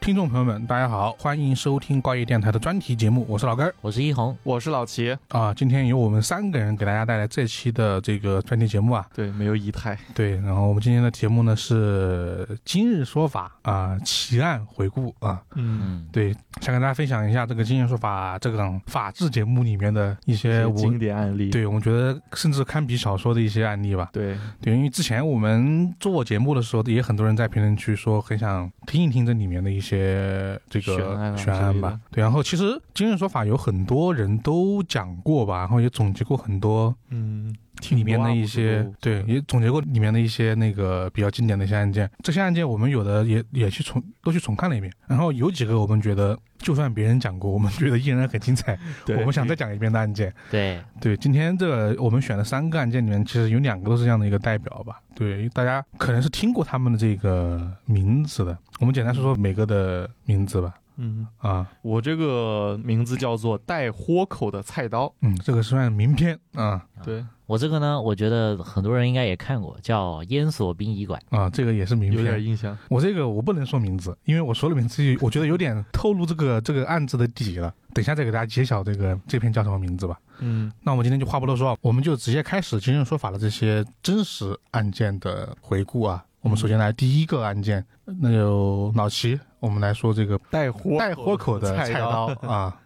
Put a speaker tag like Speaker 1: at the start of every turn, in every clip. Speaker 1: 听众朋友们，大家好，欢迎收听高叶电台的专题节目，我是老根儿
Speaker 2: 我是一红，
Speaker 3: 我是老齐，
Speaker 1: 啊。今天由我们三个人给大家带来这期的这个专题节目啊，
Speaker 3: 对，没有仪态，
Speaker 1: 对。然后我们今天的节目呢是今日说法啊，奇案回顾啊，
Speaker 3: 嗯，
Speaker 2: 嗯，
Speaker 1: 对，想跟大家分享一下这个今日说法这个法制节目里面的一些我
Speaker 3: 经典案例，
Speaker 1: 对，我们觉得甚至堪比小说的一些案例吧。
Speaker 3: 对
Speaker 1: 对，因为之前我们做节目的时候，也很多人在评论区说很想听一听这里面的一些这
Speaker 3: 悬
Speaker 1: 个
Speaker 3: 案啊
Speaker 1: 悬
Speaker 3: 之
Speaker 1: 案
Speaker 3: 类
Speaker 1: 吧
Speaker 3: 的。
Speaker 1: 对，然后其实今日说法有很多人都讲过吧，然后也总结过很多
Speaker 3: 嗯，
Speaker 1: 里面
Speaker 3: 多
Speaker 1: 的
Speaker 3: 啊
Speaker 1: 一
Speaker 3: 我
Speaker 1: 些
Speaker 3: 都，
Speaker 1: 对，也总结过里面的一些那个比较经典的一些案件。这些案件我们有的也也去重都去重看了一遍，然后有几个我们觉得就算别人讲过，我们觉得依然很精彩，
Speaker 3: 对
Speaker 1: 我们想再讲一遍的案件。
Speaker 2: 对，
Speaker 1: 对，今天这个我们选的三个案件里面，其实有两个都是这样的一个代表吧。对，大家可能是听过他们的这个名字的。我们简单说说每个的名字吧。
Speaker 3: 嗯，
Speaker 1: 啊，
Speaker 3: 我这个名字叫做带豁口的菜刀，
Speaker 1: 嗯，这个算名片啊
Speaker 3: 对，
Speaker 2: 我这个呢，我觉得很多人应该也看过，叫《烟锁殡仪馆
Speaker 1: 啊，这个也是名
Speaker 3: 有点
Speaker 1: 片。
Speaker 3: 印象，
Speaker 1: 我这个我不能说名字，因为我说了名字，我觉得有点透露这个这个案子的底了。等一下再给大家揭晓这个这篇叫什么名字吧。
Speaker 3: 嗯，
Speaker 1: 那我们今天就话不多说，啊我们就直接开始今日说法的这些真实案件的回顾啊。我们首先来第一个案件，呃那就老齐，我们来说这个
Speaker 3: 带豁
Speaker 1: 带豁口的菜刀啊，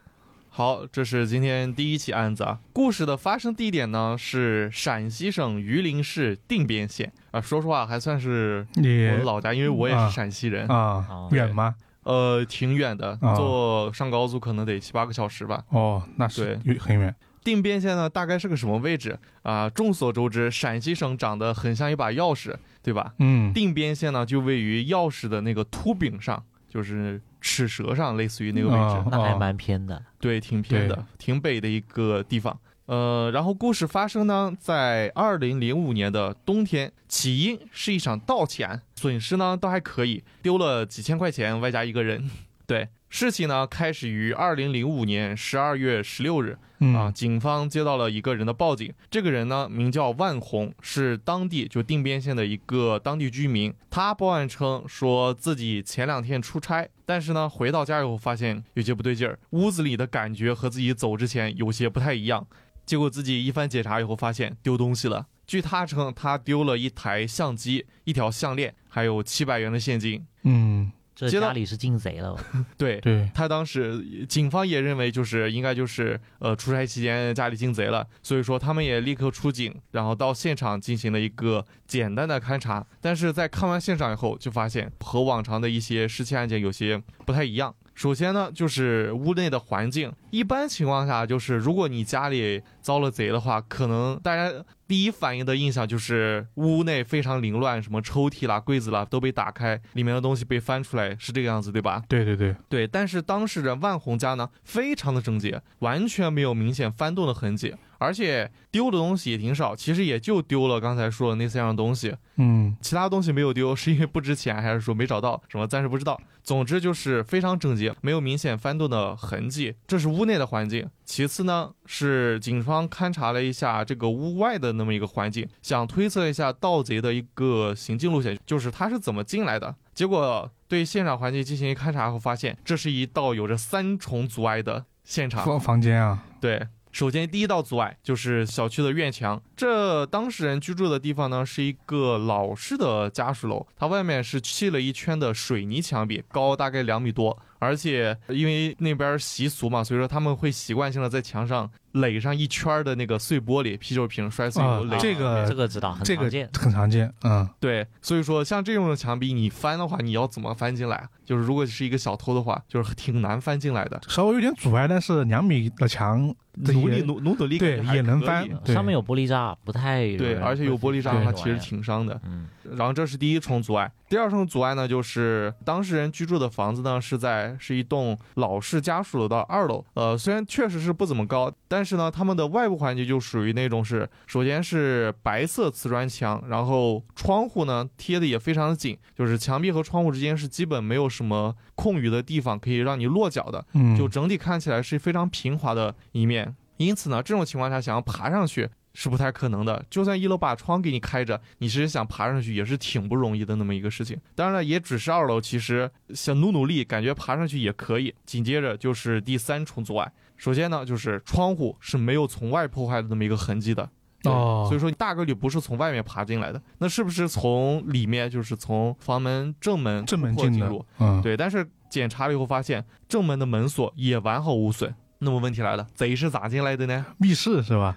Speaker 3: 好，这是今天第一起案子啊。故事的发生地点呢是陕西省榆林市定边县啊。说实话，还算是我
Speaker 1: 你
Speaker 3: 的老家，因为我也
Speaker 1: 啊
Speaker 3: 是陕西人，
Speaker 1: 啊
Speaker 2: 哦
Speaker 1: 远吗？
Speaker 3: 呃，挺远的
Speaker 1: 啊，
Speaker 3: 坐上高速可能得七八个小时吧。
Speaker 1: 哦，那是有很远
Speaker 3: 定边县呢，大概是个什么位置啊？众所周知，陕西省长得很像一把钥匙，对吧？
Speaker 1: 嗯
Speaker 3: 定边县呢，就位于钥匙的那个秃柄上，就是齿舌上，类似于那个位置。
Speaker 1: 啊》，
Speaker 2: 那还
Speaker 1: 哦
Speaker 2: 蛮偏的。
Speaker 3: 对，挺
Speaker 1: 对
Speaker 3: 偏的，挺北的一个地方。呃，然后故事发生呢，在二零零五年的冬天，起因是一场盗窃，损失呢倒还可以，丢了几千块钱，外加一个人。对，事情呢开始于二零零五年十二月十六日，啊，
Speaker 1: 嗯
Speaker 3: 警方接到了一个人的报警，这个人呢名叫万红，是当地就定边县的一个当地居民。他报案称说自己前两天出差，但是呢回到家以后发现有些不对劲儿，屋子里的感觉和自己走之前有些不太一样。结果自己一番检查以后发现丢东西了。据他称，他丢了一台相机、一条项链，还有七百元的现金。
Speaker 1: 嗯，
Speaker 2: 这
Speaker 3: 接到
Speaker 2: 家里是进贼了吧，
Speaker 3: 对，
Speaker 1: 对，
Speaker 3: 他当时警方也认为就是应该就是呃出差期间家里进贼了，所以说他们也立刻出警，然后到现场进行了一个简单的勘查。但是在看完现场以后，就发现和往常的一些失窃案件有些不太一样。首先呢，就是屋内的环境。一般情况下，就是如果你家里遭了贼的话，可能大家第一反应的印象就是屋内非常凌乱，什么抽屉啦、柜子啦都被打开，里面的东西被翻出来，是这个样子，对吧？
Speaker 1: 对对对，
Speaker 3: 对，但是当事人万红家呢，非常的整洁，完全没有明显翻动的痕迹，而且丢的东西也挺少，其实也就丢了刚才说的那三样东西，
Speaker 1: 嗯
Speaker 3: 其他东西没有丢，是因为不值钱，还是说没找到什么，暂时不知道。总之就是非常整洁，没有明显翻动的痕迹，这是屋内的环境。其次呢，是警方勘察了一下这个屋外的那么一个环境，想推测一下盗贼的一个行进路线，就是他是怎么进来的。结果对现场环境进行一勘察后，发现这是一道有着三重阻碍的现场。
Speaker 1: 房房间啊，
Speaker 3: 对，首先第一道阻碍就是小区的院墙，这当事人居住的地方呢是一个老式的家属楼，它外面是砌了一圈的水泥墙壁，高大概两米多，而且因为那边习俗嘛，所以说他们会习惯性的在墙上垒上一圈的那个碎玻璃，啤酒瓶摔碎以后垒
Speaker 1: 啊
Speaker 3: 上。
Speaker 1: 这
Speaker 2: 这
Speaker 1: 个
Speaker 2: 个知道，很
Speaker 1: 这个
Speaker 2: 常见。
Speaker 1: 很常见，嗯
Speaker 3: 对，所以说像这种墙壁，你翻的话，你要怎么翻进来啊？就是如果是一个小偷的话，就是挺难翻进来的。
Speaker 1: 稍微有点阻碍，但是两米的墙，这
Speaker 3: 努
Speaker 1: 也
Speaker 3: 力努努努力，
Speaker 1: 对也能翻对
Speaker 2: 上面有玻璃渣，不太有
Speaker 3: 对，
Speaker 2: 人
Speaker 3: 而且有玻璃渣
Speaker 2: 会
Speaker 3: 的
Speaker 2: 去这
Speaker 3: 话，其
Speaker 2: 玩
Speaker 3: 实
Speaker 2: 意儿
Speaker 3: 挺伤的。
Speaker 2: 嗯
Speaker 3: 然后这是第一重阻碍，第二重阻碍呢，就是当事人居住的房子呢是在是一栋老式家属楼的二楼，呃，虽然确实是不怎么高，但是呢，他们的外部环境就属于那种是，首先是白色瓷砖墙，然后窗户呢贴的也非常的紧，就是墙壁和窗户之间是基本没有什么空余的地方可以让你落脚的，
Speaker 1: 嗯，
Speaker 3: 就整体看起来是非常平滑的一面。因此呢，这种情况下想要爬上去，是不太可能的。就算一楼把窗给你开着，你其实想爬上去也是挺不容易的那么一个事情。当然了，也只是二楼，其实想努努力，感觉爬上去也可以。紧接着就是第三重阻碍，首先呢就是窗户是没有从外破坏的那么一个痕迹的。对
Speaker 1: 哦
Speaker 3: 所以说你大概率不是从外面爬进来的，那是不是从里面就是从房门正门
Speaker 1: 正门
Speaker 3: 突破
Speaker 1: 进
Speaker 3: 进
Speaker 1: 的
Speaker 3: 入？，
Speaker 1: 嗯，
Speaker 3: 对，但是检查了以后发现正门的门锁也完好无损。那么问题来了，贼是咋进来的呢？
Speaker 1: 密室是吧？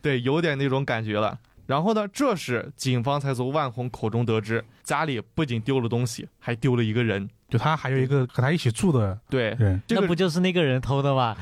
Speaker 3: 对，有点那种感觉了。然后呢，这时警方才从万红口中得知，家里不仅丢了东西，还丢了一个人。
Speaker 1: 就他还有一个和他一起住的
Speaker 3: 对，
Speaker 1: 人，
Speaker 3: 这
Speaker 2: 那
Speaker 3: 个
Speaker 2: 不就是那个人偷的吗？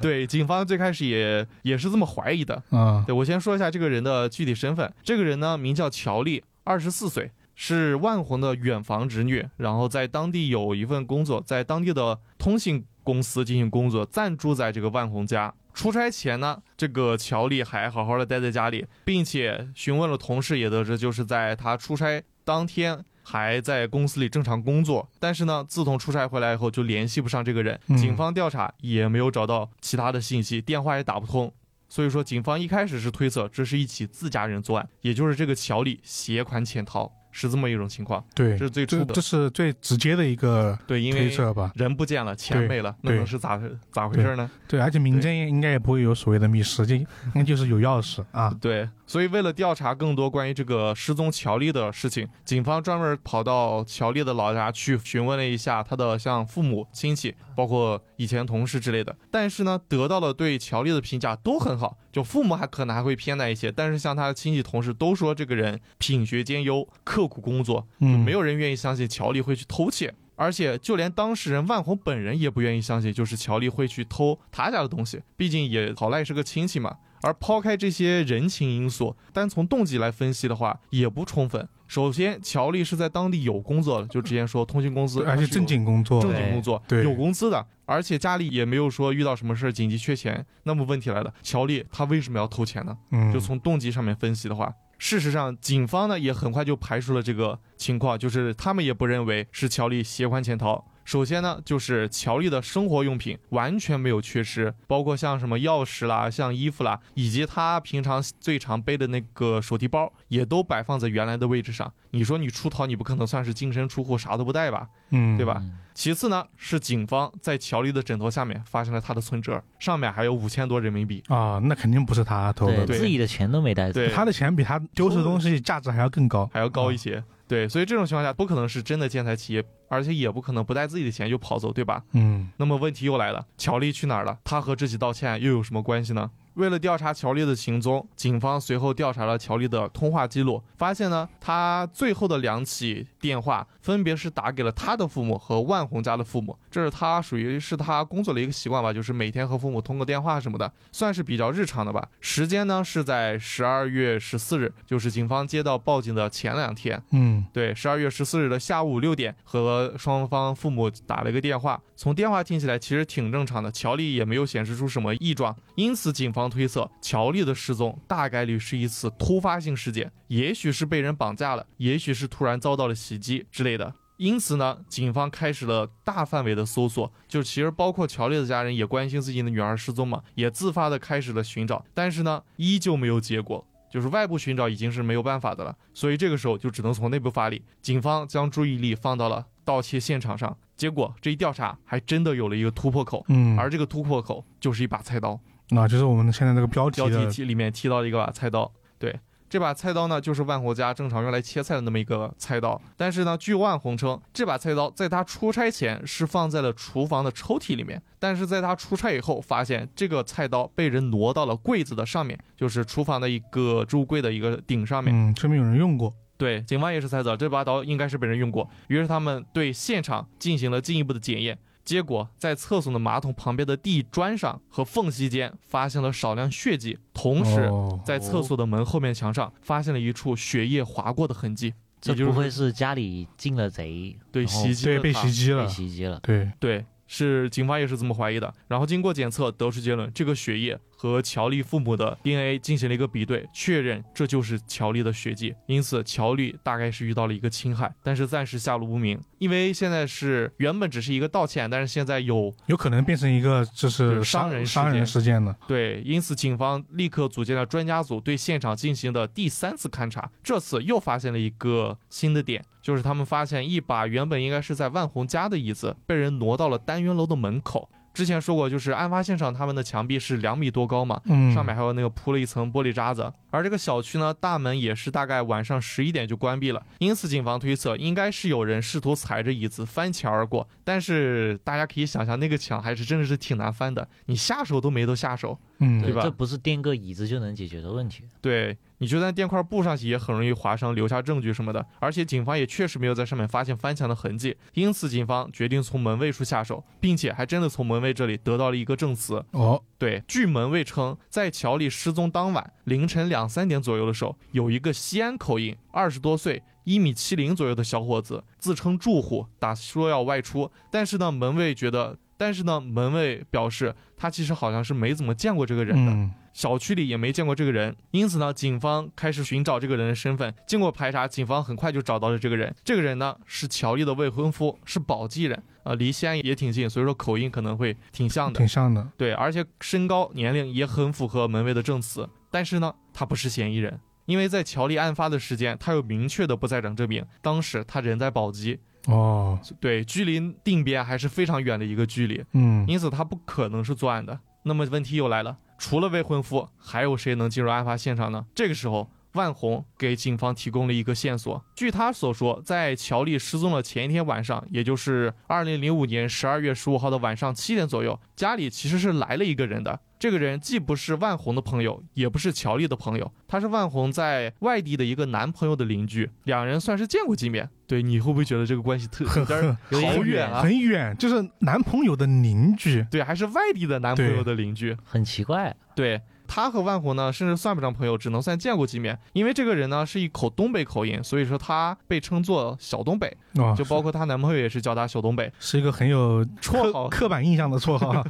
Speaker 3: 对，警方最开始也也是这么怀疑的。
Speaker 1: 啊，
Speaker 3: 对我先说一下这个人的具体身份，这个人呢名叫乔丽，二十四岁，是万红的远房侄女，然后在当地有一份工作，在当地的通信公司进行工作，暂住在这个万红家。出差前呢，这个乔丽还好好的待在家里，并且询问了同事，也得知就是在他出差当天还在公司里正常工作，但是呢，自从出差回来以后就联系不上这个人，
Speaker 1: 嗯
Speaker 3: 警方调查也没有找到其他的信息，电话也打不通。所以说，警方一开始是推测这是一起自家人作案，也就是这个乔丽携款潜逃，是这么一种情况，
Speaker 1: 对
Speaker 3: 这，是最初
Speaker 1: 这
Speaker 3: 的
Speaker 1: 这。是最直接的一个
Speaker 3: 对，因
Speaker 1: 推
Speaker 3: 为
Speaker 1: 测吧？
Speaker 3: 人不见了，钱
Speaker 1: 对
Speaker 3: 没了，那
Speaker 1: 对
Speaker 3: 能是咋咋回事呢？
Speaker 1: 对，而且民间也应该也不会有所谓的密室，这应该就是有钥匙啊。
Speaker 3: 对，所以为了调查更多关于这个失踪乔丽的事情，警方专门跑到乔丽的老家去询问了一下她的像父母亲戚，包括以前同事之类的。但是呢，得到了对乔丽的评价都很好，就父母还可能还会偏袒一些，但是像她的亲戚同事都说这个人品学兼优，刻苦工作，就
Speaker 1: 嗯，
Speaker 3: 没有人愿意相信乔丽会去偷窃。而且，就连当事人万红本人也不愿意相信，就是乔丽会去偷他家的东西，毕竟也好赖是个亲戚嘛。而抛开这些人情因素，单从动机来分析的话，也不充分。首先，乔丽是在当地有工作的，就之前说通讯公司，
Speaker 1: 对，而且
Speaker 3: 是有
Speaker 1: 正经工作，
Speaker 3: 正经工作，
Speaker 1: 对
Speaker 3: 有工资的，而且家里也没有说遇到什么事儿紧急缺钱。那么问题来了，乔丽她为什么要偷钱呢？
Speaker 1: 嗯，
Speaker 3: 就从动机上面分析的话，事实上，警方呢也很快就排除了这个情况，就是他们也不认为是乔丽携款潜逃。首先呢，就是乔丽的生活用品完全没有缺失，包括像什么钥匙啦、像衣服啦，以及她平常最常背的那个手提包，也都摆放在原来的位置上。你说你出逃，你不可能算是净身出户，啥都不带吧？
Speaker 1: 嗯，
Speaker 3: 对吧
Speaker 2: 嗯
Speaker 3: 其次呢，是警方在乔丽的枕头下面发现了她的存折，上面还有五千多人民币。
Speaker 1: 啊，那肯定不是他偷的
Speaker 2: 对，
Speaker 3: 对
Speaker 2: 自己的钱都没带走。
Speaker 3: 对，
Speaker 1: 他的钱比他丢失的东西价值还要更高，
Speaker 3: 还要高一些。对，所以这种情况下不可能是真的建材企业，而且也不可能不带自己的钱就跑走，对吧？
Speaker 1: 嗯，
Speaker 3: 那么问题又来了，乔丽去哪儿了？她和这起道歉又有什么关系呢？为了调查乔丽的行踪，警方随后调查了乔丽的通话记录，发现呢，她最后的两起电话分别是打给了她的父母和万红家的父母，这是她属于是她工作的一个习惯吧，就是每天和父母通个电话什么的，算是比较日常的吧。时间呢是在十二月十四日，就是警方接到报警的前两天。
Speaker 1: 嗯
Speaker 3: 对，十二月十四日的下午六点，和双方父母打了一个电话。从电话听起来其实挺正常的，乔丽也没有显示出什么异状，因此警方推测乔丽的失踪大概率是一次突发性事件，也许是被人绑架了，也许是突然遭到了袭击之类的。因此呢，警方开始了大范围的搜索，就其实包括乔丽的家人也关心自己的女儿失踪嘛，也自发的开始了寻找，但是呢，依旧没有结果。就是外部寻找已经是没有办法的了，所以这个时候就只能从内部发力。警方将注意力放到了盗窃现场上，结果这一调查还真的有了一个突破口，
Speaker 1: 嗯，
Speaker 3: 而这个突破口就是一把菜刀。
Speaker 1: 那就是我们现在这个标题
Speaker 3: 标题
Speaker 1: 的，
Speaker 3: 题里面提到了一把菜刀，对，这把菜刀呢就是万红家正常用来切菜的那么一个菜刀，但是呢，据万红称，这把菜刀在他出差前是放在了厨房的抽屉里面，但是在他出差以后，发现这个菜刀被人挪到了柜子的上面，就是厨房的一个置物柜的一个顶上面。
Speaker 1: 嗯，说明有人用过，
Speaker 3: 对，警方也是猜测这把刀应该是被人用过，于是他们对现场进行了进一步的检验，结果在厕所的马桶旁边的地砖上和缝隙间发现了少量血迹，同时
Speaker 1: 哦
Speaker 3: 在厕所的门后面墙上发现了一处血液划过的痕迹，
Speaker 2: 这
Speaker 3: 也就是
Speaker 2: 不会是家里进了贼，
Speaker 3: 对
Speaker 2: 然后
Speaker 3: 袭击
Speaker 1: 对
Speaker 3: 了
Speaker 1: 被
Speaker 3: 他
Speaker 1: 袭击
Speaker 2: 被
Speaker 1: 了，
Speaker 2: 袭击了。
Speaker 1: 对，
Speaker 3: 对，是警方也是这么怀疑的。然后经过检测得出结论，这个血液和乔丽父母的 DNA 进行了一个比对，确认这就是乔丽的血迹，因此乔丽大概是遇到了一个侵害，但是暂时下落不明。因为现在是原本只是一个道歉，但是现在有
Speaker 1: 有可能变成一个就是
Speaker 3: 是伤人事件
Speaker 1: 伤人事件了。
Speaker 3: 对，因此警方立刻组建了专家组对现场进行的第三次勘查，这次又发现了一个新的点，就是他们发现一把原本应该是在万红家的椅子被人挪到了单元楼的门口。之前说过，就是案发现场他们的墙壁是两米多高嘛，
Speaker 1: 嗯，
Speaker 3: 上面还有那个铺了一层玻璃渣子。而这个小区呢，大门也是大概晚上十一点就关闭了，因此警方推测应该是有人试图踩着椅子翻墙而过。但是大家可以想象，那个墙还是真的是挺难翻的，你下手都没得下手。
Speaker 1: 嗯，
Speaker 3: 对吧
Speaker 2: 这不是垫个椅子就能解决的问题。
Speaker 3: 对，你就算垫块布上去，也很容易划伤，留下证据什么的。而且警方也确实没有在上面发现翻墙的痕迹，因此警方决定从门卫处下手，并且还真的从门卫这里得到了一个证词。
Speaker 1: 哦，
Speaker 3: 对，据门卫称，在乔丽失踪当晚凌晨两三点左右的时候，有一个西安口音，二十多岁。一米七零左右的小伙子自称住户，打说要外出，但是呢，门卫觉得，但是呢，门卫表示他其实好像是没怎么见过这个人的，
Speaker 1: 嗯，
Speaker 3: 小区里也没见过这个人，因此呢，警方开始寻找这个人的身份。经过排查，警方很快就找到了这个人。这个人呢是乔丽的未婚夫，是宝鸡人，呃，离西安也挺近，所以说口音可能会挺像的
Speaker 1: 挺。像的。
Speaker 3: 对，而且身高、年龄也很符合门卫的证词。但是呢，他不是嫌疑人，因为在乔丽案发的时间，他有明确的不在场证明，当时他人在宝鸡，
Speaker 1: 哦，
Speaker 3: 对，距离定边还是非常远的一个距离。
Speaker 1: 嗯，
Speaker 3: 因此他不可能是作案的。那么问题又来了，除了未婚夫，还有谁能进入案发现场呢？这个时候。万红给警方提供了一个线索。据他所说，在乔丽失踪的前一天晚上，也就是二零零五年十二月十五号的晚上七点左右，家里其实是来了一个人的。这个人既不是万红的朋友，也不是乔丽的朋友，他是万红在外地的一个男朋友的邻居，两人算是见过几面。对你会不会觉得这个关系特有点儿
Speaker 2: 有点
Speaker 3: 好远啊？
Speaker 1: 很远，就是男朋友的邻居。
Speaker 3: 对，还是外地的男朋友的邻居。
Speaker 2: 很奇怪，
Speaker 3: 对他和万红呢，甚至算不上朋友，只能算见过几面。因为这个人呢是一口东北口音，所以说他被称作小东北，
Speaker 1: 哦，
Speaker 3: 就包括她男朋友也是叫她小东北。
Speaker 1: 是一个很有
Speaker 3: 绰号
Speaker 1: 刻刻板印象的绰 号。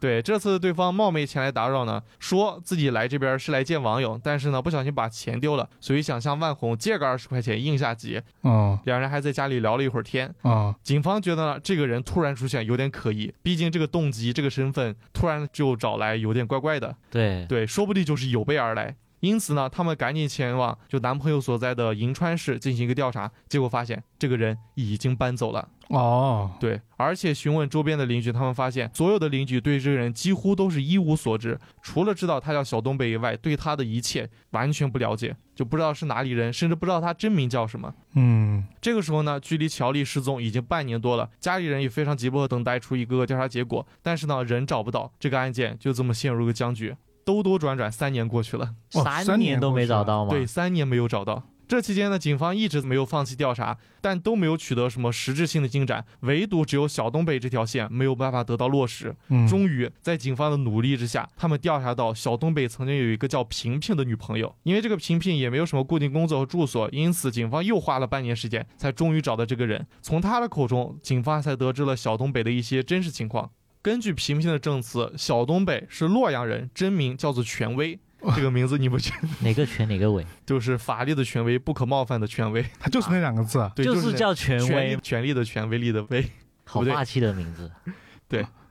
Speaker 3: 对，这次对方冒昧前来打扰呢，说自己来这边是来见网友，但是呢不小心把钱丢了，所以想向万红借个二十块钱应下急。
Speaker 1: 哦
Speaker 3: 两人还在家里聊了一会儿天。
Speaker 1: 哦，
Speaker 3: 警方觉得呢，这个人突然出现有点可疑，毕竟这个动机、这个身份突然就找来有点怪怪的。
Speaker 2: 对，
Speaker 3: 对，说不定就是有备而来。因此呢，他们赶紧前往就男朋友所在的银川市进行一个调查，结果发现这个人已经搬走了。
Speaker 1: 哦，
Speaker 3: 对，而且询问周边的邻居，他们发现所有的邻居对这个人几乎都是一无所知，除了知道他叫小东北以外，对他的一切完全不了解，就不知道是哪里人，甚至不知道他真名叫什么。
Speaker 1: 嗯，
Speaker 3: 这个时候呢，距离乔丽失踪已经半年多了，家里人也非常急迫地等待出一个个调查结果，但是呢，人找不到，这个案件就这么陷入一个僵局。兜兜转转，三年过去了，
Speaker 1: 哦三
Speaker 2: 年
Speaker 1: 年
Speaker 2: 都
Speaker 1: 过去
Speaker 2: 没找
Speaker 1: 了
Speaker 2: 到吗？
Speaker 3: 对，三年没有找到。这期间呢，警方一直没有放弃调查，但都没有取得什么实质性的进展，唯独只有小东北这条线没有办法得到落实。
Speaker 1: 嗯
Speaker 3: 终于，在警方的努力之下，他们调查到小东北曾经有一个叫萍萍的女朋友，因为这个萍萍也没有什么固定工作和住所，因此警方又花了半年时间，才终于找到这个人。从他的口中，警方才得知了小东北的一些真实情况。根据萍萍的证词，小东北是洛阳人，真名叫做权威。这个名字你不觉得
Speaker 2: 哪个权哪个委，
Speaker 3: 就是法律的权威，不可冒犯的权威？
Speaker 1: 他就是那两个字。啊
Speaker 3: 对，就是那
Speaker 2: 叫权
Speaker 3: 权
Speaker 2: 威
Speaker 3: 力，权力的权，威力的威。
Speaker 2: 好
Speaker 3: 不对
Speaker 2: 霸气的名字。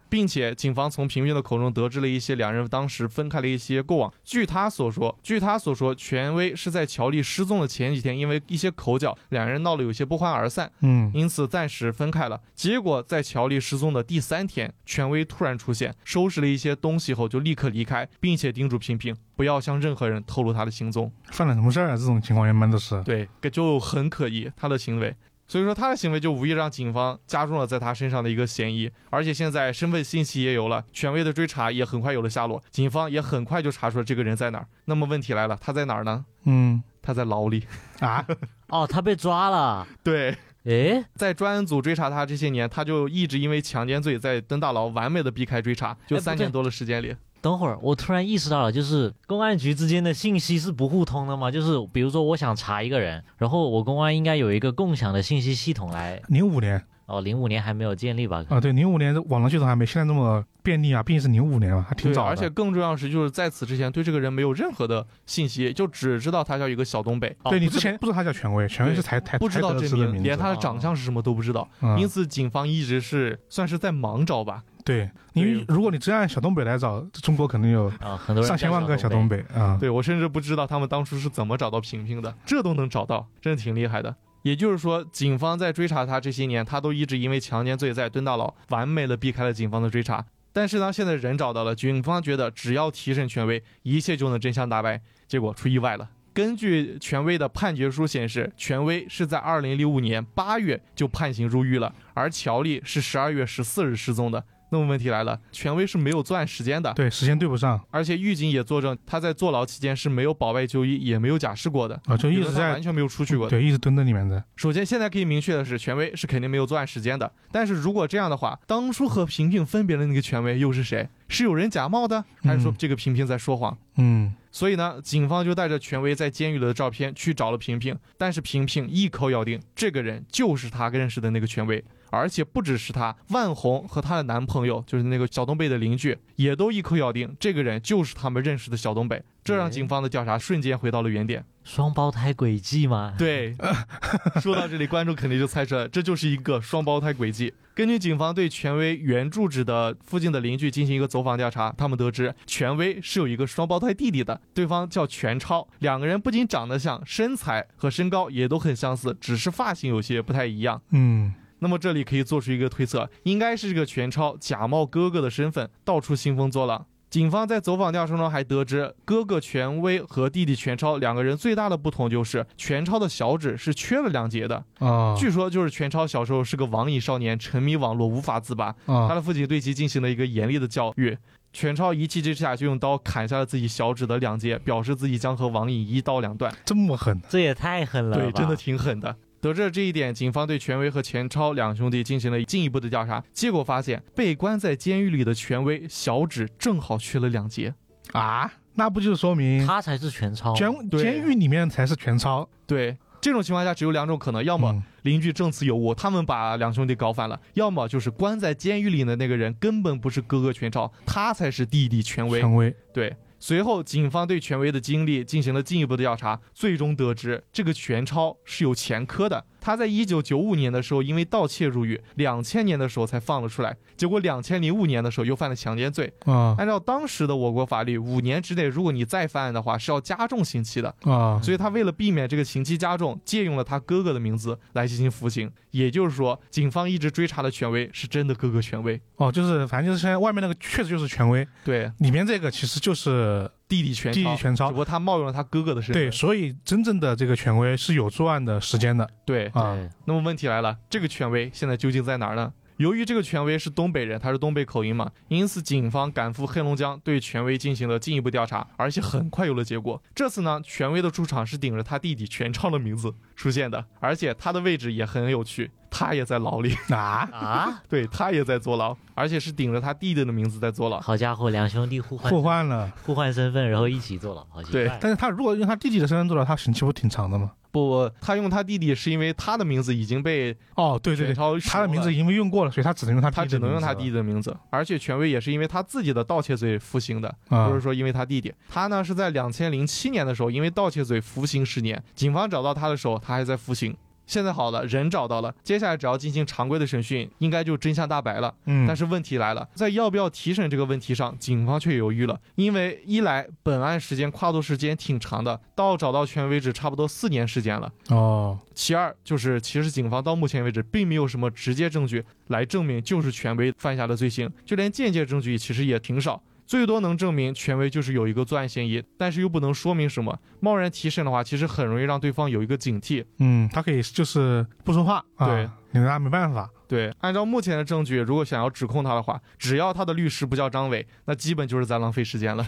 Speaker 3: 并且警方从平平的口中得知了一些两人当时分开了一些过往。据他所说，据他所说，权威是在乔丽失踪的前几天，因为一些口角，两人闹得有些不欢而散，
Speaker 1: 嗯，
Speaker 3: 因此暂时分开了。结果在乔丽失踪的第三天，权威突然出现，收拾了一些东西后就立刻离开，并且叮嘱平平不要向任何人透露他的行踪。
Speaker 1: 犯了什么事儿啊？这种情况一般都是。
Speaker 3: 对，就很可疑他的行为。所以说他的行为就无意让警方加重了在他身上的一个嫌疑，而且现在身份信息也有了，权威的追查也很快有了下落，警方也很快就查出了这个人在哪儿。那么问题来了，他在哪儿呢？
Speaker 1: 嗯
Speaker 3: 他在牢里。
Speaker 1: 啊，
Speaker 2: 哦，他被抓了，
Speaker 3: 对，
Speaker 2: 诶，
Speaker 3: 在专案组追查他这些年，他就一直因为强奸罪在登大牢，完美的避开追查，就
Speaker 2: 哎不
Speaker 3: 三
Speaker 2: 对
Speaker 3: 年多的时间里。
Speaker 2: 等会儿，我突然意识到了，就是公安局之间的信息是不互通的吗？就是比如说，我想查一个人，然后我公安应该有一个共享的信息系统来。
Speaker 1: 零五年
Speaker 2: 哦，零五年还没有建立吧？可能
Speaker 1: 啊，对，零五年网络系统还没现在那么便利啊，毕竟是零五年嘛，还挺
Speaker 3: 对，
Speaker 1: 早的。
Speaker 3: 而且更重要的是，就是在此之前对这个人没有任何的信息，就只知道他叫一个小东北，
Speaker 1: 对
Speaker 3: 哦
Speaker 1: 你
Speaker 3: 不
Speaker 1: 之
Speaker 3: 知
Speaker 1: 前不知道他叫权威，权威
Speaker 3: 对
Speaker 1: 是才才
Speaker 3: 不知道
Speaker 1: 才哎得
Speaker 3: 这
Speaker 1: 知的
Speaker 3: 名，
Speaker 1: 名
Speaker 3: 连
Speaker 1: 字啊
Speaker 3: 他的长相是什么都不知道，
Speaker 1: 嗯
Speaker 3: 因此警方一直是算是在盲找吧。
Speaker 1: 对，因为
Speaker 3: 对
Speaker 1: 如果你真按小东北来找，中国肯定有
Speaker 2: 啊，很多人
Speaker 1: 上千万
Speaker 2: 叫
Speaker 1: 个小东北啊。
Speaker 3: 对我甚至不知道他们当初是怎么找到萍萍的，这都能找到，真的挺厉害的。也就是说，警方在追查他这些年，他都一直因为强奸罪在蹲大牢，完美的避开了警方的追查。但是呢，现在人找到了，警方觉得只要提审权威，一切就能真相大白。结果出意外了。根据权威的判决书显示，权威是在2005年8月就判刑入狱了，而乔丽是12月14日失踪的。那么问题来了，权威是没有作案时间的，
Speaker 1: 对，时间对不上
Speaker 3: 而且狱警也作证，他在坐牢期间是没有保外就医，也没有假释过的，
Speaker 1: 啊，就一
Speaker 3: 有的
Speaker 1: 直
Speaker 3: 他
Speaker 1: 在
Speaker 3: 完全没有出去过的。
Speaker 1: 对一直蹲在里面的。
Speaker 3: 首先，现在可以明确的是，权威是肯定没有作案时间的。但是如果这样的话，当初和萍萍分别的那个权威又是谁？是有人假冒的，还是说
Speaker 1: 嗯
Speaker 3: 这个萍萍在说谎？
Speaker 1: 嗯，
Speaker 3: 所以呢，警方就带着权威在监狱里的照片去找了萍萍，但是萍萍一口咬定这个人就是她认识的那个权威，而且不只是她，万红和她的男朋友，就是那个小东北的邻居，也都一口咬定这个人就是他们认识的小东北，这让警方的调查瞬间回到了原点。
Speaker 2: 双胞胎轨迹吗？
Speaker 3: 对， 说到这里，观众肯定就猜出来了，这就是一个双胞胎轨迹。根据警方对权威原住址的附近的邻居进行一个走访调查，他们得知权威是有一个双胞胎弟弟的，对方叫全超。两个人不仅长得像，身材和身高也都很相似，只是发型有些不太一样。
Speaker 1: 嗯，
Speaker 3: 那么这里可以做出一个推测，应该是这个全超假冒哥哥的身份，到处兴风作浪。警方在走访调查中还得知，哥哥权威和弟弟全超两个人最大的不同就是，全超的小指是缺了两节的。
Speaker 1: 啊
Speaker 3: 据说就是全超小时候是个网瘾少年，沉迷网络无法自拔，他
Speaker 1: 啊，
Speaker 3: 的父亲对其进行了一个严厉的教育。全超一气之下就用刀砍下了自己小指的两节，表示自己将和网瘾一刀两断。
Speaker 1: 这么狠
Speaker 2: 这也太狠了吧，
Speaker 3: 对，真的挺狠的。得知了这一点，警方对权威和钱超两兄弟进行了进一步的调查，结果发现被关在监狱里的权威小指正好缺了两节。
Speaker 1: 啊？那不就是说明
Speaker 2: 他才是全超。
Speaker 1: 监
Speaker 3: 哦对
Speaker 1: 监狱里面才是全抄？
Speaker 3: 对，这种情况下只有两种可能，要么
Speaker 1: 嗯
Speaker 3: 邻居证词有误，他们把两兄弟搞反了；要么就是关在监狱里的那个人根本不是哥哥权超，他才是弟弟权威。
Speaker 1: 权威
Speaker 3: 对。随后，警方对权威的经历进行了进一步的调查，最终得知这个权超是有前科的。他在一九九五年的时候因为盗窃入狱，两千年的时候才放了出来。结果两千零五年的时候又犯了强奸罪。
Speaker 1: 啊
Speaker 3: 按照当时的我国法律，五年之内如果你再犯案的话，是要加重刑期的。
Speaker 1: 啊，
Speaker 3: 哎所以他为了避免这个刑期加重，借用了他哥哥的名字来进行服刑。也就是说，警方一直追查的权威是真的哥哥权威，
Speaker 1: 哦，就是反正就是现在外面那个确实就是权威，
Speaker 3: 对
Speaker 1: 里面这个其实就是
Speaker 3: 弟弟权
Speaker 1: 弟弟
Speaker 3: 超。
Speaker 1: 全
Speaker 3: 只
Speaker 1: 抄
Speaker 3: 不。过他冒用了他哥哥的身份，
Speaker 1: 对，所以真正的这个权威是有作案的时间的
Speaker 3: 对，
Speaker 1: 啊。
Speaker 2: 对，
Speaker 3: 那么问题来了，这个权威现在究竟在哪儿呢？由于这个权威是东北人，他是东北口音嘛，因此警方赶赴黑龙江，对权威进行了进一步调查，而且很快有了结果。这次呢，权威的出场是顶着他弟弟全超的名字出现的，而且他的位置也很有趣，他也在牢里，
Speaker 1: 啊，
Speaker 2: 啊，
Speaker 3: 对他也在坐牢，而且是顶着他弟弟的名字在坐牢。
Speaker 2: 好家伙，两兄弟互换
Speaker 1: 互换了。
Speaker 2: 互换身份，然后一起坐牢，好奇怪
Speaker 3: 对
Speaker 1: 但是他如果用他弟弟的身份做到，他刑期不挺长的吗？
Speaker 3: 不不，他用他弟弟是因为他的名字已经被
Speaker 1: 哦，对对
Speaker 3: 全
Speaker 1: 对，
Speaker 3: 超
Speaker 1: 他的
Speaker 3: 熟
Speaker 1: 名
Speaker 3: 了
Speaker 1: 字因为用过了，所以他只能用他弟弟
Speaker 3: 他
Speaker 1: 的
Speaker 3: 只能用他
Speaker 1: 名字
Speaker 3: 弟弟的名字，而且权威也是因为他自己的盗窃罪服刑的，
Speaker 1: 了啊
Speaker 3: 不是说因为他弟弟，他呢是在两千零七年的时候，因为盗窃罪服刑十年。警方找到他的时候，他还在服刑。现在好了，人找到了，接下来只要进行常规的审讯，应该就真相大白了。
Speaker 1: 嗯，
Speaker 3: 但是问题来了，在要不要提审这个问题上，警方却犹豫了，因为一来本案时间跨度时间挺长的，到找到权为止差不多四年时间了。
Speaker 1: 哦，
Speaker 3: 其二就是，其实警方到目前为止并没有什么直接证据来证明就是权威犯下的罪行，就连间接证据其实也挺少，最多能证明权威就是有一个作案嫌疑，但是又不能说明什么。贸然提审的话，其实很容易让对方有一个警惕。
Speaker 1: 嗯，他可以就是不说话，啊、
Speaker 3: 对，
Speaker 1: 你拿他没办法，
Speaker 3: 对，按照目前的证据，如果想要指控他的话，只要他的律师不叫张伟，那基本就是在浪费时间了。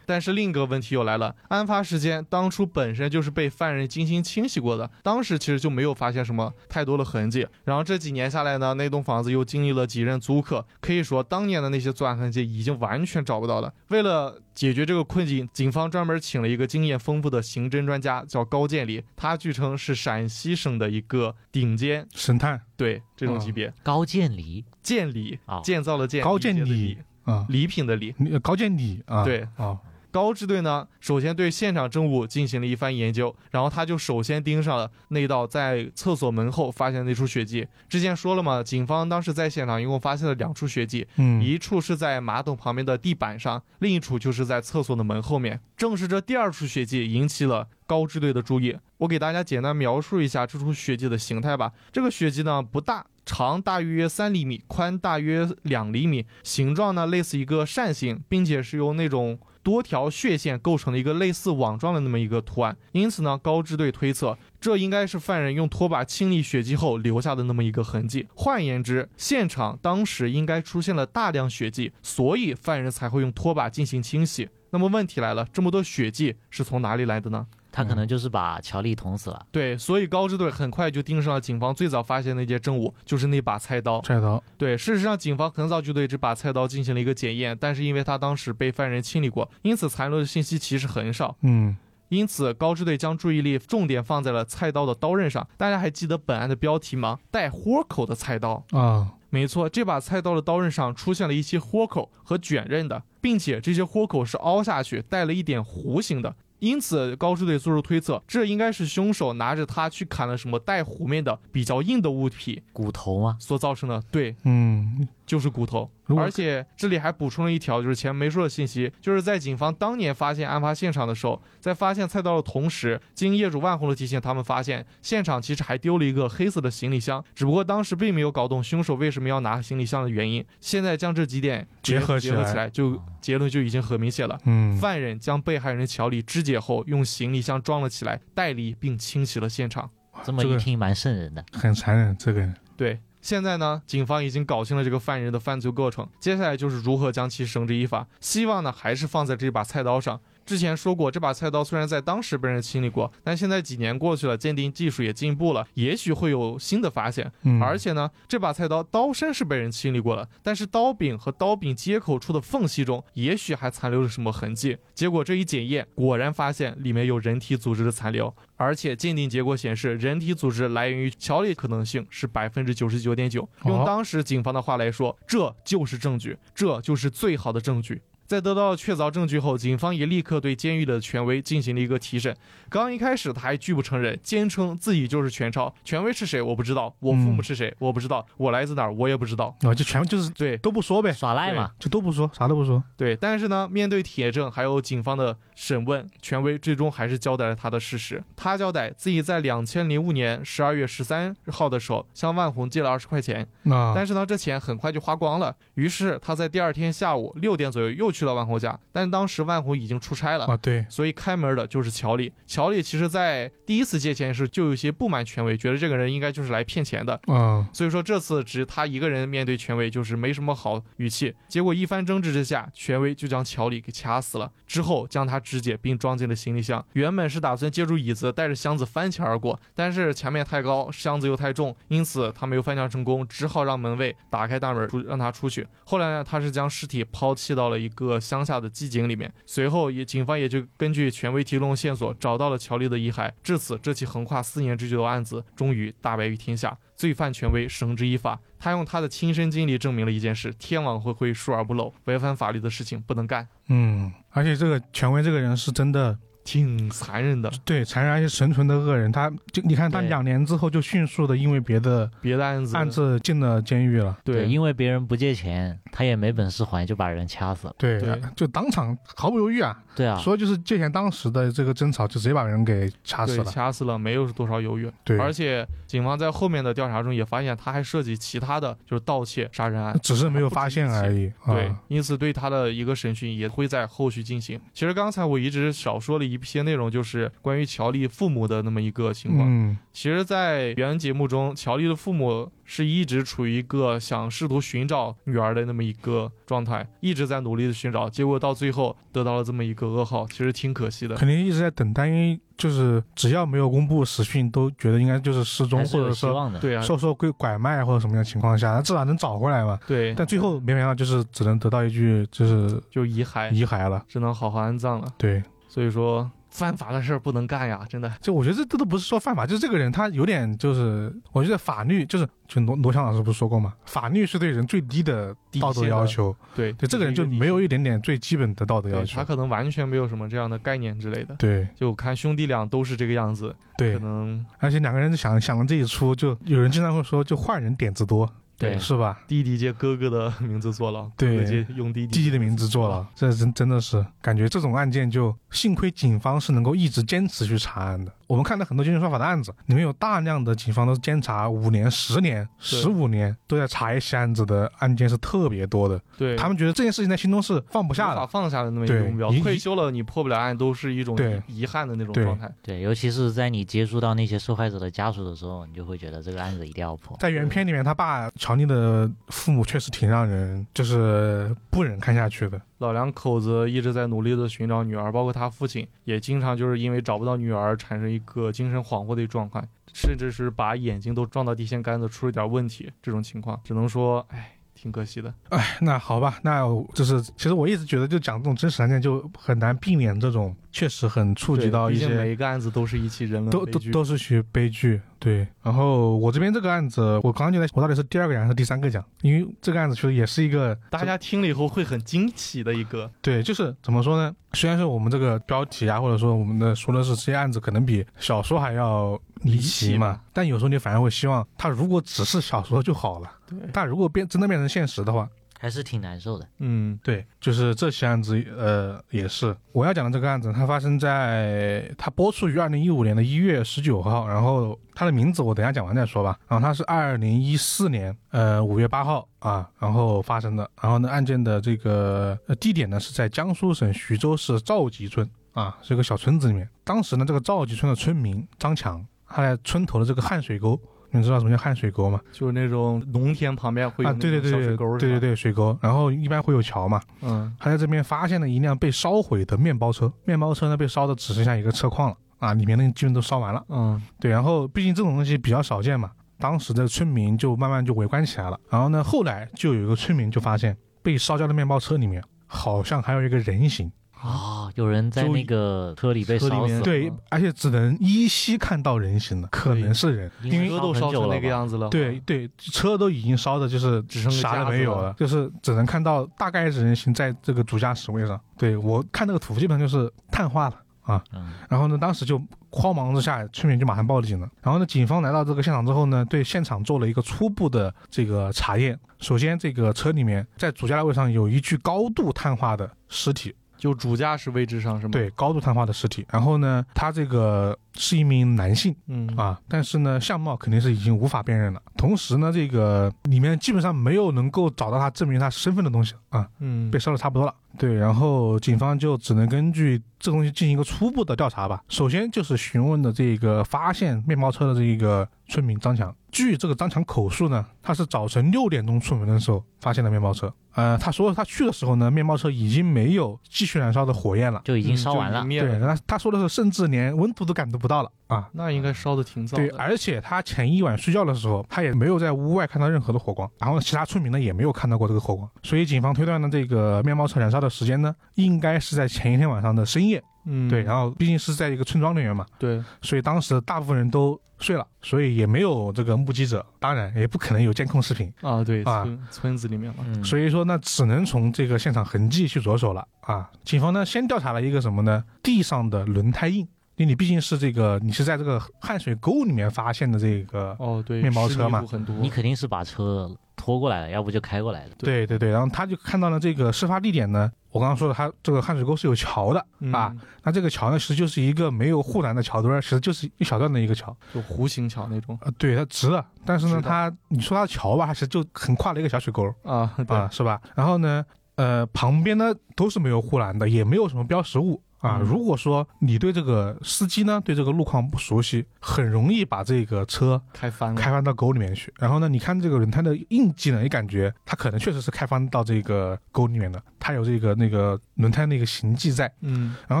Speaker 3: 但是另一个问题又来了，案发时间当初本身就是被犯人精心清洗过的，当时其实就没有发现什么太多的痕迹。然后这几年下来呢，那栋房子又经历了几任租客，可以说当年的那些作案痕迹已经完全找不到了。为了解决这个困境，警方专门请了一个经验丰富的刑侦专家，叫高建礼，他据称是陕西省的一个顶尖，
Speaker 1: 神探
Speaker 3: 对这种级别。
Speaker 2: 高渐离
Speaker 3: 建礼
Speaker 2: 哦，
Speaker 3: 建造的建，
Speaker 1: 高
Speaker 3: 建
Speaker 1: 渐离
Speaker 3: 礼，
Speaker 1: 啊，
Speaker 3: 礼品的礼。
Speaker 1: 你高见你啊，
Speaker 3: 嗯对
Speaker 1: 啊，
Speaker 3: 高支队呢，首先对现场证物进行了一番研究，然后他就首先盯上了那道在厕所门后发现的那处血迹。之前说了嘛，警方当时在现场一共发现了两处血迹，
Speaker 1: 嗯，
Speaker 3: 一处是在马桶旁边的地板上，另一处就是在厕所的门后面。正是这第二处血迹引起了高支队的注意。我给大家简单描述一下这处血迹的形态吧。这个血迹呢不大，长大约三厘米，宽大约两厘米，形状呢类似一个扇形，并且是由那种。多条血线构成了一个类似网状的那么一个图案，因此呢，高支队推测这应该是犯人用拖把清理血迹后留下的那么一个痕迹。换言之，现场当时应该出现了大量血迹，所以犯人才会用拖把进行清洗。那么问题来了，这么多血迹是从哪里来的呢？
Speaker 2: 他可能就是把乔丽捅死了。
Speaker 3: 对，所以高支队很快就盯上了警方最早发现的那件证物，就是那把菜刀。
Speaker 1: 菜刀，
Speaker 3: 对，事实上，警方很早就对这把菜刀进行了一个检验，但是因为它当时被犯人清理过，因此残留的信息其实很少。
Speaker 1: 嗯，
Speaker 3: 因此，高支队将注意力重点放在了菜刀的刀刃上。大家还记得本案的标题吗？带豁口的菜刀。
Speaker 1: 啊，
Speaker 3: 没错，这把菜刀的刀刃上出现了一些豁口和卷刃的，并且这些豁口是凹下去，带了一点弧形的。因此，高支队做出推测，这应该是凶手拿着它去砍了什么带弧面的比较硬的物体
Speaker 2: 骨头吗？
Speaker 3: 所造成的。对，
Speaker 1: 嗯，
Speaker 3: 就是骨头。
Speaker 1: 如果
Speaker 3: 而且这里还补充了一条，就是前面没说的信息，就是在警方当年发现案发现场的时候，在发现菜刀的同时，经业主万红的提醒，他们发现现场其实还丢了一个黑色的行李箱，只不过当时并没有搞懂凶手为什么要拿行李箱的原因。现在将这几点
Speaker 1: 结合起
Speaker 3: 结
Speaker 1: 来哦
Speaker 3: 合起来，就结论就已经很明显了。
Speaker 1: 嗯，
Speaker 3: 犯人将被害人乔里肢解后，用行李箱装了起来，带离并清洗了现场。
Speaker 2: 这么
Speaker 1: 这
Speaker 2: 一
Speaker 1: 个
Speaker 2: 听蛮瘆人的。
Speaker 1: 很残忍，这个人，
Speaker 3: 对，现在呢，警方已经搞清了这个犯人的犯罪过程，接下来就是如何将其绳之以法。希望呢，还是放在这把菜刀上。之前说过，这把菜刀虽然在当时被人清理过，但现在几年过去了，鉴定技术也进步了，也许会有新的发现。
Speaker 1: 嗯，
Speaker 3: 而且呢，这把菜刀刀身是被人清理过了，但是刀柄和刀柄接口处的缝隙中，也许还残留了什么痕迹。结果这一检验，果然发现里面有人体组织的残留，而且鉴定结果显示，人体组织来源于乔里可能性是百分之九十九点九。用当时警方的话来说，这就是证据，这就是最好的证据。在得到确凿证据后，警方也立刻对监狱的权威进行了一个提审。刚一开始，他还拒不承认，坚称自己就是全超。权威是谁？我不知道。我父
Speaker 1: 嗯
Speaker 3: 母是谁？我不知道。我来自哪儿？我也不知道。
Speaker 1: 啊，就全部就是
Speaker 3: 对
Speaker 1: 都不说
Speaker 3: 哎
Speaker 1: 呗，
Speaker 2: 耍赖嘛，
Speaker 1: 就都不说，啥都不说，
Speaker 3: 对，但是呢，面对铁证还有警方的审问，权威最终还是交代了他的事实。他交代自己在两千零五年十二月十三号的时候向万红借了二十块钱，
Speaker 1: 啊，
Speaker 3: 但是呢，这钱很快就花光了。于是他在第二天下午六点左右又去了万红家，但当时万红已经出差了。
Speaker 1: 啊，对，
Speaker 3: 所以开门的就是乔丽。乔丽其实，在第一次借钱时就有些不满权威，觉得这个人应该就是来骗钱的。
Speaker 1: 啊，
Speaker 3: 所以说这次只他一个人面对权威，就是没什么好语气。结果一番争执之下，权威就将乔里给掐死了，之后将他肢解并装进了行李箱。原本是打算借助椅子带着箱子翻墙而过，但是墙面太高，箱子又太重，因此他没有翻墙成功，只好让门卫打开大门出让他出去。后来呢，他是将尸体抛弃到了一个乡下的窨井里面。随后也警方也就根据权威提供的线索找到了乔丽的遗骸。至此，这起横跨四年之久的案子终于大白于天下，罪犯权威绳之以法。他用他的亲身经历证明了一件事：天网恢恢，疏而不漏，违反法律的事情不能干，
Speaker 1: 嗯，而且这个权威这个人是真的
Speaker 3: 挺残忍的。
Speaker 1: 对残忍而且纯纯的恶人，他就你看他
Speaker 2: 对
Speaker 1: 两年之后就迅速的因为别的
Speaker 3: 别的案子，
Speaker 1: 案子进了监狱了。
Speaker 3: 对，
Speaker 2: 因为别人不借钱，他也没本事还，就把人掐死了。
Speaker 1: 对，啊
Speaker 3: 对
Speaker 1: 就当场毫不犹豫啊，
Speaker 2: 对啊，
Speaker 1: 说就是借钱当时的这个争吵，就直接把人给掐死
Speaker 3: 对，
Speaker 1: 了。
Speaker 3: 掐死了，没有多少犹豫。
Speaker 1: 对，
Speaker 3: 而且警方在后面的调查中也发现，他还涉及其他的，就是盗窃、杀人案。
Speaker 1: 只是没有发现而已。
Speaker 3: 对
Speaker 1: 啊，
Speaker 3: 因此对他的一个审讯也会在后续进行。其实刚才我一直少说了一一些内容，就是关于乔丽父母的那么一个情况。
Speaker 1: 嗯
Speaker 3: 其实，在原节目中，乔丽的父母是一直处于一个想试图寻找女儿的那么一个状态，一直在努力的寻找，结果到最后得到了这么一个噩耗，其实挺可惜的。
Speaker 1: 肯定一直在等待，因为就是只要没有公布死讯，都觉得应该就是失踪
Speaker 2: 还是
Speaker 1: 或
Speaker 2: 有
Speaker 1: 者
Speaker 2: 希
Speaker 1: 说
Speaker 2: 望的。
Speaker 3: 对啊，
Speaker 1: 受受拐拐卖或者什么样的情况下，那至少能找回来嘛。
Speaker 3: 对，啊
Speaker 1: 但最后没想到就是只能得到一句就是
Speaker 3: 就遗
Speaker 2: 哎
Speaker 3: 骸
Speaker 1: 遗骸了。
Speaker 3: 只能好好安葬了。
Speaker 1: 对，
Speaker 3: 所以说，犯法的事儿不能干呀，真的。
Speaker 1: 就我觉得这这都不是说犯法，就是这个人他有点就是，我觉得法律就是就罗罗翔老师不是说过嘛，法律是对人最低的道德要求，
Speaker 3: 对，
Speaker 1: 对这个人就没有一点点最基本的道德要
Speaker 3: 对
Speaker 1: 求
Speaker 3: 他。可能完全没有什么这样的概念之类的。
Speaker 1: 对
Speaker 3: 就我看兄弟俩都是这个样子，可
Speaker 1: 对，
Speaker 3: 能
Speaker 1: 而且两个人想想了这一出，就有人经常会说，就坏人点子多，
Speaker 2: 对
Speaker 1: 是吧？
Speaker 3: 弟弟借哥哥的名字坐牢，
Speaker 1: 对
Speaker 3: 哥哥借用弟弟
Speaker 1: 弟弟的名字做了，这真真的是感觉这种案件就幸亏警方是能够一直坚持去查案的。我们看到很多精神犯法的案子，里面有大量的警方都是监察五年、十年、十五年都在查一些案子的案件是特别多的。
Speaker 3: 对
Speaker 1: 他们觉得这件事情在心中是放不
Speaker 3: 无
Speaker 1: 下
Speaker 3: 法
Speaker 1: 的。
Speaker 3: 放下的那么一个
Speaker 1: 对
Speaker 3: 目标
Speaker 1: 一，
Speaker 3: 退休了你破不了案都是一种
Speaker 1: 对
Speaker 3: 遗憾的那种
Speaker 1: 对
Speaker 3: 状态。
Speaker 2: 对，尤其是在你接触到那些受害者的家属的时候，你就会觉得这个案子一定要破。
Speaker 1: 在原片里面，他爸乔尼的父母确实挺让人就是不忍看下去的。
Speaker 3: 老两口子一直在努力的寻找女儿，包括他父亲也经常就是因为找不到女儿产生一个精神恍惚的状态，甚至是把眼睛都撞到地线杆子，出了点问题。这种情况只能说，哎，挺可惜的。
Speaker 1: 哎，那好吧，那我就是其实我一直觉得，就讲这种真实案件就很难避免这种确实很触及
Speaker 3: 对
Speaker 1: 到一
Speaker 3: 毕竟
Speaker 1: 些
Speaker 3: 每一个案子都是一起人
Speaker 1: 都
Speaker 3: 伦悲
Speaker 1: 都
Speaker 3: 剧。
Speaker 1: 都是学悲剧，对。然后我这边这个案子，我刚刚就在，我到底是第二个奖还是第三个奖？因为这个案子其实也是一个
Speaker 3: 大家听了以后会很惊奇的一个，
Speaker 1: 对，就是怎么说呢？虽然说我们这个标题啊，或者说我们的说的是这些案子可能比小说还要离奇
Speaker 3: 离奇
Speaker 1: 嘛
Speaker 3: 嘛，
Speaker 1: 但有时候你反而会希望它如果只是小说就好了。
Speaker 3: 对
Speaker 1: 但如果变真的变成现实的话，
Speaker 2: 还是挺难受的。
Speaker 3: 嗯，
Speaker 1: 对，就是这起案子，呃，也是我要讲的这个案子，它发生在它播出于二零一五年的一月十九号，然后它的名字我等一下讲完再说吧。然后它是二零一四年呃五月八号啊，然后发生的。然后呢，案件的这个、呃、地点呢是在江苏省徐州市赵集村啊，是一个小村子里面。当时呢，这个赵集村的村民张强，他在村头的这个汉水沟，你们知道什么叫汉水沟吗？
Speaker 3: 就是那种农田旁边会有
Speaker 1: 啊，
Speaker 3: 那
Speaker 1: 对对
Speaker 3: 种
Speaker 1: 对
Speaker 3: 小
Speaker 1: 对
Speaker 3: 水沟，
Speaker 1: 对对
Speaker 3: 对，
Speaker 1: 对，水沟。然后一般会有桥嘛。
Speaker 3: 嗯，
Speaker 1: 他在这边发现了一辆被烧毁的面包车，面包车呢被烧的只剩下一个车筐了啊，里面那个基本都烧完了。
Speaker 3: 嗯，
Speaker 1: 对，然后毕竟这种东西比较少见嘛，当时的村民就慢慢就围观起来了。然后呢，后来就有一个村民就发现，被烧焦的面包车里面好像还有一个人形，
Speaker 2: 哦，有人在
Speaker 3: 啊就
Speaker 2: 那个车里被
Speaker 3: 车里
Speaker 2: 烧死
Speaker 3: 面
Speaker 2: 了，
Speaker 1: 对，而且只能依稀看到人形了，可能是人。因为
Speaker 2: 烧
Speaker 3: 车都
Speaker 2: 很
Speaker 3: 烧
Speaker 2: 久
Speaker 3: 成
Speaker 2: 了
Speaker 3: 那个
Speaker 2: 吧
Speaker 3: 样子了，
Speaker 1: 对，对，车都已经烧的，就是
Speaker 3: 嗯只剩个
Speaker 1: 啥
Speaker 3: 夹
Speaker 1: 都
Speaker 3: 子
Speaker 1: 没有
Speaker 3: 了
Speaker 1: 了，就是只能看到大概是人形在这个主驾驶位上。对我看那个图，基本上就是碳化了。啊
Speaker 2: 嗯，
Speaker 1: 然后呢，当时就慌忙之下，村民就马上报了警了。然后呢，警方来到这个现场之后呢，对现场做了一个初步的这个查验。首先，这个车里面在主驾驶位上有一具高度碳化的尸体，
Speaker 3: 就主驾驶位置上是吗？，
Speaker 1: 对，高度碳化的尸体。然后呢，他这个是一名男性
Speaker 3: 嗯，
Speaker 1: 啊，但是呢，相貌肯定是已经无法辨认了。同时呢，这个里面基本上没有能够找到他证明他身份的东西啊。
Speaker 3: 嗯，
Speaker 1: 被烧的差不多了。对，然后警方就只能根据这东西进行一个初步的调查吧。首先就是询问的这个发现面包车的这个村民张强。据这个张强口述呢，他是早晨六点钟出门的时候发现的面包车。呃，他说他去的时候呢，面包车已经没有继续燃烧的火焰了。
Speaker 2: 就已经
Speaker 3: 嗯
Speaker 2: 烧
Speaker 3: 就
Speaker 2: 完
Speaker 3: 已
Speaker 2: 了
Speaker 3: 经。灭
Speaker 1: 对，
Speaker 3: 了，
Speaker 1: 他他说的是，甚至连温度都感觉不到了啊。
Speaker 3: 那应该烧的挺早
Speaker 1: 对，
Speaker 3: 的，
Speaker 1: 而且他前一晚睡觉的时候，他也没有在屋外看到任何的火光，然后其他村民呢也没有看到过这个火光，所以警方推断呢，这个面包车燃烧的时间呢，应该是在前一天晚上的深夜。
Speaker 3: 嗯，
Speaker 1: 对，啊然后毕竟是在一个村庄里面嘛，
Speaker 3: 对，
Speaker 1: 所以当时大部分人都睡了，所以也没有这个目击者，当然也不可能有监控视频。
Speaker 3: 啊，对，
Speaker 1: 啊
Speaker 3: 村村子里面嘛，
Speaker 2: 嗯，
Speaker 1: 所以说呢，只能从这个现场痕迹去着手了啊。警方呢，先调查了一个什么呢？地上的轮胎印，因为你毕竟是这个，你是在这个汗水沟里面发现的这个
Speaker 3: 哦，对，
Speaker 1: 面包车嘛
Speaker 3: 湿泥土很多，
Speaker 2: 你肯定是把车拖过来了，要不就开过来的。
Speaker 1: 对对对，然后他就看到了这个事发地点呢，我刚刚说的，他这个汉水沟是有桥的，
Speaker 3: 嗯
Speaker 1: 啊，那这个桥呢，其实就是一个没有护栏的桥墩儿，其实就是一小段的一个桥，
Speaker 3: 就弧形桥那种
Speaker 1: 呃，对，它直了，但是呢，
Speaker 3: 直的
Speaker 1: 它你说它桥吧，它其实就很跨了一个小水沟儿
Speaker 3: 啊，
Speaker 1: 啊，
Speaker 3: 对，
Speaker 1: 是吧？然后呢，呃，旁边呢都是没有护栏的，也没有什么标识物啊。
Speaker 2: 嗯
Speaker 1: 如果说你对这个司机呢，对这个路况不熟悉，很容易把这个车
Speaker 3: 开翻了
Speaker 1: 开，翻到沟里面去。然后呢，你看这个轮胎的印记呢，也感觉它可能确实是开翻到这个沟里面的，它有这个那个轮胎那个形迹在。
Speaker 3: 嗯，
Speaker 1: 然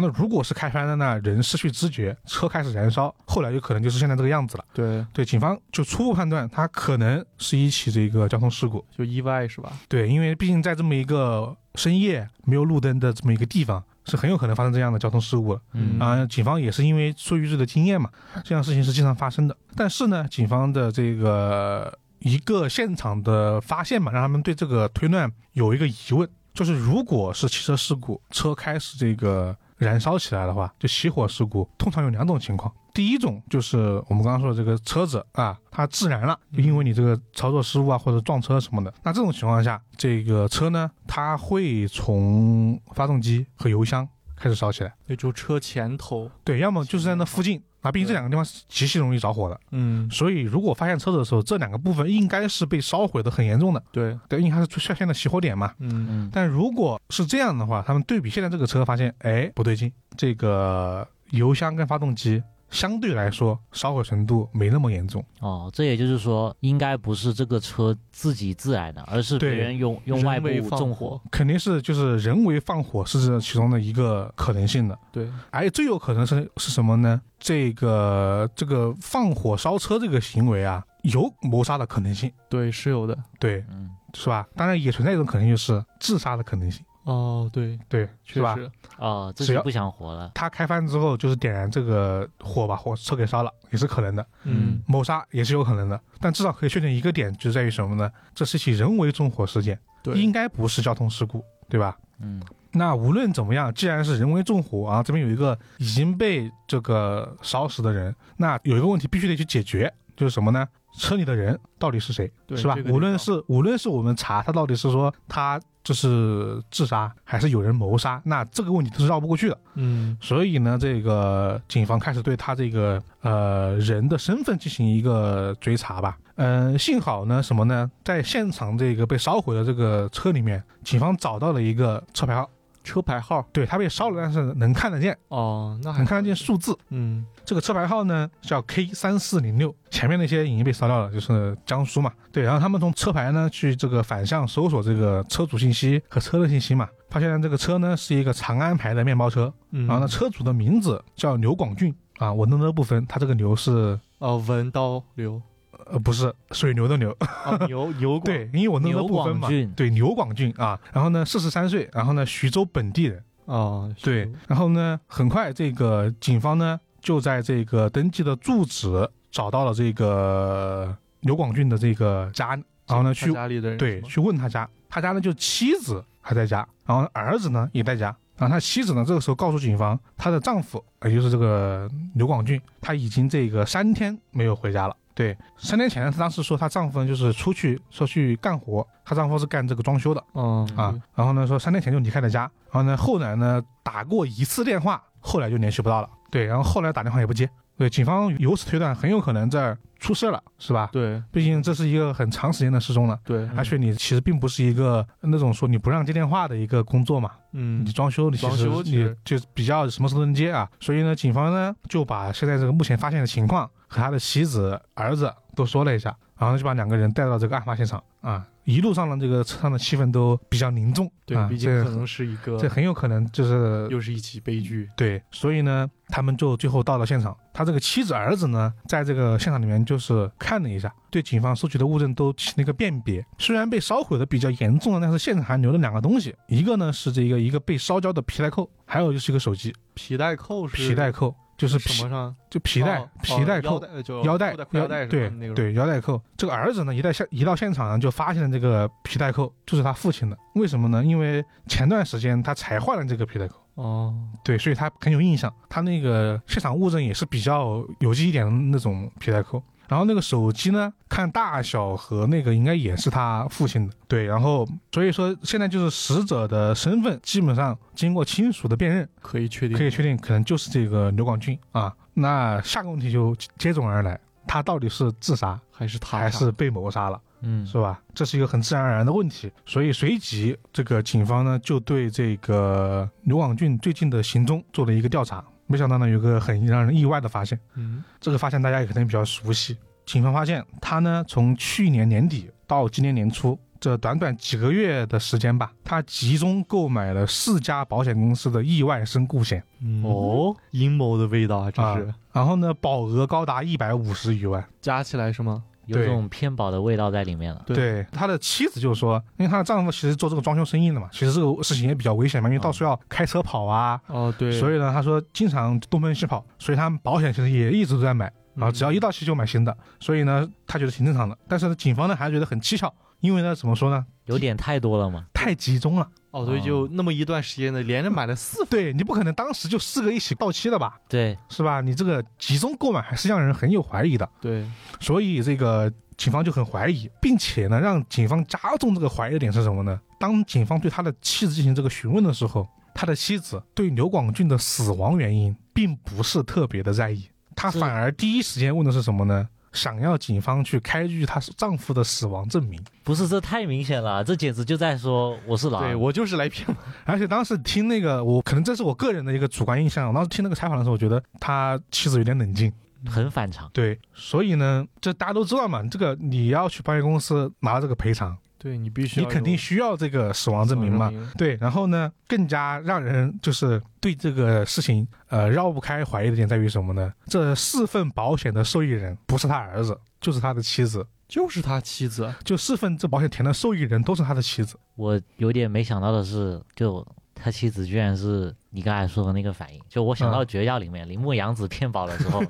Speaker 1: 后呢，如果是开翻的呢，人失去知觉，车开始燃烧，后来有可能就是现在这个样子了。
Speaker 3: 对，
Speaker 1: 对，警方就初步判断，它可能是一起这个交通事故。
Speaker 3: 就意外是吧？
Speaker 1: 对，因为毕竟在这么一个深夜没有路灯的这么一个地方，是很有可能发生这样的交通事故的。
Speaker 2: 嗯
Speaker 1: 啊、警方也是因为出于这个经验嘛，这样的事情是经常发生的。但是呢，警方的这个一个现场的发现嘛，让他们对这个推断有一个疑问，就是如果是汽车事故，车开始这个燃烧起来的话，就起火事故，通常有两种情况。第一种就是我们刚刚说的这个车子啊，它自燃了，就因为你这个操作失误啊，或者撞车什么的。那这种情况下，这个车呢，它会从发动机和油箱开始烧起来。
Speaker 3: 也就车前头，
Speaker 1: 对，要么就是在那附近。啊，毕竟这两个地方是极其容易着火的，
Speaker 3: 嗯，
Speaker 1: 所以如果发现车子的时候，这两个部分应该是被烧毁的很严重的，
Speaker 3: 对，
Speaker 1: 对，因为它是出现的起火点嘛。
Speaker 3: 嗯，
Speaker 2: 嗯
Speaker 1: 但如果是这样的话，他们对比现在这个车，发现哎不对劲，这个油箱跟发动机相对来说烧毁程度没那么严重，
Speaker 2: 哦，这也就是说，应该不是这个车自己自燃的，而是别
Speaker 1: 对
Speaker 2: 人用用
Speaker 3: 人
Speaker 2: 外部
Speaker 3: 为放
Speaker 2: 纵火。
Speaker 1: 肯定是就是人为放火是这其中的一个可能性的。
Speaker 3: 对，
Speaker 1: 哎，最有可能是是什么呢？这个这个放火烧车这个行为啊，有谋杀的可能性，
Speaker 3: 对，是有的。
Speaker 1: 对，
Speaker 2: 嗯，
Speaker 1: 是吧？当然也存在一种可能性，就是自杀的可能性，
Speaker 3: 哦，对，
Speaker 1: 对，
Speaker 3: 确
Speaker 1: 是吧？
Speaker 3: 实，
Speaker 2: 哦，自
Speaker 1: 只
Speaker 2: 己
Speaker 1: 要
Speaker 2: 不想活了。
Speaker 1: 他开翻之后就是点燃这个火，把火车给烧了，也是可能的。
Speaker 3: 嗯，
Speaker 1: 谋杀也是有可能的，但至少可以确定一个点，就在于什么呢？这是一起人为纵火事件，
Speaker 3: 对，
Speaker 1: 应该不是交通事故，对吧？
Speaker 2: 嗯
Speaker 1: 那无论怎么样，既然是人为纵火啊，这边有一个已经被这个烧死的人，那有一个问题必须得去解决，就是什么呢？车里的人到底是谁，
Speaker 3: 对
Speaker 1: 是吧
Speaker 3: 这个？地方
Speaker 1: 无论是无论是我们查他到底是说他就是自杀，还是有人谋杀，那这个问题都是绕不过去的。
Speaker 3: 嗯，
Speaker 1: 所以呢，这个警方开始对他这个呃人的身份进行一个追查吧。嗯、幸好呢，什么呢，在现场这个被烧毁的这个车里面，警方找到了一个车牌号。
Speaker 3: 车牌号，
Speaker 1: 对，它被烧了，但是能看得见，
Speaker 3: 哦，那还
Speaker 1: 能看得见数字。
Speaker 3: 嗯，
Speaker 1: 这个车牌号呢叫 K 三四零六，前面那些已经被烧掉了，就是江苏嘛。对，然后他们从车牌呢去这个反向搜索这个车主信息和车的信息嘛，发现这个车呢是一个长安牌的面包车，
Speaker 3: 嗯，
Speaker 1: 然后呢车主的名字叫刘广俊啊，文绉绉不分，他这个牛是
Speaker 3: 哦，文刀流，
Speaker 1: 呃不是水牛的牛，
Speaker 3: 啊， 牛牛广，
Speaker 1: 对，因为我绉绉不分嘛
Speaker 2: 牛广俊，
Speaker 1: 对，牛广俊啊，然后呢四十三岁，然后呢徐州本地人。
Speaker 3: 哦，是
Speaker 1: 对，然后呢，很快这个警方呢就在这个登记的住址找到了这个刘广俊的这个家，然后呢
Speaker 3: 他
Speaker 1: 去
Speaker 3: 家里的人
Speaker 1: 对
Speaker 3: 是吗
Speaker 1: 去问他家，他家呢就妻子还在家，然后儿子呢也在家。然后他妻子呢，这个时候告诉警方，她的丈夫，也就是这个刘广俊，他已经这个三天没有回家了。对，三天前呢，她当时说她丈夫呢就是出去说去干活，她丈夫是干这个装修的，
Speaker 3: 嗯
Speaker 1: 啊，，然后呢说三天前就离开了家，然后呢后来呢打过一次电话，后来就联系不到了，对，然后后来打电话也不接，对，警方由此推断很有可能这儿出事了，是吧？
Speaker 3: 对
Speaker 1: 毕竟这是一个很长时间的失踪了。
Speaker 3: 对，
Speaker 1: 而且你其实并不是一个那种说你不让接电话的一个工作嘛，
Speaker 3: 嗯
Speaker 1: 你，装修你其
Speaker 3: 装
Speaker 1: 实
Speaker 3: 修其
Speaker 1: 你
Speaker 3: 实
Speaker 1: 就比较什么时候能接啊？所以呢，警方呢就把现在这个目前发现的情况和他的妻子、儿子都说了一下，然后就把两个人带到这个案发现场啊。一路上呢，这个车上的气氛都比较凝重，
Speaker 3: 对，
Speaker 1: 啊、
Speaker 3: 毕竟
Speaker 1: 这
Speaker 3: 可能是一个
Speaker 1: 这，很有可能就是
Speaker 3: 又是一起悲剧，
Speaker 1: 对，所以呢，他们就最后到了现场。他这个妻子、儿子呢，在这个现场里面就是看了一下，对警方收取的物证都进行了一个辨别。虽然被烧毁的比较严重了，但是现场还留了两个东西，一个呢是这个一个被烧焦的皮带扣，还有就是一个手机
Speaker 3: 皮带扣是
Speaker 1: 皮带扣，就是
Speaker 3: 什
Speaker 1: 皮
Speaker 3: 么上？
Speaker 1: 就皮带、
Speaker 3: 哦
Speaker 1: 皮带扣
Speaker 3: 哦腰。带就
Speaker 1: 腰带
Speaker 3: 裤，裤
Speaker 1: 腰
Speaker 3: 腰带
Speaker 1: 对
Speaker 3: 什么那个
Speaker 1: 对腰带扣。这个儿子呢，一到现一到现场呢，就发现了这个皮带扣就是他父亲的。为什么呢？因为前段时间他才换了这个皮带扣。
Speaker 3: 哦，
Speaker 1: 对，所以他很有印象。他那个现场物证也是比较有记忆点的那种皮带扣。然后那个手机呢，看大小和那个应该也是他父亲的。对，然后所以说现在就是死者的身份基本上经过亲属的辨认，
Speaker 3: 可以确定，
Speaker 1: 可以确定可能就是这个刘广俊啊。那下个问题就接踵而来，他到底是自杀
Speaker 3: 还是他
Speaker 1: 还是被谋杀了？
Speaker 2: 嗯
Speaker 1: 是吧？这是一个很自然而然的问题，所以随即这个警方呢就对这个刘广俊最近的行踪做了一个调查。没想到呢有个很让人意外的发现，
Speaker 3: 嗯
Speaker 1: 这个发现大家也可能比较熟悉。警方发现他呢从去年年底到今年年初这短短几个月的时间吧，他集中购买了四家保险公司的意外身故险，
Speaker 3: 嗯，哦，阴谋的味道啊，这是、
Speaker 1: 啊然后呢保额高达一百五十余万。
Speaker 3: 加起来是吗？
Speaker 2: 有
Speaker 1: 对
Speaker 2: 种骗保的味道在里面了。
Speaker 3: 对
Speaker 1: 对，他的妻子就说，因为她的丈夫其实做这个装修生意的嘛，其实这个事情也比较危险嘛，因为到处要开车跑啊，
Speaker 3: 哦，嗯对，
Speaker 1: 所
Speaker 3: 以
Speaker 1: 以呢，他说经常东奔西跑，所以他们保险其实也一直都在买，
Speaker 3: 嗯
Speaker 1: 然啊后只要一到期就买新的，所以呢，他觉得挺正常的。但是呢，警方呢还觉得很蹊跷，因为呢，怎么说呢，
Speaker 2: 有点太多了嘛。
Speaker 1: 太集中了，
Speaker 3: 哦，所以
Speaker 1: 啊
Speaker 3: 就那么一段时间的，连着买 了四
Speaker 1: 对你不可能当时就四个一起到期的吧，
Speaker 2: 对，
Speaker 1: 是吧？你这个集中购买还是让人很有怀疑的，
Speaker 3: 对，
Speaker 1: 所以这个警方就很怀疑，并且呢，让警方加重这个怀疑的点是什么呢？当警方对他的妻子进行这个询问的时候，他的妻子对刘广俊的死亡原因并不是特别的在意，她
Speaker 2: 是
Speaker 1: 反而第一时间问的是什么呢？想要警方去开具她丈夫的死亡证明。
Speaker 2: 不是这太明显了，这简直就在说我是
Speaker 3: 对
Speaker 2: 狼。
Speaker 3: 我就是来骗的。
Speaker 1: 而且当时听那个，我可能这是我个人的一个主观印象，我当时听那个采访的时候，我觉得他妻子有点冷静。
Speaker 2: 很反常，
Speaker 1: 对，所以呢，这大家都知道嘛，这个你要去保险公司拿这个赔偿，
Speaker 3: 对你必须
Speaker 1: 你
Speaker 3: 要有，
Speaker 1: 肯定需要这个死亡证明嘛。对，然后呢，更加让人就是对这个事情呃绕不开怀疑的点在于什么呢？这四份保险的受益人不是他儿子，就是他的妻子，
Speaker 3: 就是他妻子，
Speaker 1: 就四份这保险填的受益人都是他的妻子。
Speaker 2: 我有点没想到的是，就他妻子居然是你刚才说的那个反应。就我想到《绝药》里面铃木阳子骗保的时候，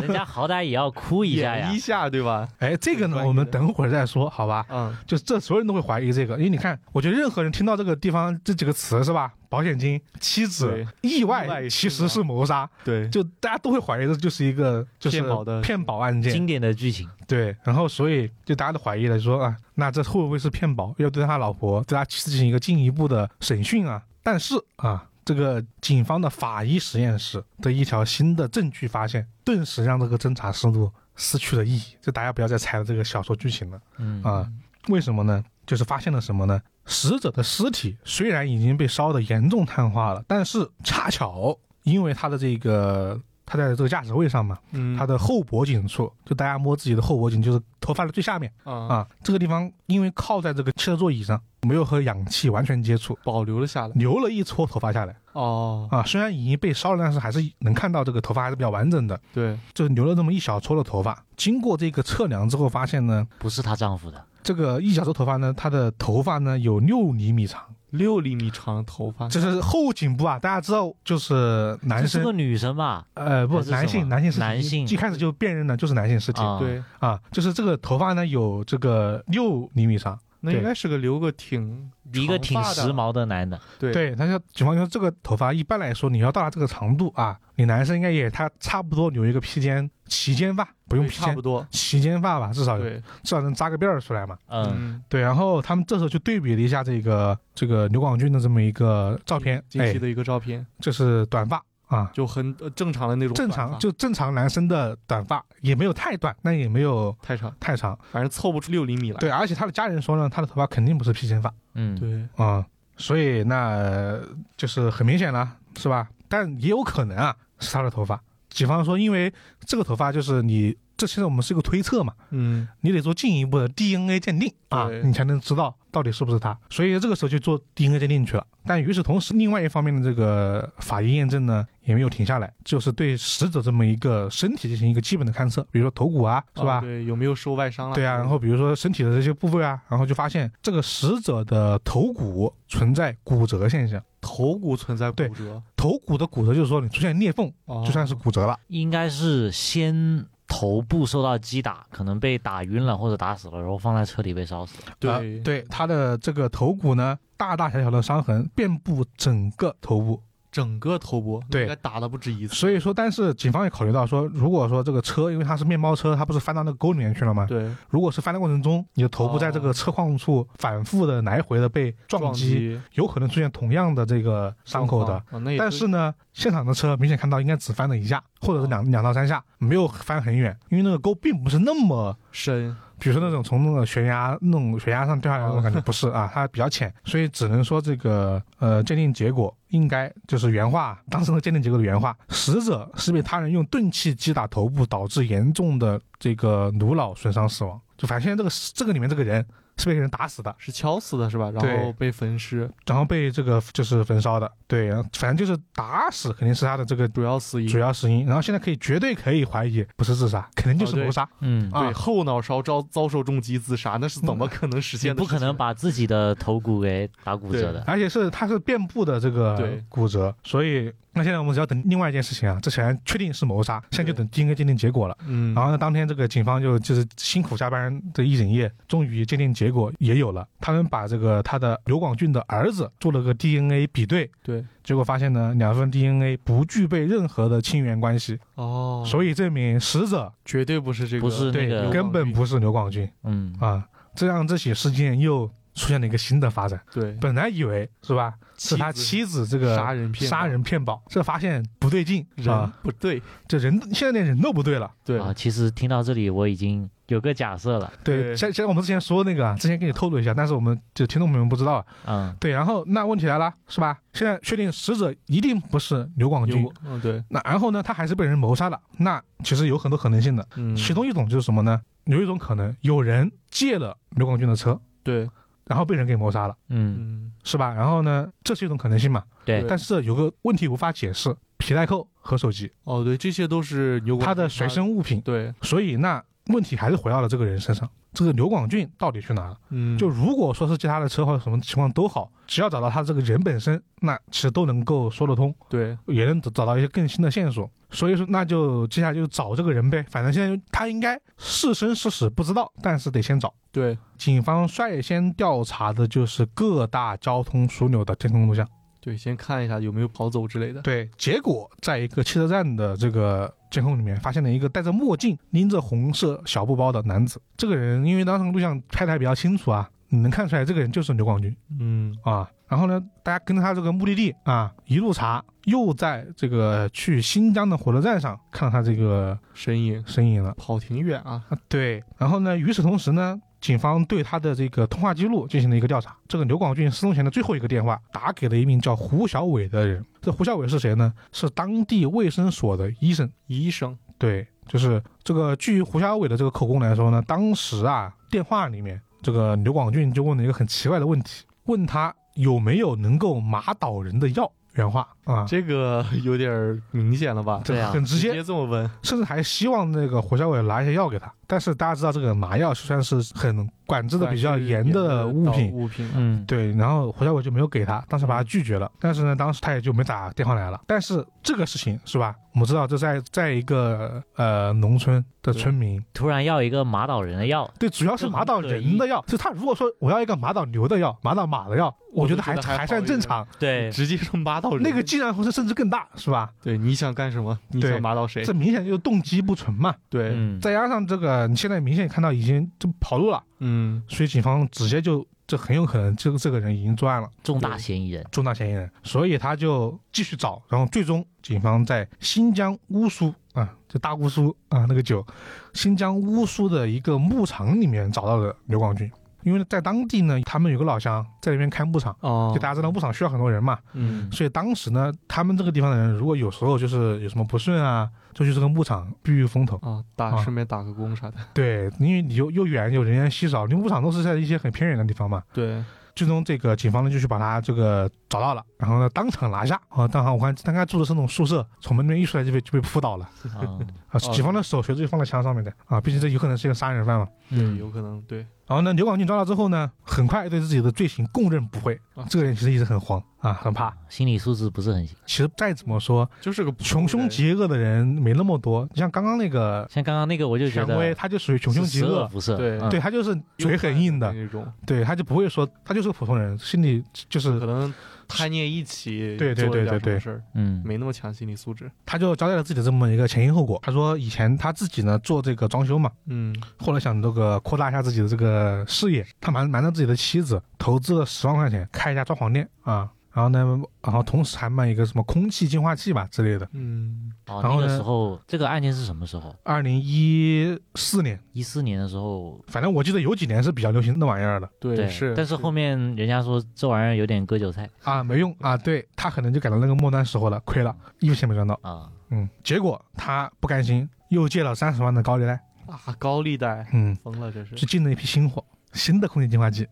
Speaker 2: 人家好歹也要哭一下呀
Speaker 3: 演一。下对吧？
Speaker 1: 哎，这个
Speaker 3: 很
Speaker 1: 呢，
Speaker 3: 专
Speaker 1: 我们
Speaker 3: 业的
Speaker 1: 等会儿再说，好吧？
Speaker 3: 嗯，
Speaker 1: 就这所有人都会怀疑这个，因为你看，我觉得任何人听到这个地方这几个词是吧？保险金、妻子
Speaker 3: 对、
Speaker 1: 意
Speaker 3: 意外
Speaker 1: 外，
Speaker 3: 是
Speaker 1: 其实是谋杀，
Speaker 3: 对，
Speaker 1: 就大家都会怀疑这就是一个就是
Speaker 3: 骗保的
Speaker 1: 骗保案件。
Speaker 2: 经典的剧情，
Speaker 1: 对，然后所以就大家都怀疑了，说啊，那这会不会是骗保？要对他老婆对他妻子进行一个进一步的审讯啊？但是啊，这个警方的法医实验室的一条新的证据发现，顿时让这个侦查思路失去了意义。就大家不要再猜了这个小说剧情了
Speaker 2: 嗯，
Speaker 1: 啊？为什么呢？就是发现了什么呢？死者的尸体虽然已经被烧得严重碳化了，但是恰巧因为他的这个他在这个驾驶位上嘛，
Speaker 3: 嗯
Speaker 1: 他的后脖颈处，就大家摸自己的后脖颈，就是头发的最下面
Speaker 3: 啊
Speaker 1: 啊，这个地方因为靠在这个汽车座椅上，没有和氧气完全接触，
Speaker 3: 保留了下来。
Speaker 1: 留了一撮头发下来
Speaker 3: 哦，
Speaker 1: 啊。虽然已经被烧了，但是还是能看到这个头发还是比较完整的，
Speaker 3: 对，
Speaker 1: 就留了这么一小撮的头发。经过这个测量之后，发现呢，
Speaker 2: 不是她丈夫的，
Speaker 1: 这个一小撮头发呢，它的头发呢有六厘米长，
Speaker 3: 六厘米长的头发，
Speaker 1: 这是后颈部啊。大家知道，就是男
Speaker 2: 这是
Speaker 1: 生
Speaker 2: 个女生吧？
Speaker 1: 呃不
Speaker 2: 还是
Speaker 1: 男
Speaker 2: 什
Speaker 1: 性
Speaker 2: 么
Speaker 1: 男性尸体
Speaker 2: 男性
Speaker 1: 一开始就辨认的就是男性尸体。
Speaker 2: 啊，
Speaker 3: 对，
Speaker 1: 啊，就是这个头发呢有这个六厘米长，
Speaker 3: 那应该是个留个挺
Speaker 2: 一个挺时，髦的男的，
Speaker 3: 对
Speaker 1: 对，他说警方说这个头发一般来说你要到达这个长度啊，你男生应该也他差不多留一个披肩齐肩发，不
Speaker 3: 不
Speaker 1: 用披啊
Speaker 3: 差
Speaker 1: 肩
Speaker 3: 不，多，
Speaker 1: 齐肩发吧，至少有
Speaker 3: 对，
Speaker 1: 至少能扎个辫儿出来嘛。
Speaker 2: 嗯，
Speaker 1: 对，然后他们这时候就对比了一下这个这个刘广俊的这么一个照片，
Speaker 3: 近
Speaker 1: 哎
Speaker 3: 期，的一个照片，
Speaker 1: 就是短发啊，
Speaker 3: 就很呃正常的那种短
Speaker 1: 正
Speaker 3: 发，
Speaker 1: 常就正常男生的短发，也没有太短，但也没有
Speaker 3: 太长，
Speaker 1: 太长。
Speaker 3: 反正凑不出六厘米来。
Speaker 1: 对，而且他的家人说呢，他的头发肯定不是披肩发。
Speaker 2: 嗯，
Speaker 3: 对，
Speaker 1: 啊、所以那呃就是很明显了，是吧？但也有可能啊，是他的头发。警方说，因为这个头发就是你，这现在我们是一个推测嘛，
Speaker 3: 嗯，
Speaker 1: 你得做进一步的 DNA 鉴定啊，
Speaker 3: 对
Speaker 1: 你才能知道到底是不是他。所以这个时候就做 DNA 鉴定去了。但与此同时，另外一方面的这个法医验证呢，也没有停下来，就是对死者这么一个身体进行一个基本的勘测，比如说头骨啊，是吧？
Speaker 3: 啊对，有没有受外伤了？
Speaker 1: 对啊，然后比如说身体的这些部位啊，然后就发现这个死者的头骨存在骨折现象。
Speaker 3: 头骨存在
Speaker 1: 对
Speaker 3: 骨折，
Speaker 1: 头骨的骨折就是说你出现裂缝，
Speaker 3: 哦
Speaker 1: 就算是骨折了。啊
Speaker 2: 应该是先头部受到击打，可能被打晕了或者打死了，然后放在车里被烧死了。
Speaker 1: 啊
Speaker 3: 对
Speaker 1: 对，他的这个头骨呢，大大小小的伤痕遍布整个头部。
Speaker 3: 整个头部，
Speaker 1: 对
Speaker 3: 应该打了不止一次。
Speaker 1: 所以说，但是警方也考虑到说，如果说这个车，因为它是面包车，它不是翻到那个沟里面去了吗？
Speaker 3: 对，哦
Speaker 1: 如果是翻的过程中，你的头部在这个车况处反复的来回的被撞击，
Speaker 3: 击
Speaker 1: 有可能出现同样的这个伤口的。
Speaker 3: 状况，哦那也
Speaker 1: 但
Speaker 3: 对
Speaker 1: 是呢，现场的车明显看到应该只翻了一下，或者是两两到三下，没有翻很远，因为那个沟并不是那么
Speaker 3: 深，
Speaker 1: 比如说那种从那个悬崖那种悬崖上掉下来那种感觉，不是啊，它比较浅，所以只能说这个呃鉴定结果应该就是原话，当时的鉴定结果的原话，死者是被他人用钝器击打头部，导致严重的这个颅脑损伤死亡。就反正现在这个这个里面这个人是被人打死的，
Speaker 3: 是敲死的是吧？然
Speaker 1: 对
Speaker 3: 后被焚尸，
Speaker 1: 然后被这个就是焚烧的，对，然后反正就是打死肯定是他的这个
Speaker 3: 主要死因
Speaker 1: 主要死因。然后现在可以绝对可以怀疑不是自杀，肯定就是
Speaker 3: 哦对
Speaker 1: 谋杀。
Speaker 2: 嗯，
Speaker 1: 啊嗯
Speaker 3: 对后脑勺遭遭受重击自杀，那是怎么可能实
Speaker 2: 你
Speaker 3: 现的
Speaker 2: 不
Speaker 3: 事情？
Speaker 2: 可能把自己的头骨给打骨折的。
Speaker 1: 而且是它是遍布的这个
Speaker 3: 对
Speaker 1: 骨折，所以那现在我们只要等另外一件事情啊，这显然确定是谋杀，现在就等 DNA 鉴定结果了。
Speaker 3: 嗯，
Speaker 1: 然后呢，当天这个警方就就是辛苦加班这一整夜，终于鉴定结果也有了。他们把这个他的刘广俊的儿子做了个 DNA 比对，
Speaker 3: 对，
Speaker 1: 结果发现呢，两份 DNA 不具备任何的亲缘关系，
Speaker 3: 哦，
Speaker 1: 所以证明死者
Speaker 3: 绝对不是这个，
Speaker 2: 不是那
Speaker 1: 对
Speaker 2: 个
Speaker 1: 根本不是刘广俊
Speaker 2: 嗯，
Speaker 1: 啊。这让这起事件又出现了一个新的发展。
Speaker 3: 对，
Speaker 1: 本来以为是吧，是他
Speaker 3: 妻
Speaker 1: 妻子这
Speaker 3: 子
Speaker 1: 个
Speaker 3: 杀人骗
Speaker 1: 杀人骗保，这发现不对劲，
Speaker 3: 人
Speaker 1: 啊，
Speaker 3: 不对，
Speaker 1: 这人现在连人都不对了。
Speaker 3: 对
Speaker 2: 啊，其实听到这里我已经有个假设了，
Speaker 1: 对，
Speaker 3: 对
Speaker 1: 像像我们之前说的那个啊，之前给你透露一下，但是我们就听众朋友们不知道啊。
Speaker 2: 嗯，
Speaker 1: 对，然后那问题来了，是吧？现在确定死者一定不是刘广
Speaker 3: 有
Speaker 1: 军，
Speaker 3: 嗯对，
Speaker 1: 那然后呢，他还是被人谋杀了。那其实有很多可能性的，
Speaker 3: 嗯，
Speaker 1: 其中一种就是什么呢？有一种可能，有人借了刘广军的车，
Speaker 3: 对，
Speaker 1: 然后被人给谋杀了，
Speaker 2: 嗯，
Speaker 3: 嗯，
Speaker 1: 是吧？然后呢，这是一种可能性嘛？
Speaker 2: 对，
Speaker 1: 但是有个问题无法解释，皮带扣和手机，
Speaker 3: 哦对，这些都是牛
Speaker 1: 他的随身物品。
Speaker 3: 对，
Speaker 1: 所以那问题还是回到了这个人身上，这个刘广俊到底去哪了？
Speaker 3: 嗯，
Speaker 1: 就如果说是借他的车或者什么情况都好，只要找到他这个人本身，那其实都能够说得通，
Speaker 3: 对，
Speaker 1: 也能找到一些更新的线索。所以说，那就接下来就找这个人呗，反正现在就他应该是生是死不知道，但是得先找。
Speaker 3: 对，
Speaker 1: 警方率先调查的就是各大交通枢纽的监控录像，
Speaker 3: 对，先看一下有没有跑走之类的，
Speaker 1: 对，结果在一个汽车站的这个监控里面，发现了一个戴着墨镜、拎着红色小布包的男子。这个人因为当时录像拍的还比较清楚啊，你能看出来这个人就是刘广军
Speaker 3: 嗯，
Speaker 1: 啊。然后呢，大家跟着他这个目的地啊一路查，又在这个去新疆的火车站上看到他这个
Speaker 3: 身影
Speaker 1: 身影了。
Speaker 3: 跑挺远啊，
Speaker 1: 啊，对。然后呢，与此同时呢，警方对他的这个通话记录进行了一个调查。这个刘广俊失踪前的最后一个电话打给了一名叫胡小伟的人。这胡小伟是谁呢？是当地卫生所的医生。
Speaker 3: 医生，
Speaker 1: 对，就是这个。据胡小伟的这个口供来说呢，当时啊，电话里面这个刘广俊就问了一个很奇怪的问题，问他有没有能够麻倒人的药。原话啊，
Speaker 3: 这个 有点儿明显了吧？
Speaker 2: 对 啊
Speaker 1: 很直接，
Speaker 3: 直接这么问，
Speaker 1: 甚至还希望那个胡小伟拿一些药给他。但是大家知道，这个麻药算是很管制的比较严的物
Speaker 3: 管制到
Speaker 1: 品，
Speaker 3: 物品啊，
Speaker 2: 嗯，
Speaker 1: 对。然后胡小伟就没有给他，当时把他拒绝了。但是呢，当时他也就没打电话来了。但是这个事情是吧？我们知道，这在在一个呃农村的村民，
Speaker 2: 突然要一个马岛人的药，
Speaker 1: 对，主要是麻到人的药。就他如果说我要一个麻到牛的药，麻到马的药，我觉得还
Speaker 3: 我觉得还好
Speaker 1: 还算正常。
Speaker 2: 对，
Speaker 3: 直接说麻到人，
Speaker 1: 那个剂量或是甚至更大，是吧？
Speaker 3: 对，你想干什么？你
Speaker 1: 对
Speaker 3: 想麻到谁
Speaker 1: 这？明显就是动机不纯嘛。
Speaker 3: 对，
Speaker 2: 嗯，
Speaker 1: 再加上这个，你现在明显看到已经就跑路了。
Speaker 3: 嗯，
Speaker 1: 所以警方直接就这很有可能这个这个人已经作案了，
Speaker 2: 重大嫌疑人，
Speaker 1: 重大嫌疑人，所以他就继续找，然后最终警方在新疆乌苏啊，就大乌苏啊那个酒，新疆乌苏的一个牧场里面找到了刘广军，因为在当地呢，他们有个老乡在那边开牧场。
Speaker 3: 哦，
Speaker 1: 就大家知道牧场需要很多人嘛，
Speaker 3: 嗯，
Speaker 1: 所以当时呢，他们这个地方的人如果有时候就是有什么不顺啊，就去这个牧场避避风头。
Speaker 3: 啊，
Speaker 1: 啊
Speaker 3: 打顺便打个工啥的，
Speaker 1: 对，因为你又又远又人烟稀少，你牧场都是在一些很偏远的地方嘛，
Speaker 3: 对，
Speaker 1: 最终这个警方呢就去把他这个找到了，然后呢当场拿下啊！当场我看他刚住的是那种宿舍，从门里面一出来就被就被扑倒了
Speaker 2: 啊，
Speaker 1: 啊！警方的手随时就放在墙上面的啊，毕竟这有可能是一个杀人犯嘛。
Speaker 3: 对，
Speaker 2: 嗯，
Speaker 3: 有可能，对，
Speaker 1: 然后呢，啊刘广俊抓到之后呢，很快对自己的罪行供认不讳
Speaker 2: 哦
Speaker 1: 啊。这个人其实一直很慌啊，很怕。
Speaker 2: 心理素质不是很行。
Speaker 1: 其实再怎么说，
Speaker 3: 就是个普通
Speaker 1: 穷凶
Speaker 3: 人，
Speaker 1: 极恶的人没那么多。你像刚刚那个
Speaker 2: 像刚刚那个，我就觉
Speaker 1: 权
Speaker 2: 得
Speaker 1: 威，他就属于穷凶极
Speaker 2: 是十恶
Speaker 1: 恶，
Speaker 2: 不赦，
Speaker 3: 对
Speaker 2: 嗯
Speaker 1: 对他就是嘴很硬的，
Speaker 3: 那种，
Speaker 1: 对他就不会说他就是个普通人，心里就是
Speaker 3: 可能贪念一起，
Speaker 1: 对对
Speaker 3: 做了
Speaker 1: 对对
Speaker 3: 点
Speaker 1: 对
Speaker 3: 什么事儿，
Speaker 2: 嗯，
Speaker 3: 没那么强心理素质，
Speaker 1: 他就交代了自己的这么一个前因后果。他说以前他自己呢做这个装修嘛，
Speaker 3: 嗯，
Speaker 1: 后来想这个扩大一下自己的这个事业，他瞒瞒着自己的妻子投资了十万块钱开一家装潢店啊。然后呢，然后同时还卖一个什么空气净化器吧之类的。
Speaker 3: 嗯，
Speaker 2: 哦，
Speaker 1: 然
Speaker 2: 那
Speaker 1: 后
Speaker 2: 个
Speaker 1: 呢
Speaker 2: 时候这个案件是什么时候？
Speaker 1: 二零一四年，
Speaker 2: 一四年的时候，
Speaker 1: 反正我记得有几年是比较流行那玩意儿的
Speaker 3: 对
Speaker 2: 对，
Speaker 3: 是，
Speaker 2: 但是后面人家说这玩意儿有点割 韭菜
Speaker 1: 啊，没用啊，对他可能就赶到那个末端时候了，亏了，一分钱没赚到。
Speaker 2: 啊、
Speaker 1: 嗯，结果他不甘心，又借了三十万的高利贷，
Speaker 3: 啊，高利贷
Speaker 1: 嗯，
Speaker 3: 疯了，这是
Speaker 1: 就进了一批新货，新的空气净化器，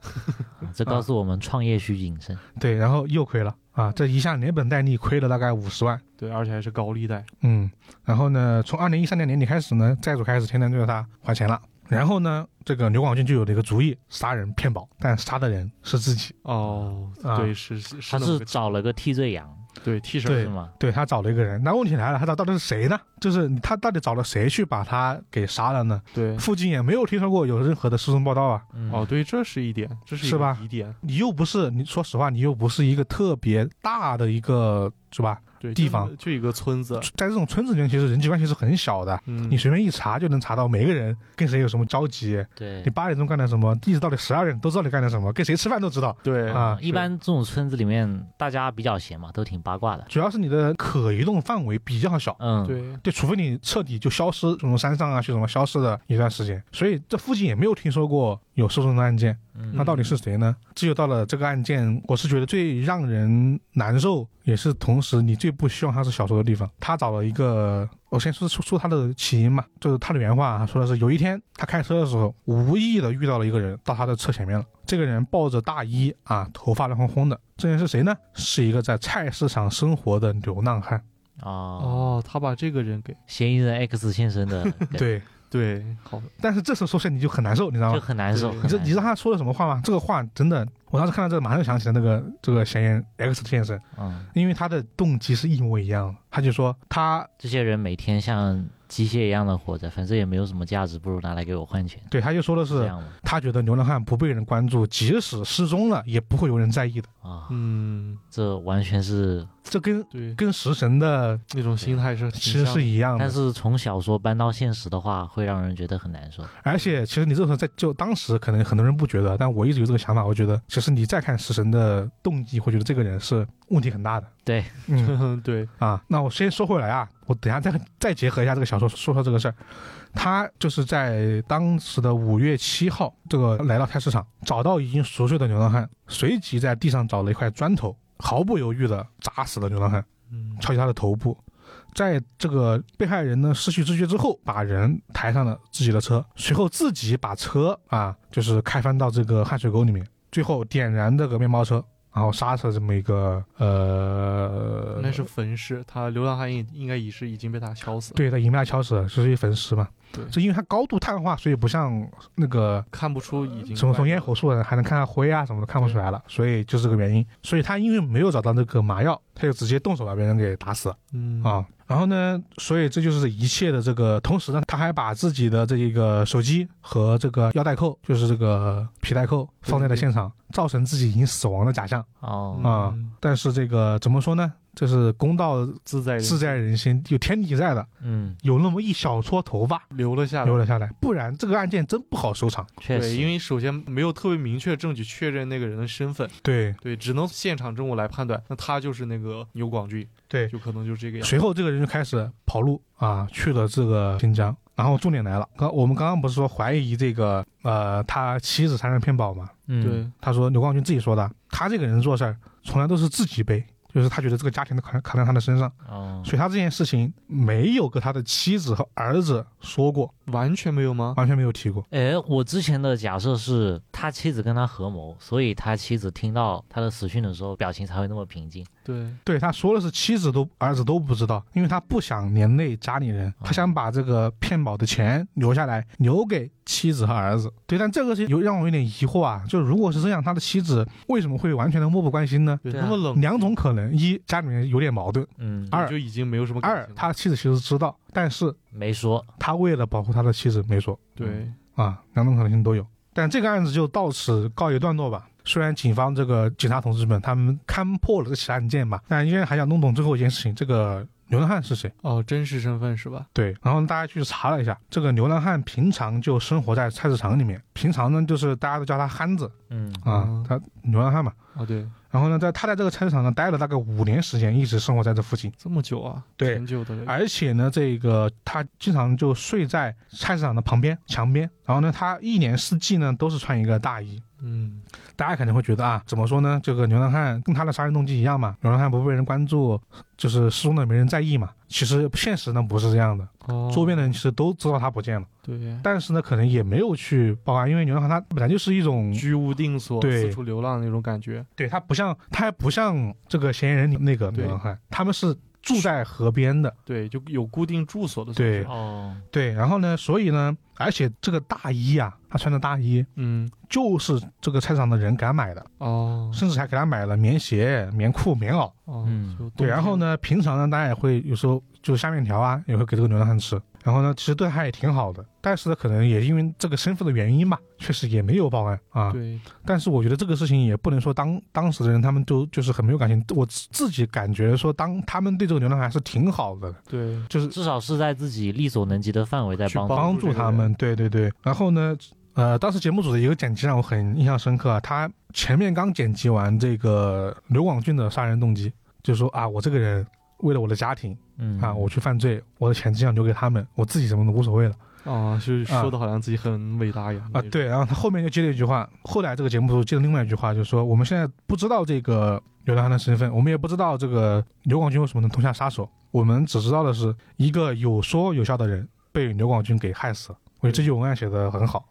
Speaker 2: 啊这告诉我们创业需谨慎。
Speaker 1: 对，然后又亏了啊，这一下连本带利亏了大概五十万。
Speaker 3: 对，而且还是高利贷，
Speaker 1: 嗯，然后呢，从二零一三年年底开始呢，债主开始天天对着他还钱了。然后呢，这个刘广军就有了一个主意，杀人骗保，但杀的人是自己。
Speaker 3: 哦，
Speaker 1: 啊
Speaker 3: 对，是是是
Speaker 2: 他
Speaker 3: 那么
Speaker 2: 是
Speaker 3: 个，
Speaker 2: 找了个替罪羊，
Speaker 3: 对替身
Speaker 1: 对
Speaker 2: 是吗？
Speaker 1: 对他找了一个人，那问题来了，他找到底是谁呢？就是他到底找了谁去把他给杀了呢？
Speaker 3: 对，
Speaker 1: 附近也没有听说过有任何的失踪报道啊。
Speaker 2: 嗯，
Speaker 3: 哦，对，这是一点，这是一
Speaker 1: 是
Speaker 3: 个
Speaker 1: 吧
Speaker 3: 疑点，
Speaker 1: 你又不是，你说实话，你又不是一个特别大的一个，是吧？
Speaker 3: 对，
Speaker 1: 地
Speaker 3: 就
Speaker 1: 方
Speaker 3: 就一个村子，
Speaker 1: 在这种村子里面，其实人际关系是很小的，
Speaker 3: 嗯，
Speaker 1: 你随便一查就能查到每个人跟谁有什么交集，
Speaker 2: 对
Speaker 1: 你，八点钟干了什么，一直到你十二点都知道你干了什么，跟谁吃饭都知道。
Speaker 3: 对
Speaker 1: 啊
Speaker 2: 一般这种村子里面大家比较闲嘛，都挺八卦的。
Speaker 1: 主要是你的可移动范围比较小，
Speaker 2: 嗯，
Speaker 3: 对
Speaker 1: 对，除非你彻底就消失，从山上啊去什么消失了一段时间，所以这附近也没有听说过有失踪的案件。
Speaker 2: 嗯
Speaker 1: 那到底是谁呢？这就到了这个案件，我是觉得最让人难受，也是同时你最不希望他是小说的地方。他找了一个，我先说说说他的起因嘛，就是他的原话、啊，说的是有一天他开车的时候，无意的遇到了一个人到他的车前面了。这个人抱着大衣啊，头发乱哄哄的。这人是谁呢？是一个在菜市场生活的流浪汉。
Speaker 2: 哦，
Speaker 3: 哦，他把这个人给
Speaker 2: 嫌疑人 X 先生的人，
Speaker 1: 对，
Speaker 3: 对，好，
Speaker 1: 但是这时候说起来你就很难受，你知道吗
Speaker 2: 就？很难受。
Speaker 3: 对
Speaker 1: 啊你
Speaker 2: 很
Speaker 1: 知
Speaker 2: 难
Speaker 1: 你知道他说了什么话吗？这个话真的，我当时看到这个马上就想起了那个这个嫌疑人 X 先生，
Speaker 2: 受嗯，
Speaker 1: 因为他的动机是一模一样的。他就说他
Speaker 2: 这些人每天像机械一样的活着，反正也没有什么价值，不如拿来给我换钱，
Speaker 1: 对，他就说的
Speaker 2: 这
Speaker 1: 是
Speaker 2: 样吗？
Speaker 1: 他觉得流浪汉不被人关注，即使失踪了也不会有人在意的。
Speaker 2: 啊，
Speaker 3: 嗯，
Speaker 2: 这完全是，
Speaker 1: 这跟
Speaker 3: 对，
Speaker 1: 跟食神的
Speaker 3: 那种心态是挺
Speaker 1: 其实
Speaker 3: 像
Speaker 1: 是
Speaker 3: 的
Speaker 1: 一样
Speaker 2: 但
Speaker 1: 的，
Speaker 2: 是从小说搬到现实的话，会让人觉得很难受。
Speaker 1: 而且其实你这时候在就当时可能很多人不觉得，但我一直有这个想法，我觉得其实你再看食神的动机，会觉得这个人是问题很大的。
Speaker 2: 对，
Speaker 1: 嗯，
Speaker 3: 对，
Speaker 1: 啊，那我先说回来啊，我等一下再再结合一下这个小说说说这个事儿。他就是在当时的五月七号，这个来到菜市场，找到已经熟睡的流浪汉，随即在地上找了一块砖头，毫不犹豫的砸死了流浪汉，
Speaker 3: 嗯，
Speaker 1: 敲击他的头部。在这个被害人呢失去知觉之后，把人抬上了自己的车，随后自己把车啊就是开翻到这个汗水沟里面，最后点燃这个面包车，然后杀死了这么一个呃，
Speaker 3: 那是焚尸，他流浪汉应应该已是已经被他敲死了，
Speaker 1: 对，它迎面敲死了，就是一焚尸嘛。
Speaker 3: 对
Speaker 1: 这因为它高度碳化，所以不像那个
Speaker 3: 看不出已经
Speaker 1: 什么
Speaker 3: 外
Speaker 1: 从
Speaker 3: 面
Speaker 1: 烟火树还能看到灰啊什么的看不出来了，所以就是这个原因。所以他因为没有找到那个麻药，他就直接动手把别人给打死了
Speaker 3: 嗯
Speaker 1: 啊。然后呢，所以这就是一切的这个。同时呢，他还把自己的这一个手机和这个腰带扣，就是这个皮带扣，放在了现场，造成自己已经死亡的假象。
Speaker 2: 哦，
Speaker 1: 啊
Speaker 3: 嗯
Speaker 1: 但是这个怎么说呢？这是公道
Speaker 3: 自在人
Speaker 1: 自在人心，有天理在的，
Speaker 2: 嗯，
Speaker 1: 有那么一小撮头发。
Speaker 3: 留了下来
Speaker 1: 留。了下来，不然这个案件真不好收场。
Speaker 2: 确
Speaker 3: 对，
Speaker 2: 实，
Speaker 3: 因为首先没有特别明确证据确认那个人的身份，
Speaker 1: 对
Speaker 3: 对，只能现场证物来判断，那他就是那个牛广俊，
Speaker 1: 对，
Speaker 3: 就可能就是这个样子。
Speaker 1: 随后这个人就开始跑路啊，去了这个新疆。然后重点来了，刚我们刚刚不是说怀疑这个呃他妻子杀人骗保吗？
Speaker 2: 嗯，
Speaker 3: 对，
Speaker 1: 他说刘光军自己说的，他这个人做事儿从来都是自己背，就是他觉得这个家庭的扛扛在他的身上，
Speaker 2: 哦，
Speaker 1: 所以他这件事情没有跟他的妻子和儿子说过，
Speaker 3: 完全没有吗？
Speaker 1: 完全没有提过。
Speaker 2: 哎，我之前的假设是他妻子跟他合谋，所以他妻子听到他的死讯的时候，表情才会那么平静。
Speaker 3: 对，
Speaker 1: 对，他说的是妻子都儿子都不知道，因为他不想连累家里人，
Speaker 3: 啊
Speaker 1: 他想把这个骗保的钱留下来，留给妻子和儿子。对，但这个是有让我有点疑惑啊，就是如果是这样，他的妻子为什么会完全的漠不关心呢？
Speaker 3: 对，
Speaker 2: 对
Speaker 3: 那
Speaker 2: 啊
Speaker 3: 么冷，
Speaker 1: 两种可能：一，家里面有点矛盾；
Speaker 2: 嗯，
Speaker 1: 二
Speaker 3: 就已经没有什么感
Speaker 1: 二
Speaker 3: 情了，
Speaker 1: 他的妻子其实知道，但是
Speaker 2: 没说，
Speaker 1: 他为了保护他的妻子没说
Speaker 3: 对，
Speaker 2: 嗯
Speaker 1: 啊，两种可能性都有。但这个案子就到此告一段落吧。虽然警方这个警察同志们他们勘破了这起案件吧，但依然还想弄懂最后一件事情：这个流浪汉是谁？
Speaker 3: 哦，真实身份是吧？
Speaker 1: 对，然后大家去查了一下，这个流浪汉平常就生活在菜市场里面，平常呢就是大家都叫他憨子
Speaker 2: 嗯，
Speaker 1: 啊
Speaker 3: 嗯，
Speaker 1: 他流浪汉嘛。
Speaker 3: 哦，对，
Speaker 1: 然后呢，在他在这个菜市场上待了大概五年时间，一直生活在这附近。
Speaker 3: 这么久啊，
Speaker 1: 对
Speaker 3: 挺久的了。
Speaker 1: 而且呢，这个他经常就睡在菜市场的旁边墙边。然后呢，他一年四季呢都是穿一个大衣。
Speaker 3: 嗯，
Speaker 1: 大家肯定会觉得啊，怎么说呢？这个流浪汉跟他的杀人动机一样嘛，流浪汉不被人关注，就是失踪的没人在意嘛。其实现实呢不是这样的，
Speaker 3: 哦，
Speaker 1: 周边的人其实都知道他不见了，
Speaker 3: 对，
Speaker 1: 但是呢可能也没有去报案，因为流浪汉他本来就是一种，
Speaker 3: 居无定所，
Speaker 1: 对
Speaker 3: 四处流浪那种感觉。
Speaker 1: 对他不像他还不像这个嫌疑人里那个流浪汉，他们是住在河边的，
Speaker 3: 对，就有固定住所的，
Speaker 1: 对
Speaker 2: 哦，
Speaker 1: 对，然后呢，所以呢，而且这个大衣啊，他穿的大衣
Speaker 3: 嗯，
Speaker 1: 就是这个菜场的人给他买的，
Speaker 3: 哦，
Speaker 1: 甚至还给他买了棉鞋、棉裤、棉袄。
Speaker 3: 哦，
Speaker 2: 嗯
Speaker 3: 就
Speaker 1: 对，
Speaker 3: 冬
Speaker 1: 然后
Speaker 3: 天？
Speaker 1: 呢，平常呢，大家也会有时候就下面条啊，也会给这个流浪汉吃。然后呢，其实对他也挺好的，但是呢，可能也因为这个身份的原因吧，确实也没有报案啊。
Speaker 3: 对，
Speaker 1: 但是我觉得这个事情也不能说当当时的人他们都就是很没有感情，我自自己感觉说当他们对这个流浪汉还是挺好的，
Speaker 3: 对，
Speaker 1: 就是
Speaker 2: 至少是在自己力所能及的范围在
Speaker 3: 去
Speaker 2: 帮助。
Speaker 1: 帮
Speaker 3: 帮
Speaker 1: 助
Speaker 3: 助这个
Speaker 1: 他
Speaker 3: 人
Speaker 1: 们。对对对。然后呢，呃，当时节目组的一个剪辑让我很印象深刻啊，他前面刚剪辑完这个刘广俊的杀人动机，就说啊，我这个人为了我的家庭。
Speaker 2: 嗯
Speaker 1: 啊，我去犯罪，我的钱只想留给他们，我自己什么都无所谓了
Speaker 3: 啊，就是
Speaker 1: 啊
Speaker 3: 说的好像自己很伟大一样
Speaker 1: 啊。，对，然后他后面又接了一句话，后来这个节目组接了另外一句话，就是说我们现在不知道这个刘浪汉的身份，我们也不知道这个刘广军为什么能痛下杀手，我们只知道的是一个有说有笑的人被刘广军给害死了。我觉得这句文案写的很好。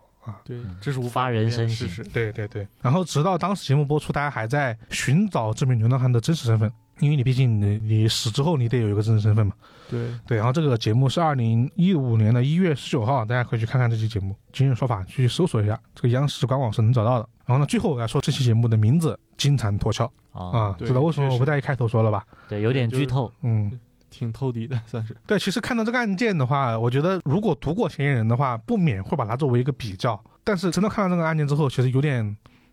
Speaker 3: 对
Speaker 2: 嗯，
Speaker 3: 这是无
Speaker 2: 发
Speaker 3: 法
Speaker 2: 人
Speaker 3: 改变
Speaker 2: 深
Speaker 3: 的事
Speaker 2: 省
Speaker 3: 实。
Speaker 1: 对对对。然后直到当时节目播出，大家还在寻找这名流浪汉的真实身份，因为你毕竟你你死之后你得有一个真实身份嘛。
Speaker 3: 对，
Speaker 1: 对，然后这个节目是二零一五年的一月十九号，大家可以去看看这期节目《今日说法》，去搜索一下，这个央视官网是能找到的。然后呢，最后我来说这期节目的名字《金蝉脱壳》
Speaker 2: 哦
Speaker 1: 啊，，
Speaker 3: 对
Speaker 1: 知道为什么
Speaker 3: 确
Speaker 1: 我
Speaker 3: 实
Speaker 1: 不在一开头说了吧？
Speaker 2: 对，有点
Speaker 3: 就是
Speaker 2: 剧透。
Speaker 1: 嗯，
Speaker 3: 挺透底的，算是。
Speaker 1: 对，其实看到这个案件的话，我觉得如果读过嫌疑人的话，不免会把它作为一个比较。但是真的看到这个案件之后，其实有点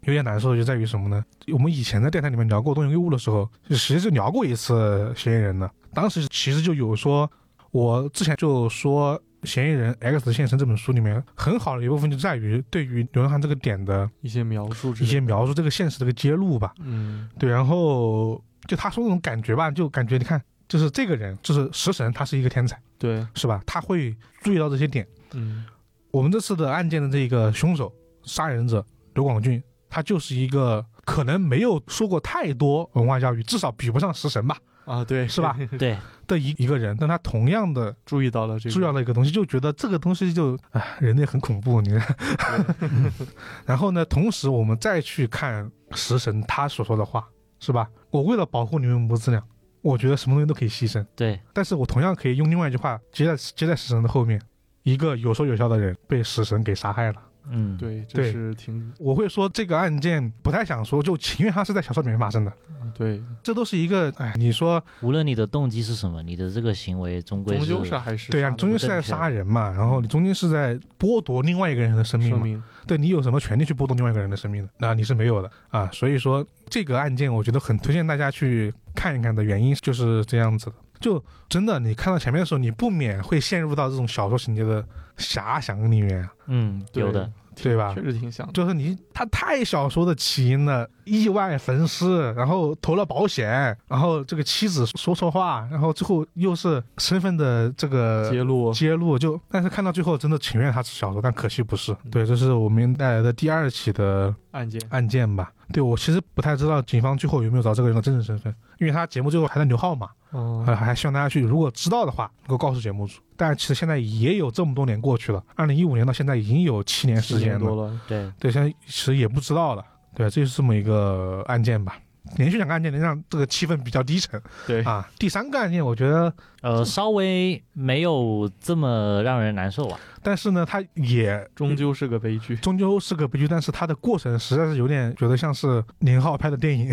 Speaker 1: 有点难受，就在于什么呢？我们以前在电台里面聊过《东野圭吾》的时候，就其实就聊过一次嫌疑人的。当时其实就有说，我之前就说《嫌疑人 X 的现身》这本书里面很好的一部分就在于对于刘仁汉这个点的
Speaker 3: 一些描述之
Speaker 1: 一
Speaker 3: 类
Speaker 1: 些
Speaker 3: 的，
Speaker 1: 描述，这个现实的一个揭露吧。
Speaker 3: 嗯，
Speaker 1: 对，然后就他说那种感觉吧，就感觉你看，就是这个人，就是食神，他是一个天才。
Speaker 3: 对，
Speaker 1: 是吧？他会注意到这些点。
Speaker 3: 嗯，
Speaker 1: 我们这次的案件的这个凶手、杀人者刘广俊，他就是一个可能没有受过太多文化教育，至少比不上食神吧
Speaker 3: 啊，对，
Speaker 1: 是吧？
Speaker 2: 对，
Speaker 1: 的一一个人，但他同样的
Speaker 3: 注意到了这个，
Speaker 1: 注意到了一个东西，就觉得这个东西就啊，人类很恐怖，你看。 然后呢，同时我们再去看食神他所说的话，是吧？我为了保护你们母子俩，我觉得什么东西都可以牺牲。
Speaker 2: 对，
Speaker 1: 但是我同样可以用另外一句话接在接在死神的后面，一个有说有笑的人被死神给杀害了。
Speaker 2: 嗯，
Speaker 3: 对，这
Speaker 1: 对
Speaker 3: 是挺
Speaker 1: 我会说这个案件不太想说，就情愿它是在小说里面发生的，
Speaker 2: 嗯
Speaker 3: 对，
Speaker 1: 这都是一个哎，你说
Speaker 2: 无论你的动机是什么，你的这个行为终归
Speaker 3: 终
Speaker 2: 是
Speaker 3: 究是啊还是
Speaker 1: 对啊呀、
Speaker 3: 杀
Speaker 1: 你
Speaker 3: 得
Speaker 1: 中间
Speaker 3: 不
Speaker 1: 是在
Speaker 2: 正确
Speaker 1: 杀人嘛，然后你中间是在剥夺另外一个人的生命
Speaker 3: 嗯说
Speaker 1: 嘛，
Speaker 3: 明
Speaker 1: 对你有什么权利去剥夺另外一个人的生命呢？那你是没有的啊。所以说这个案件，我觉得很推荐大家去看一看的原因就是这样子的。就真的你看到前面的时候，你不免会陷入到这种小说情节的遐想里面，啊
Speaker 2: 嗯，
Speaker 3: 对
Speaker 2: 有的，
Speaker 1: 对吧？
Speaker 3: 确实挺像的，
Speaker 1: 就是你他太小说的起因了，意外焚尸，然后投了保险，然后这个妻子说错话，然后最后又是身份的这个
Speaker 3: 揭露
Speaker 1: 揭露，就但是看到最后真的情愿他是小说，但可惜不是。对，这是我们带来的第二起的
Speaker 3: 案件，
Speaker 1: 案件吧。对我其实不太知道警方最后有没有找这个人的真实身份，因为他节目最后还在留号码，
Speaker 3: 哦
Speaker 1: 还还希望大家去如果知道的话，能够告诉节目组。但其实现在也有这么多年过去了，二零一五年到现在已经有七年时
Speaker 3: 时
Speaker 1: 间啊
Speaker 3: 间
Speaker 1: 了。
Speaker 3: 多了，
Speaker 2: 对，
Speaker 1: 对，现在其实也不知道了。对，这就是这么一个案件吧。连续两个案件能让这个气氛比较低沉
Speaker 3: 对，
Speaker 1: 啊。第三个案件，我觉得，
Speaker 2: 呃，稍微没有这么让人难受啊吧。
Speaker 1: 但是呢，它也
Speaker 3: 终究是个悲剧，
Speaker 1: 终究是个悲剧，但是它的过程实在是有点觉得像是宁浩拍的电影，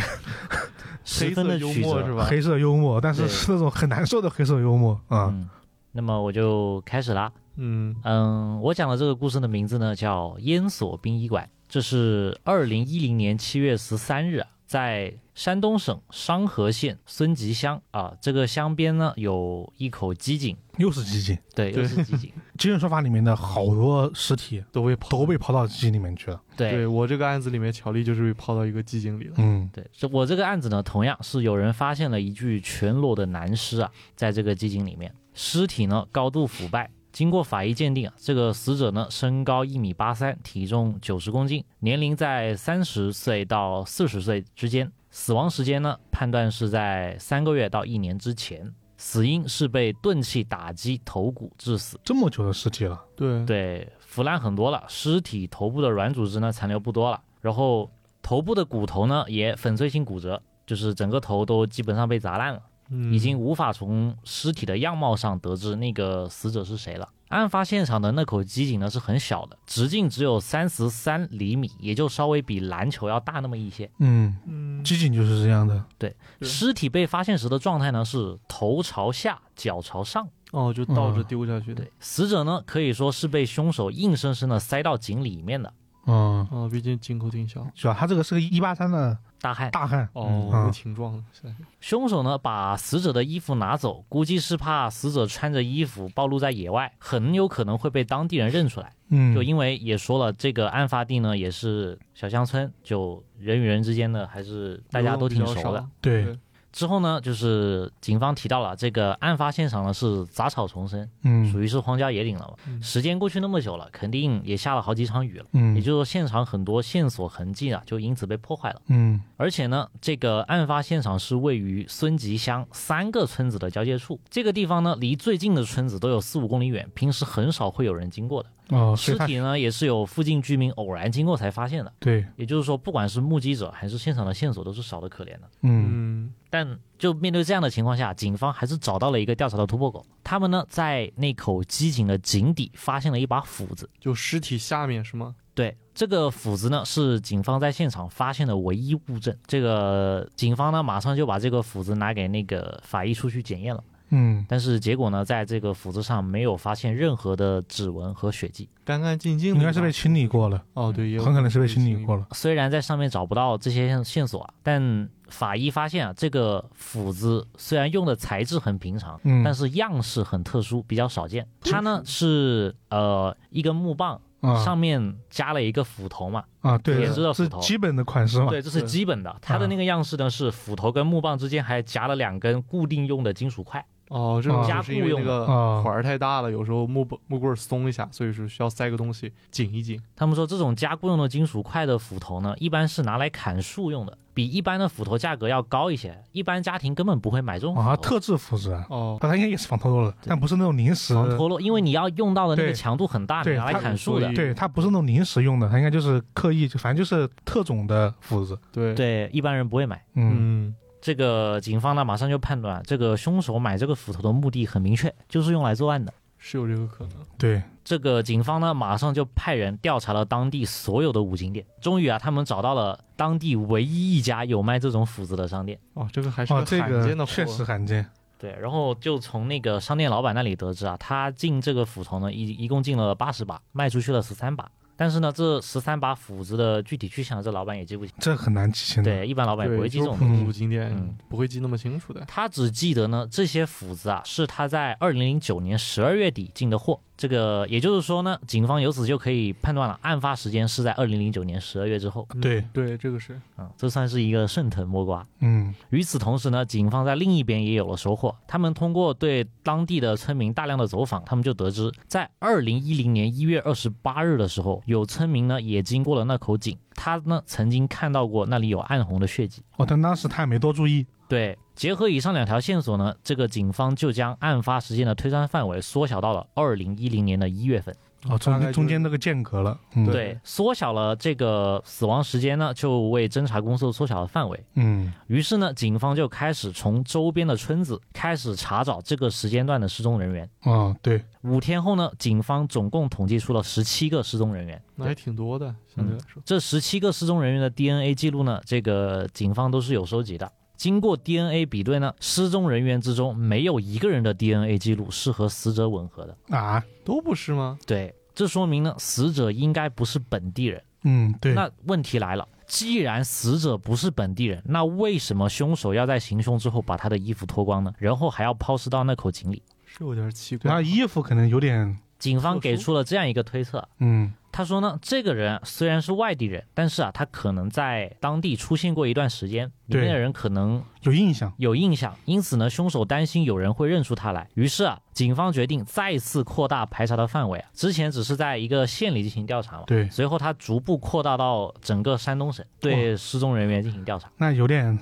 Speaker 2: 十
Speaker 3: 黑
Speaker 2: 分
Speaker 3: 色
Speaker 2: 的
Speaker 3: 幽
Speaker 2: 曲
Speaker 3: 默
Speaker 2: 折
Speaker 3: 是吧？
Speaker 1: 黑色幽默，但是
Speaker 2: 对
Speaker 1: 是那种很难受的黑色幽默啊。
Speaker 2: 嗯，那么我就开始啦。
Speaker 3: 嗯，
Speaker 2: 嗯，我讲的这个故事的名字呢叫《烟锁殡仪馆》，这是二零一零年七月十三日啊，在山东省商河县孙集乡啊，这个乡边呢有一口机井，
Speaker 1: 又是集锦。
Speaker 2: 对，又
Speaker 3: 对
Speaker 2: 是 机井，
Speaker 1: 今日说法里面的好多尸体
Speaker 3: 都被抛
Speaker 1: 都被抛到机里面去了。
Speaker 3: 对我这个案子里面，乔丽就是被抛到一个寂静里了。
Speaker 1: 嗯，
Speaker 2: 对，这我这个案子呢，同样是有人发现了一具全裸的男尸啊，在这个机井里面，尸体呢高度腐败。经过法医鉴定啊，这个死者呢身高一米八三，体重九十公斤，年龄在三十岁到四十岁之间，死亡时间呢判断是在三个月到一年之前，死因是被钝器打击头骨致死。
Speaker 1: 这么久的尸体了，
Speaker 3: 对
Speaker 2: 对，腐烂很多了，尸体头部的软组织呢残留不多了，然后头部的骨头呢也粉碎性骨折，就是整个头都基本上被砸烂了，
Speaker 3: 嗯
Speaker 2: 已经无法从尸体的样貌上得知那个死者是谁了。案发现场的那口机井呢是很小的，直径只有三十三厘米，也就稍微比篮球要大那么一些。
Speaker 1: 嗯，
Speaker 3: 嗯
Speaker 1: 机警就是这样的，
Speaker 3: 对
Speaker 2: 尸体被发现时的状态呢是头朝下，脚朝上。
Speaker 3: 哦，就倒着
Speaker 1: 嗯
Speaker 3: 丢下去的。
Speaker 2: 对，死者呢可以说是被凶手硬生生的塞到井里面的
Speaker 1: 嗯，
Speaker 3: 哦，毕竟井口挺小。
Speaker 1: 主要他这个是个一八三的
Speaker 2: 大汉。
Speaker 1: 大汉，
Speaker 3: 哦，
Speaker 1: 嗯
Speaker 3: 那挺壮的，现在
Speaker 2: 凶手呢把死者的衣服拿走，估计是怕死者穿着衣服暴露在野外，很有可能会被当地人认出来。
Speaker 1: 嗯，
Speaker 2: 就因为也说了，这个案发地呢也是小乡村，就人与人之间呢还是大家都挺
Speaker 3: 流
Speaker 2: 熟
Speaker 3: 浪比较
Speaker 2: 的
Speaker 3: 少。。
Speaker 1: 对，
Speaker 2: 之后呢，就是警方提到了这个案发现场呢是杂草丛生，属
Speaker 1: 嗯
Speaker 2: 于是荒郊野岭了嘛。
Speaker 3: 嗯
Speaker 2: 时间过去那么久了，肯定也下了好几场雨了，
Speaker 1: 嗯，
Speaker 2: 也就是说现场很多线索痕迹啊就因此被破坏了。
Speaker 1: 嗯
Speaker 2: 而且呢，这个案发现场是位于孙集乡三个村子的交界处，这个地方呢离最近的村子都有四五公里远，平时很少会有人经过的。
Speaker 1: 哦，所
Speaker 2: 尸
Speaker 1: 以他
Speaker 2: 体呢也是有附近居民偶然经过才发现的，
Speaker 1: 对，
Speaker 2: 也就是说，不管是目击者还是现场的线索都是少得可怜的。
Speaker 1: 嗯
Speaker 3: 嗯，
Speaker 2: 但就面对这样的情况下，警方还是找到了一个调查的突破口。他们呢，在那口机井的井底发现了一把斧子，
Speaker 3: 就尸体下面是吗？
Speaker 2: 对，这个斧子呢是警方在现场发现的唯一物证。这个警方呢马上就把这个斧子拿给那个法医处去检验了，
Speaker 1: 嗯
Speaker 2: 但是结果呢，在这个斧子上没有发现任何的指纹和血迹。
Speaker 3: 干干净净的
Speaker 1: 应
Speaker 3: 吧，
Speaker 1: 该是被清理过了，
Speaker 3: 哦，对，也有
Speaker 1: 很可能是被清理过
Speaker 3: 了。
Speaker 1: 了，
Speaker 2: 虽然在上面找不到这些线索啊，但法医发现啊，这个斧子虽然用的材质很平常，
Speaker 1: 嗯，
Speaker 2: 但是样式很特殊，比较少见。它呢是呃一根木棒，
Speaker 1: 啊
Speaker 2: 上面加了一个斧头嘛，
Speaker 1: 啊，对，
Speaker 2: 也知道
Speaker 1: 是
Speaker 2: 斧头
Speaker 1: 基本的款式嘛，嗯
Speaker 2: 对，这是
Speaker 3: 对
Speaker 2: 基本的。它的那个样式呢，是斧头跟木棒之间还夹了两根固定用的金属块。
Speaker 3: 哦，这种
Speaker 1: 啊
Speaker 3: 就是是因为那个
Speaker 1: 啊
Speaker 3: 环儿太大了，有时候木棒木棍儿松一下，所以说需要塞个东西紧一紧。
Speaker 2: 他们说，这种加固用的金属块的斧头呢，一般是拿来砍树用的，比一般的斧头价格要高一些。一般家庭根本不会买这种斧头。
Speaker 1: 啊，特制斧子啊，
Speaker 3: 哦，
Speaker 1: 但它应该也是防脱落的，但不是那种临时
Speaker 2: 防脱落，因为你要用到的那个
Speaker 1: 对
Speaker 2: 强度很大，你
Speaker 1: 对
Speaker 2: 拿来
Speaker 1: 它
Speaker 2: 砍树
Speaker 3: 所
Speaker 2: 的
Speaker 3: 以。
Speaker 1: 对，它不是那种临时用的，它应该就是刻意，就反正就是特种的斧子。
Speaker 3: 对，
Speaker 2: 对，一般人不会买。
Speaker 1: 嗯
Speaker 3: 嗯，
Speaker 2: 这个警方呢，马上就判断这个凶手买这个斧头的目的很明确，就是用来作案的。
Speaker 3: 是有这个可能。
Speaker 1: 对，
Speaker 2: 这个警方呢，马上就派人调查了当地所有的五金店，终于啊，他们找到了当地唯一一家有卖这种斧子的商店。
Speaker 3: 哦，这个还是
Speaker 1: 哦，这
Speaker 3: 罕
Speaker 1: 个
Speaker 3: 见的
Speaker 1: 确实
Speaker 3: 货。
Speaker 1: 罕见。
Speaker 2: 对，然后就从那个商店老板那里得知啊，他进这个斧头呢，一一共进了八十把，卖出去了十三把。但是呢，这十三把斧子的具体去向，这老板也记不清。
Speaker 1: 这很难记清的。
Speaker 2: 对，一般老板也不会
Speaker 3: 嗯对，
Speaker 2: 记
Speaker 3: 就
Speaker 2: 这
Speaker 3: 是
Speaker 2: 种
Speaker 3: 普
Speaker 2: 东西。
Speaker 3: 通
Speaker 2: 嗯
Speaker 3: 景点不会记那么清楚的。
Speaker 2: 他只记得呢，这些斧子啊是他在二零零九年十二月底进的货。这个也就是说呢，警方由此就可以判断了，案发时间是在二零零九年十二月之后
Speaker 3: 嗯
Speaker 1: 对
Speaker 3: 对，这个是
Speaker 2: 啊、这算是一个顺藤摸瓜。
Speaker 1: 嗯
Speaker 2: 与此同时呢，警方在另一边也有了收获。他们通过对当地的村民大量的走访，他们就得知，在二零一零年一月二十八日的时候，有村民呢也经过了那口井，他呢曾经看到过那里有暗红的血迹。
Speaker 1: 哦，但当时他也没多注意。
Speaker 2: 对，结合以上两条线索呢，这个警方就将案发时间的推算范围缩小到了二零一零年的一月份。
Speaker 1: 哦，
Speaker 3: 大
Speaker 1: 中
Speaker 3: 概就是
Speaker 1: 间中间那个间隔了。嗯，
Speaker 3: 对
Speaker 2: 对，缩小了这个死亡时间呢，就为侦查工作缩小了范围。
Speaker 1: 嗯
Speaker 2: 于是呢，警方就开始从周边的村子开始查找这个时间段的失踪人员。
Speaker 1: 哦，对，
Speaker 2: 五天后呢，警方总共统计出了十七个失踪人员。
Speaker 3: 那还挺多的，
Speaker 2: 嗯
Speaker 3: 相对来说。
Speaker 2: 这十七个失踪人员的 DNA 记录呢，这个警方都是有收集的。经过 DNA 比对呢，失踪人员之中没有一个人的 DNA 记录是和死者吻合的。
Speaker 1: 啊，
Speaker 3: 都不是吗？
Speaker 2: 对，这说明呢，死者应该不是本地人。
Speaker 1: 嗯对，
Speaker 2: 那问题来了，既然死者不是本地人，那为什么凶手要在行凶之后把他的衣服脱光呢？然后还要抛尸到那口井里？
Speaker 3: 是有点奇
Speaker 1: 然后
Speaker 3: 怪。
Speaker 1: 衣服可能有点，
Speaker 2: 警方
Speaker 3: 特殊
Speaker 2: 给出了这样一个推测。
Speaker 1: 嗯
Speaker 2: 他说呢，这个人虽然是外地人，但是啊，他可能在当地出现过一段时间，里
Speaker 1: 对
Speaker 2: 面的人可能
Speaker 1: 有印象，
Speaker 2: 有印象，因此呢，凶手担心有人会认出他来，于是啊，警方决定再次扩大排查的范围啊，之前只是在一个县里进行调查嘛，
Speaker 1: 对
Speaker 2: 随后他逐步扩大到整个山东省，对失踪人员进行调查。
Speaker 1: 那有点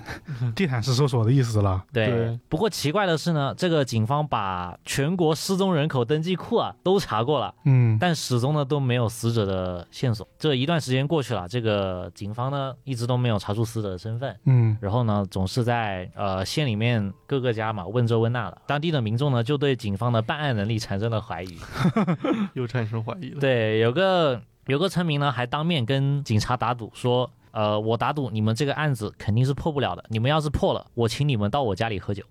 Speaker 1: 地毯式搜索的意思了。
Speaker 2: 对，
Speaker 3: 对
Speaker 2: 不过奇怪的是呢，这个警方把全国失踪人口登记库啊都查过了，
Speaker 1: 嗯，
Speaker 2: 但始终呢都没有死者的线索。这一段时间过去了，这个警方呢一直都没有查出死者的身份，
Speaker 1: 嗯，
Speaker 2: 然后呢，总是在呃县里面各个家嘛问这问那的，当地的民众呢就对警方的办案能力产生了怀疑。
Speaker 3: 又产生怀疑 了。
Speaker 2: 对，有个有个村民呢还当面跟警察打赌说，呃，我打赌你们这个案子肯定是破不了的，你们要是破了，我请你们到我家里喝酒。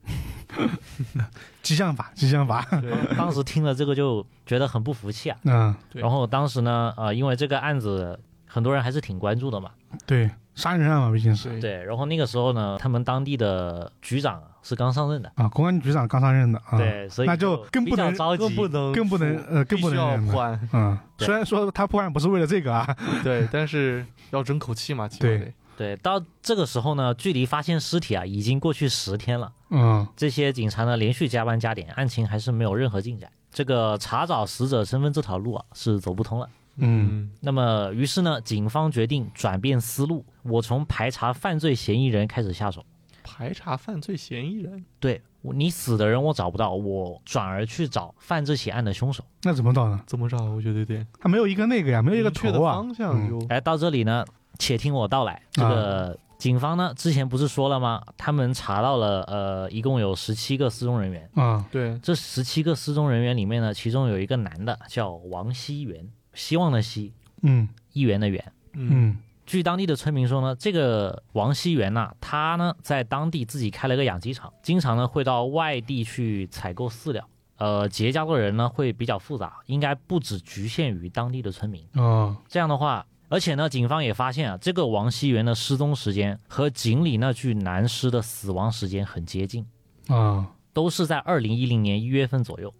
Speaker 1: 激将法，激将 法。
Speaker 3: 对
Speaker 2: 当时听了这个就觉得很不服气啊。
Speaker 1: 嗯，
Speaker 3: 对
Speaker 2: 然后当时呢，呃，因为这个案子很多人还是挺关注的嘛，
Speaker 1: 对，杀人案嘛，毕竟是
Speaker 3: 对，
Speaker 2: 对。然后那个时候呢，他们当地的局长啊是刚上任的，
Speaker 1: 啊，公安局长刚上任的啊。
Speaker 2: 对，所以
Speaker 1: 那就更
Speaker 2: 比
Speaker 1: 不
Speaker 2: 较
Speaker 1: 能
Speaker 2: 着急，
Speaker 3: 更不能
Speaker 1: 更不能
Speaker 3: 说
Speaker 1: 呃更不能
Speaker 3: 必须要
Speaker 1: 忍了
Speaker 3: 破案。
Speaker 1: 嗯，
Speaker 2: 对
Speaker 1: 虽然说他破案不是为了这个啊，
Speaker 3: 对，但是要争口气嘛，起码
Speaker 1: 对
Speaker 3: 得
Speaker 2: 对，到这个时候呢，距离发现尸体啊已经过去十天了。
Speaker 1: 嗯，
Speaker 2: 这些警察呢连续加班加点，案情还是没有任何进展。这个查找死者身份这条路啊是走不通了。
Speaker 1: 嗯，
Speaker 2: 那么，于是呢，警方决定转变思路，我从排查犯罪嫌疑人开始下手。
Speaker 3: 排查犯罪嫌疑人，
Speaker 2: 对我你死的人我找不到，我转而去找犯这起案的凶手。
Speaker 1: 那怎么找呢？
Speaker 3: 怎么找？我觉得有点
Speaker 1: 他没有一个那个呀，没有一个
Speaker 3: 明确的
Speaker 1: 头啊。
Speaker 3: 方向就
Speaker 2: 哎，到这里呢，且听我道来。这个警方呢之前不是说了吗？他们查到了，呃，一共有十七个失踪人员。
Speaker 1: 啊，
Speaker 3: 对，
Speaker 2: 这十七个失踪人员里面呢，其中有一个男的叫王希元，希望的希，
Speaker 1: 嗯
Speaker 2: 一元的元。
Speaker 3: 嗯，
Speaker 1: 嗯，
Speaker 2: 据当地的村民说呢，这个王希元呐、他呢在当地自己开了个养鸡场，经常呢会到外地去采购饲料。呃，结交的人呢会比较复杂，应该不只局限于当地的村民。
Speaker 1: 哦，
Speaker 2: 这样的话，而且呢，警方也发现啊，这个王希元的失踪时间和井里那具男尸的死亡时间很接近，
Speaker 1: 啊，
Speaker 2: 都是在二零一零年一月份左右。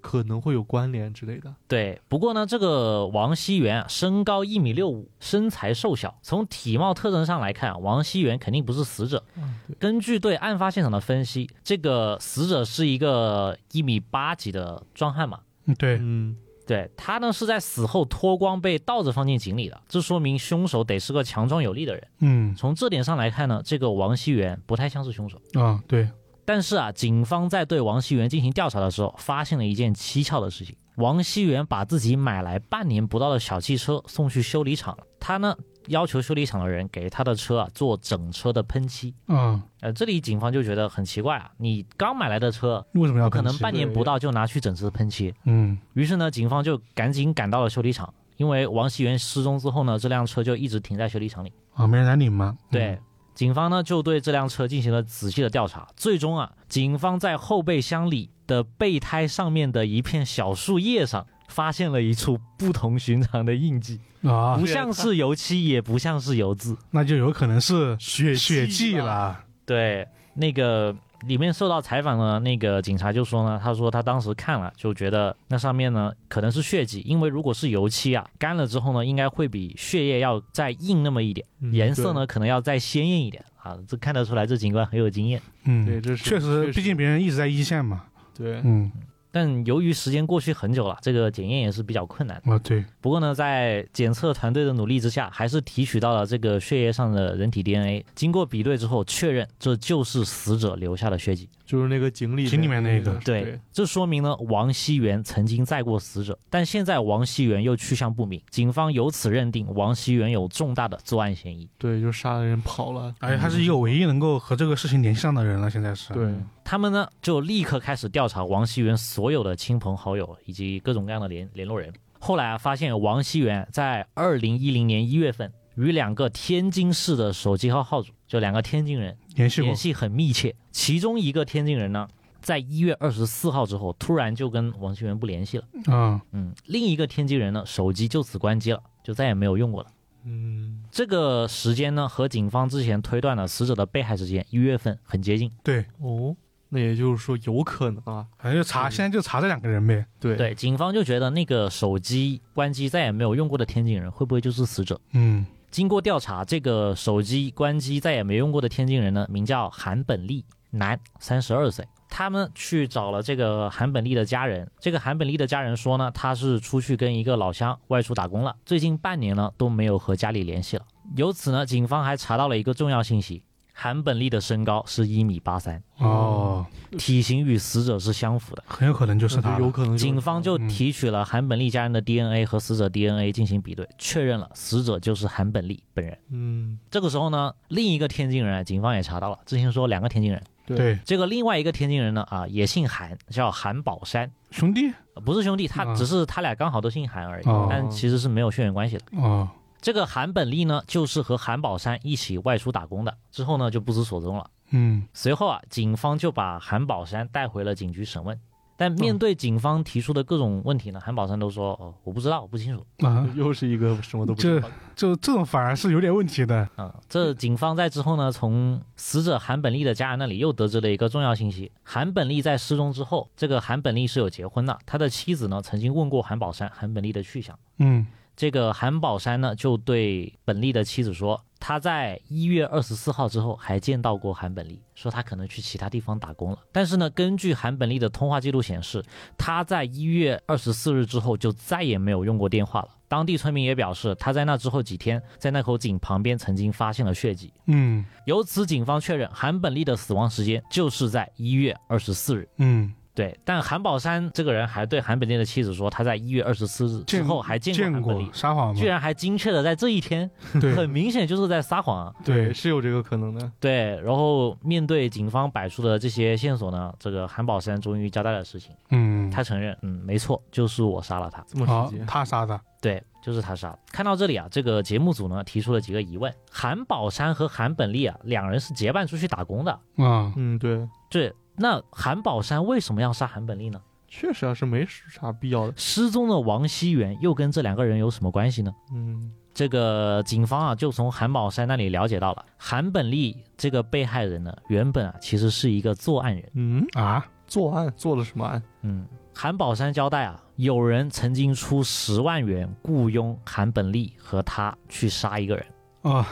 Speaker 3: 可能会有关联之类的。
Speaker 2: 对，不过呢，这个王熙元啊，身高一米六五，身材瘦小。从体貌特征上来看啊，王熙元肯定不是死者。
Speaker 3: 嗯，对，
Speaker 2: 根据对案发现场的分析，这个死者是一个一米八几的壮汉嘛。
Speaker 1: 嗯对，
Speaker 3: 嗯，
Speaker 2: 对他呢是在死后脱光被倒着放进井里的，这说明凶手得是个强壮有力的人。
Speaker 1: 嗯
Speaker 2: 从这点上来看呢，这个王熙元不太像是凶手。
Speaker 1: 啊，对，
Speaker 2: 但是啊，警方在对王熙元进行调查的时候，发现了一件蹊跷的事情：王熙元把自己买来半年不到的小汽车送去修理厂了，他呢要求修理厂的人给他的车啊做整车的喷漆。
Speaker 1: 啊，
Speaker 2: 呃，这里警方就觉得很奇怪啊，你刚买来的车，
Speaker 1: 为什么要
Speaker 2: 不可
Speaker 1: 喷
Speaker 2: 能
Speaker 1: 漆
Speaker 2: 半年
Speaker 3: 对
Speaker 2: 不到就拿去整车喷漆。
Speaker 1: 嗯
Speaker 2: 于是呢，警方就赶紧赶到了修理厂，因为王熙元失踪之后呢，这辆车就一直停在修理厂里。
Speaker 1: 啊，没人来领吗？
Speaker 2: 对，警方呢就对这辆车进行了仔细的调查，最终啊，警方在后备箱里的备胎上面的一片小树叶上。发现了一处不同寻常的印记，
Speaker 1: 嗯啊
Speaker 2: 不，像是油漆，也不像是油渍。
Speaker 1: 那就有可能是
Speaker 3: 血
Speaker 1: 血迹
Speaker 3: 迹吧
Speaker 1: 了。
Speaker 2: 对，那个里面受到采访的那个警察就说呢，他说他当时看了就觉得那上面呢可能是血迹，因为如果是油漆啊，干了之后呢，应该会比血液要再硬那么一点，
Speaker 3: 嗯
Speaker 2: 颜色？呢可能要再鲜艳一点啊。这看得出来，这警官很有经验。
Speaker 1: 嗯，
Speaker 3: 对这是
Speaker 1: 确实，
Speaker 3: 确
Speaker 1: 毕竟
Speaker 3: 实
Speaker 1: 别人一直在一线嘛。
Speaker 3: 对，对
Speaker 1: 嗯，
Speaker 2: 但由于时间过去很久了，这个检验也是比较困难的。
Speaker 1: 啊，对，
Speaker 2: 不过呢，在检测团队的努力之下，还是提取到了这个血液上的人体 DNA。经过比对之后，确认这就是死者留下的血迹。
Speaker 3: 就是那个井里
Speaker 1: 井里面那个
Speaker 3: 个，对，
Speaker 2: 这说明呢，王熙元曾经载过死者，但现在王熙元又去向不明。警方由此认定王熙元有重大的作案嫌疑。
Speaker 3: 对，就杀了人跑了。
Speaker 1: 而且哎他是一个唯一能够和这个事情联系上的人了，现在是。
Speaker 3: 对，
Speaker 2: 他们呢就立刻开始调查王熙元所有的亲朋好友以及各种各样的联联络人。后来啊，发现王熙元在二零一零年一月份与两个天津市的手机号号主，就两个天津人
Speaker 1: 联系过
Speaker 2: 联。系很密切。其中一个天津人呢，在一月二十四号之后，突然就跟王熙元不联系了。
Speaker 1: 啊，
Speaker 2: 嗯，另一个天津人呢，手机就此关机了，就再也没有用过了。
Speaker 3: 嗯，
Speaker 2: 这个时间呢，和警方之前推断的死者的被害时间一月份很接近。
Speaker 1: 对，
Speaker 3: 哦，那也就是说有可能啊，
Speaker 1: 反正就查，现在就查这两个人呗。
Speaker 3: 对，
Speaker 2: 对，警方就觉得那个手机关机再也没有用过的天津人会不会就是死者？
Speaker 1: 嗯，
Speaker 2: 经过调查，这个手机关机再也没用过的天津人呢，名叫韩本利，男，三十二岁。他们去找了这个韩本利的家人，这个韩本利的家人说呢，他是出去跟一个老乡外出打工了，最近半年呢都没有和家里联系了。由此呢，警方还查到了一个重要信息：韩本利的身高是一米八三，
Speaker 1: 哦，
Speaker 2: 体型与死者是相符的。
Speaker 1: 很有可能就是他
Speaker 3: 那就有
Speaker 1: 了。
Speaker 3: 可能就是
Speaker 2: 警方就
Speaker 1: 嗯
Speaker 2: 提取了韩本利家人的 DNA 和死者 DNA 进行比对，确认了死者就是韩本利本人。
Speaker 3: 嗯，
Speaker 2: 这个时候呢，另一个天津人啊，警方也查到了，之前说两个天津人，
Speaker 3: 对
Speaker 1: 对，
Speaker 2: 这个另外一个天津人呢啊，也姓韩，叫韩宝山。
Speaker 1: 兄弟，
Speaker 2: 呃不是兄弟，他
Speaker 1: 啊
Speaker 2: 只是他俩刚好都姓韩而已，
Speaker 1: 哦
Speaker 2: 但其实是没有血缘关系的。
Speaker 1: 哦，
Speaker 2: 这个韩本利呢，就是和韩宝山一起外出打工的，之后呢就不知所踪了。
Speaker 1: 嗯，
Speaker 2: 随后啊，警方就把韩宝山带回了警局审问，但面对警方提出的各种问题呢，韩宝山都说：“哦，我不知道，我不清楚。
Speaker 1: 啊，
Speaker 3: 又是一个什么都不知道的，
Speaker 1: 就这种反而是有点问题的。
Speaker 2: 啊、这警方在之后呢，从死者韩本利的家人那里又得知了一个重要信息：韩本利在失踪之后，这个韩本利是有结婚的，他的妻子呢曾经问过韩宝山韩本利的去向。
Speaker 1: 嗯，
Speaker 2: 这个韩宝山呢就对本利的妻子说，他在一月二十四号之后还见到过韩本利，说他可能去其他地方打工了。但是呢，根据韩本利的通话记录显示，他在一月二十四日之后就再也没有用过电话了。当地村民也表示，他在那之后几天，在那口井旁边曾经发现了血迹。
Speaker 1: 嗯，
Speaker 2: 由此，警方确认韩本利的死亡时间就是在一月二十四日。
Speaker 1: 嗯，
Speaker 2: 对，但韩宝山这个人还对韩本利的妻子说，他在一月二十四日之
Speaker 1: 见
Speaker 2: 后还见过
Speaker 1: 见
Speaker 2: 韩本利
Speaker 1: 过，，撒谎吗
Speaker 2: 居？然还精确的在这一天，
Speaker 1: 对
Speaker 2: 很明显就是在撒谎啊。
Speaker 1: 对，
Speaker 3: 是有这个可能的，
Speaker 2: 对，然后面对警方摆出的这些线索呢，这个韩宝山终于交代了事情，
Speaker 1: 嗯，
Speaker 2: 他承认，嗯，没错，就是我杀了他，
Speaker 3: 这么
Speaker 1: 好
Speaker 3: 直接，，
Speaker 1: 他杀的。
Speaker 2: 对，就是他杀的。看到这里啊，这个节目组呢提出了几个疑问：韩宝山和韩本利啊，两人是结伴出去打工的，
Speaker 1: 啊，
Speaker 3: 嗯，对，
Speaker 2: 对，那韩宝山为什么要杀韩本利呢？
Speaker 3: 确实啊是没啥必要的，
Speaker 2: 失踪的王熙元又跟这两个人有什么关系呢？
Speaker 3: 嗯，
Speaker 2: 这个警方啊，就从韩宝山那里了解到了韩本利这个被害人呢，原本啊其实是一个作案人。
Speaker 3: 嗯，
Speaker 1: 啊，
Speaker 3: 作案做了什么案？
Speaker 2: 嗯，韩宝山交代啊，有人曾经出十万元雇佣韩本利和他去杀一个人。
Speaker 1: 哦，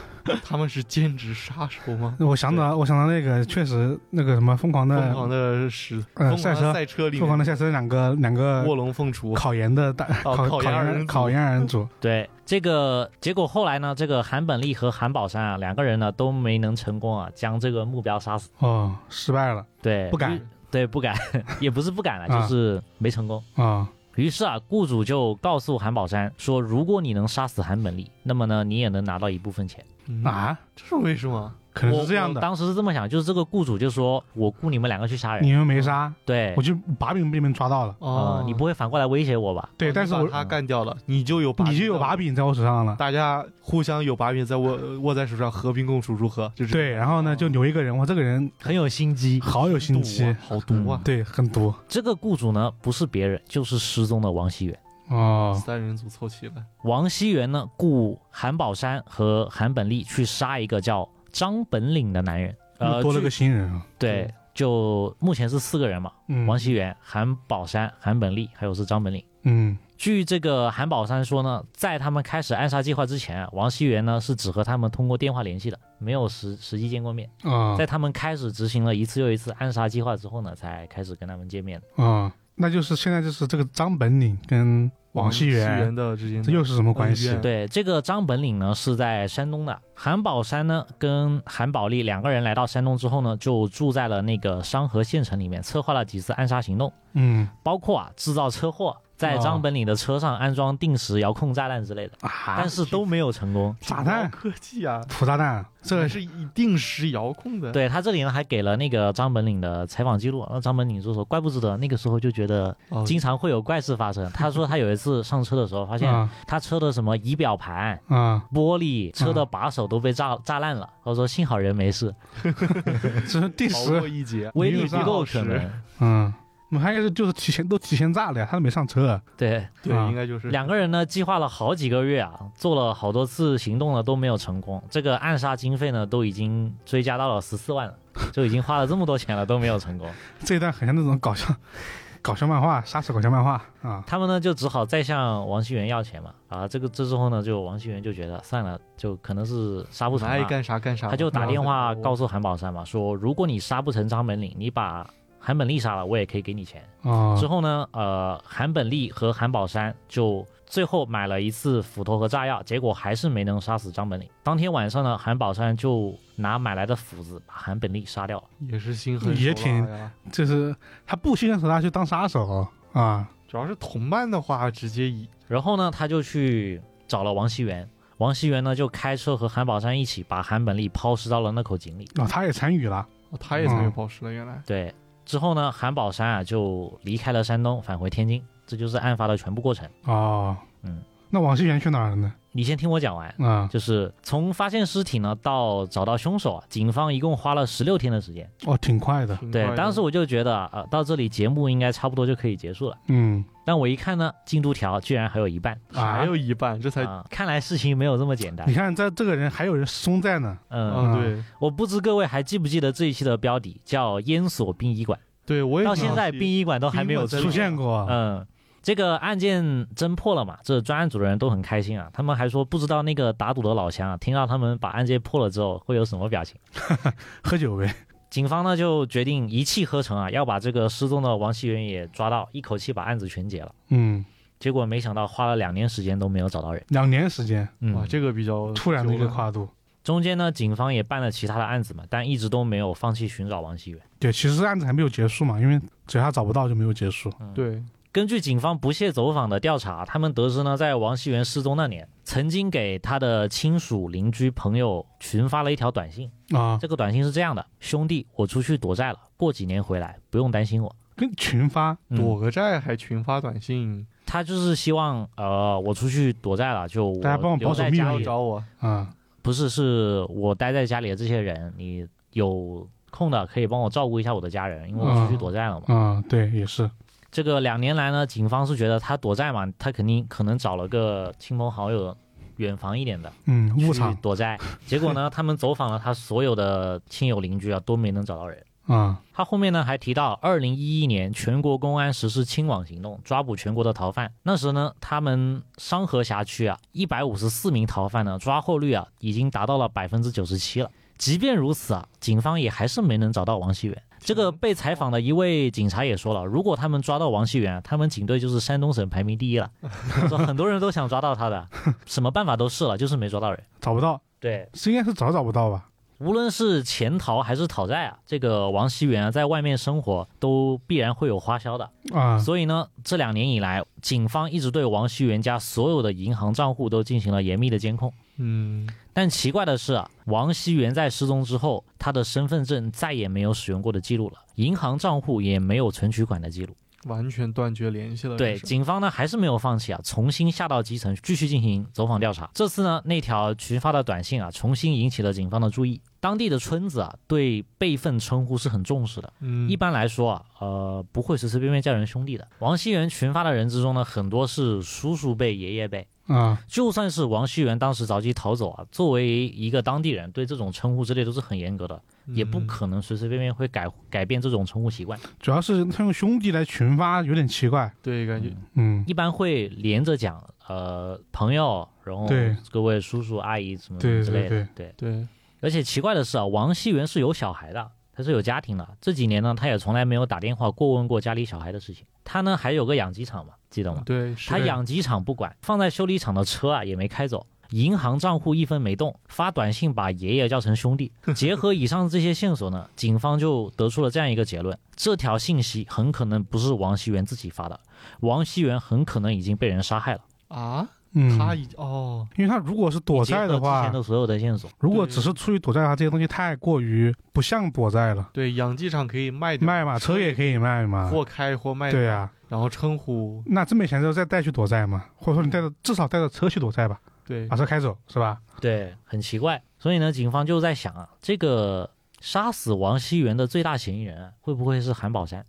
Speaker 3: 他们是兼职杀手吗？
Speaker 1: 那我想到，我想到那个确实那个什么疯狂
Speaker 3: 疯
Speaker 1: 的
Speaker 3: 狂的使
Speaker 1: 呃
Speaker 3: 疯
Speaker 1: 赛
Speaker 3: 狂
Speaker 1: 车
Speaker 3: 的赛车里
Speaker 1: 疯狂呃
Speaker 3: 面
Speaker 1: 的下车两个两个
Speaker 3: 卧龙凤雏，
Speaker 1: 考研的大
Speaker 3: 哦
Speaker 1: 考
Speaker 3: 考研二人
Speaker 1: 研
Speaker 3: 组
Speaker 1: 考研二人 组，
Speaker 2: 对，这个结果后来呢，这个韩本利和韩宝山啊两个人呢都没能成功啊将这个目标杀死。
Speaker 1: 哦，失败了，
Speaker 2: 对，
Speaker 1: 不敢
Speaker 2: 于，对，不敢， 也不是不敢了，
Speaker 1: 啊
Speaker 2: 就是没成功。
Speaker 1: 啊，
Speaker 2: 于是啊，雇主就告诉韩宝山说，如果你能杀死韩本利，那么呢，你也能拿到一部分钱。
Speaker 3: 嗯
Speaker 1: 啊，
Speaker 3: 这是为什么？
Speaker 1: 可能是这样
Speaker 2: 我我
Speaker 1: 的，
Speaker 2: 当时是这么想，就是这个雇主就说，我雇你们两个去杀人，
Speaker 1: 你们没杀，
Speaker 2: 对
Speaker 1: 嗯我，就啊把柄被你们抓到了，
Speaker 2: 呃，你不会反过来威胁我吧？
Speaker 1: 对，
Speaker 3: 哦
Speaker 1: 但是
Speaker 3: 你把
Speaker 1: 我
Speaker 3: 他干掉了，你就有把
Speaker 1: 你就有把
Speaker 3: 柄
Speaker 1: 柄在我手上
Speaker 3: 了，
Speaker 1: 了，
Speaker 3: 大家互相有把柄在握握在手上，和平共处如何？就是
Speaker 1: 对，然后
Speaker 3: 哦
Speaker 1: 呢就留一个人，我这个人
Speaker 2: 很有心机。
Speaker 1: 好有心
Speaker 3: 毒
Speaker 1: 机
Speaker 3: 啊，好毒啊！
Speaker 1: 对，很毒
Speaker 2: 这个雇主呢，不是别人，就是失踪的王熙元。
Speaker 1: 哦，
Speaker 3: 三人组凑齐了，
Speaker 2: 王熙元呢，雇韩宝山和韩本利去杀一个叫张本领的男人。呃，
Speaker 1: 又多了个
Speaker 2: 据
Speaker 1: 新人啊，
Speaker 2: 对，就目前是四个人嘛，
Speaker 1: 嗯
Speaker 2: 王熙元、韩宝山、韩本利，还有是张本领。
Speaker 1: 嗯
Speaker 2: 据这个韩宝山说呢，在他们开始暗杀计划之前，王熙元呢是只和他们通过电话联系的，没有实实际见过面。
Speaker 1: 啊
Speaker 2: 在他们开始执行了一次又一次暗杀计划之后呢，才开始跟他们见面的。
Speaker 1: 啊，那就是现在就是这个张本领跟王熙元，
Speaker 3: 的之间的
Speaker 1: 这又是什么关系
Speaker 3: 恩？怨
Speaker 2: 对，这个张本领呢是在山东的，韩宝山呢跟韩宝利两个人来到山东之后呢，就住在了那个商河县城里面，策划了几次暗杀行动，
Speaker 1: 嗯
Speaker 2: 包括啊制造车祸，在张本领的车上安装定时遥控炸弹之类的，
Speaker 1: 啊
Speaker 2: 但，是都没有成功。
Speaker 1: 炸弹
Speaker 3: 挺高科技啊，
Speaker 1: 土炸弹，这
Speaker 3: 这是以定时遥控的，，
Speaker 2: 对他这里呢还给了那个张本领的采访记录，那张本领就说怪不得那个时候就觉得
Speaker 3: 哦
Speaker 2: 经常会有怪事发生。他说他有一次上车的时候发现
Speaker 3: 嗯
Speaker 1: 啊
Speaker 2: 他车的什么仪表盘、
Speaker 1: 啊，
Speaker 2: 玻璃、车
Speaker 3: 嗯
Speaker 2: 的把手都被炸炸烂了，他说幸好人没事，
Speaker 1: 这是第
Speaker 3: 逃过
Speaker 1: 十，
Speaker 3: 一劫，
Speaker 2: 威力
Speaker 1: 没有
Speaker 2: 不
Speaker 1: 炸
Speaker 2: 够
Speaker 3: 好
Speaker 2: 可
Speaker 3: 时
Speaker 2: 能。
Speaker 1: 嗯我们还是就是提前都提前炸了呀，他都没上车。
Speaker 2: 对，
Speaker 3: 对，
Speaker 1: 啊
Speaker 3: 应该就是
Speaker 2: 两个人呢计划了好几个月啊，做了好多次行动呢都没有成功。这个暗杀经费呢都已经追加到了十四万了，就已经花了这么多钱了都没有成功。
Speaker 1: 这一段很像那种搞笑 搞笑漫画，杀手搞笑漫画啊。
Speaker 2: 他们呢就只好再向王熙元要钱嘛。啊，这个这之后呢，就王熙元就觉得算了，就可能是杀不成
Speaker 3: 爱
Speaker 2: 嘛，
Speaker 3: 干啥干啥，
Speaker 2: 啊他就打电话告
Speaker 3: 诉
Speaker 2: 诉韩宝山嘛，说如果你杀不成张本领，你把韩本利杀了，我也可以给你钱。
Speaker 1: 哦
Speaker 2: 之后呢，呃，韩本利和韩宝山就最后买了一次斧头和炸药，结果还是没能杀死张本领。当天晚上呢，韩宝山就拿买来的斧子把韩本利杀掉了。
Speaker 3: 也是心狠
Speaker 1: 也
Speaker 3: 手辣
Speaker 1: 挺
Speaker 3: 呀
Speaker 1: 就是他不信任手他去当杀手啊。
Speaker 3: 主要是同伴的话，直接以
Speaker 2: 然后呢，他就去找了王熙元，王熙元呢就开车和韩宝山一起把韩本利抛尸到了那口井里。
Speaker 1: 哦，他也参与了。
Speaker 3: 哦他也参与
Speaker 1: 嗯
Speaker 3: 抛尸了，原来
Speaker 2: 对，之后呢，韩宝山啊就离开了山东，返回天津，这就是案发的全部过程。
Speaker 1: 哦，
Speaker 2: 嗯，
Speaker 1: 那王熙元去哪儿了呢？
Speaker 2: 你先听我讲完，
Speaker 1: 啊，
Speaker 2: 就是从发现尸体呢到找到凶手啊， 警方一共花了十六天的时间。
Speaker 1: 哦，挺快的。
Speaker 3: 挺快
Speaker 2: 对，
Speaker 3: 的
Speaker 2: 当时我就觉得啊、呃，到这里节目应该差不多就可以结束了。
Speaker 1: 嗯
Speaker 2: 但我一看呢，进度条居然还有一半
Speaker 1: 啊，
Speaker 3: 还有一半，这才
Speaker 2: 啊、看来事情没有这么简单
Speaker 1: 你。看这这个人还有人失踪在呢。
Speaker 2: 嗯，
Speaker 3: 嗯对
Speaker 2: 我不知各位还记不记得这一期的标题叫“烟锁殡仪馆
Speaker 3: 对，”，我也
Speaker 2: 到
Speaker 3: 想
Speaker 2: 现在
Speaker 3: 起
Speaker 2: 殡仪馆都还没有
Speaker 3: 真
Speaker 2: 出
Speaker 3: 的
Speaker 1: 出现过，
Speaker 2: 嗯，这个案件侦破了嘛？这专案组的人都很开心啊，他们还说不知道那个打赌的老乡啊，听到他们把案件破了之后会有什么表情。
Speaker 1: 喝酒呗。
Speaker 2: 警方呢就决定一气呵成啊，要把这个失踪的王熙元也抓到，一口气把案子全结了。
Speaker 1: 嗯，
Speaker 2: 结果没想到花了两年时间都没有找到人。
Speaker 1: 两年时间，
Speaker 2: 嗯，
Speaker 3: 哇，这个比较
Speaker 1: 突然的一
Speaker 3: 久
Speaker 1: 个
Speaker 3: 了
Speaker 1: 跨度。
Speaker 2: 中间呢，警方也办了其他的案子嘛，但一直都没有放弃寻找王熙元。
Speaker 1: 对，其实案子还没有结束嘛，因为只要他找不到就没有结束。
Speaker 3: 对
Speaker 2: 根据警方不懈走访的调查，他们得知呢，在王熙元失踪那年，曾经给他的亲属、邻居、朋友群发了一条短信。
Speaker 1: 啊，
Speaker 2: 这个短信是这样的：兄弟，我出去躲债了，过几年回来，不用担心我。
Speaker 1: 跟群发
Speaker 2: 嗯
Speaker 3: 躲个债还群发短信，
Speaker 2: 他就是希望，呃，我出去躲债了，就
Speaker 1: 大家帮我保
Speaker 2: 留
Speaker 1: 守
Speaker 2: 在
Speaker 1: 秘
Speaker 2: 家
Speaker 1: 密
Speaker 2: 里，
Speaker 3: 找我
Speaker 1: 啊，
Speaker 2: 不是，是我待在家里的这些人，你有空的可以帮我照顾一下我的家人，因为我出去躲债了嘛。
Speaker 1: 啊，对，也是，
Speaker 2: 这个两年来呢，警方是觉得他躲债嘛，他肯定可能找了个亲朋好友远房一点的
Speaker 1: 嗯，
Speaker 2: 去
Speaker 1: 误场
Speaker 2: 躲债。结果呢，他们走访了他所有的亲友邻居啊，都没能找到人。
Speaker 1: 啊，
Speaker 2: 他后面呢还提到，二零一一年全国公安实施清网行动，抓捕全国的逃犯。那时呢，他们商河辖区啊，一百五十四名逃犯呢，抓获率啊已经达到了百分之九十七了。即便如此啊，警方也还是没能找到王熙元。这个被采访的一位警察也说了，如果他们抓到王熙元啊，他们警队就是山东省排名第一了。 他说很多人都想抓到他的，什么办法都试了，就是没抓到人。
Speaker 1: 找不到，
Speaker 2: 对，
Speaker 1: 是应该是找找不到吧？
Speaker 2: 无论是潜逃还是讨债啊，这个王熙元啊，在外面生活都必然会有花销的。
Speaker 1: 啊，
Speaker 2: 所以呢，这两年以来，警方一直对王熙元家所有的银行账户都进行了严密的监控。
Speaker 3: 嗯，
Speaker 2: 但奇怪的是啊，王熙元在失踪之后，他的身份证再也没有使用过的记录了，银行账户也没有存取款的记录。
Speaker 3: 完全断绝联系了，
Speaker 2: 对，
Speaker 3: 这是
Speaker 2: 警方呢还是没有放弃啊，重新下到基层继续进行走访调查。这次呢，那条群发的短信啊，重新引起了警方的注意。当地的村子啊，对辈分称呼是很重视的。
Speaker 3: 嗯
Speaker 2: 一般来说啊，呃，不会随随便便叫人兄弟的。王熙元群发的人之中呢，很多是叔叔辈、爷爷辈。
Speaker 1: 啊，
Speaker 2: 就算是王熙元当时着急逃走啊，作为一个当地人，对这种称呼之类都是很严格的，也不
Speaker 3: 嗯
Speaker 2: 可能随随便便会改改变这种称呼习惯。
Speaker 1: 主要是他用兄弟来群发有点奇怪，
Speaker 3: 对，感觉
Speaker 1: 嗯，
Speaker 2: 一般会连着讲，呃，朋友，然后
Speaker 1: 对
Speaker 2: 各位叔叔阿姨什么之
Speaker 1: 对
Speaker 2: 类的，
Speaker 1: 对对
Speaker 2: 嗯
Speaker 3: 对，
Speaker 2: 而且奇怪的是啊，王熙元是有小孩的，他是有家庭的。这几年呢，他也从来没有打电话过问过家里小孩的事情。他呢还有个养鸡场嘛，记得吗？
Speaker 3: 对，是
Speaker 2: 他养鸡场不管，放在修理厂的车啊也没开走，银行账户一分没动，发短信把爷爷叫成兄弟。结合以上这些线索呢，警方就得出了这样一个结论：这条信息很可能不是王熙元自己发的，王熙元很可能已经被人杀害了。
Speaker 3: 啊，
Speaker 1: 嗯，
Speaker 3: 他已哦，
Speaker 1: 因为他如果是躲
Speaker 2: 结
Speaker 1: 债
Speaker 2: 合
Speaker 1: 的
Speaker 2: 之前
Speaker 1: 话，
Speaker 2: 的所有的线索，
Speaker 1: 如果只是出于躲债的话，这些东西太过于不像躲债了。
Speaker 3: 对，养鸡场可以卖掉
Speaker 1: 卖嘛，车也可以卖嘛，
Speaker 3: 或开或卖，
Speaker 1: 啊对，呀、
Speaker 3: 然后称呼
Speaker 1: 那真没钱之后再带去躲债嘛，或者说你带着至少带着车去躲债吧，
Speaker 3: 对
Speaker 1: 把车开走是吧？
Speaker 2: 对，很奇怪。所以呢，警方就在想啊，这个杀死王熙元的最大嫌疑人啊会不会是韩宝山？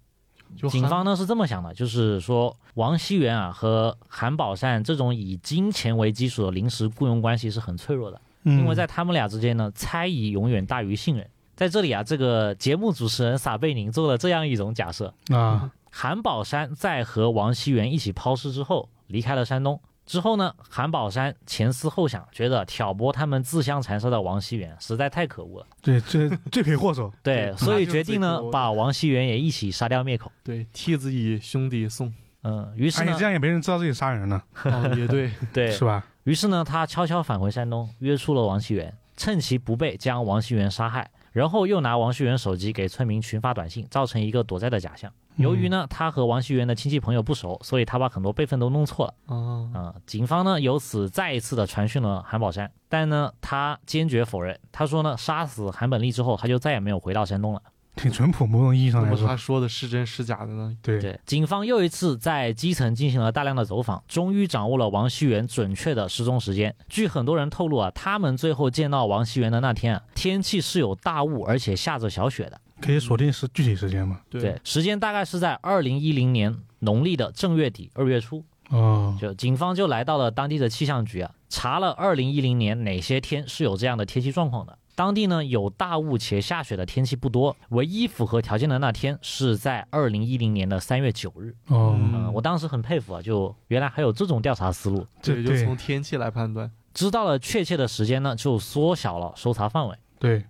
Speaker 3: 就
Speaker 2: 警
Speaker 3: 韩
Speaker 2: 方呢是这么想的，就是说王熙元啊和韩宝善这种以金钱为基础的临时雇佣关系是很脆弱的，
Speaker 1: 嗯
Speaker 3: 嗯
Speaker 2: 因
Speaker 1: 啊
Speaker 2: 为在他们俩之间呢，猜疑永远大于信任。在这里啊，这个节目主持人撒贝宁做了这样一种假设：
Speaker 1: 嗯啊，
Speaker 2: 韩宝山在和王熙元一起抛尸之后，离开了山东。之后呢，韩宝山前思后想，觉得挑拨他们自相残杀的王熙元实在太可恶了，
Speaker 1: 对，这罪魁祸首，
Speaker 2: 对，
Speaker 3: 对
Speaker 2: 所以
Speaker 3: 他就
Speaker 2: 决
Speaker 3: 是
Speaker 2: 定
Speaker 3: 最
Speaker 2: 呢
Speaker 3: 可恶的
Speaker 2: 把王熙元也一起杀掉灭口。
Speaker 3: 对替自己兄 弟送，
Speaker 2: 嗯，于 是
Speaker 1: 而且
Speaker 2: 呢
Speaker 1: 哎这，样也没人知道自己杀人了，
Speaker 3: 哦，也对，
Speaker 2: 对，
Speaker 1: 是吧？
Speaker 2: 于是呢，他悄悄返回山东，约束了王熙元，趁其不备将王熙元杀害，然后又拿王熙元手机给村民群发短信，造成一个躲债的假象。
Speaker 1: 嗯
Speaker 2: 由于呢，他和王熙元的亲戚朋友不熟，所以他把很多辈分都弄错了。
Speaker 3: 哦，
Speaker 2: 啊、警方呢由此再一次的传讯了韩宝山，但呢他坚决否认。他说呢，杀死韩本利之后，他就再也没有回到山东了。
Speaker 1: 挺淳朴，某种意义上
Speaker 3: 那
Speaker 1: 来
Speaker 3: 么
Speaker 1: 说
Speaker 3: 他，说的是真是假的呢？
Speaker 1: 对，
Speaker 2: 对，警方又一次在基层进行了大量的走访，终于掌握了王熙元准确的失踪时间。据很多人透露啊，他们最后见到王熙元的那天啊，天气是有大雾，而且下着小雪的。
Speaker 1: 可以锁定时具体时间嘛？
Speaker 3: 对，
Speaker 2: 对，时间大概是在二零一零年农历的正月底二月初，
Speaker 1: 哦，
Speaker 2: 就警方就来到了当地的气象局啊，查了二零一零年哪些天是有这样的天气状况的。当地呢有大雾且下雪的天气不多，唯一符合条件的那天是在二零一零年的三月九日。
Speaker 1: 哦，
Speaker 3: 嗯
Speaker 2: 嗯，我当时很佩服啊，就原来还有这种调查思路。
Speaker 1: 这
Speaker 3: 这就从天气来判断，
Speaker 2: 知道了确切的时间呢，就缩小了搜查范围，
Speaker 1: 对，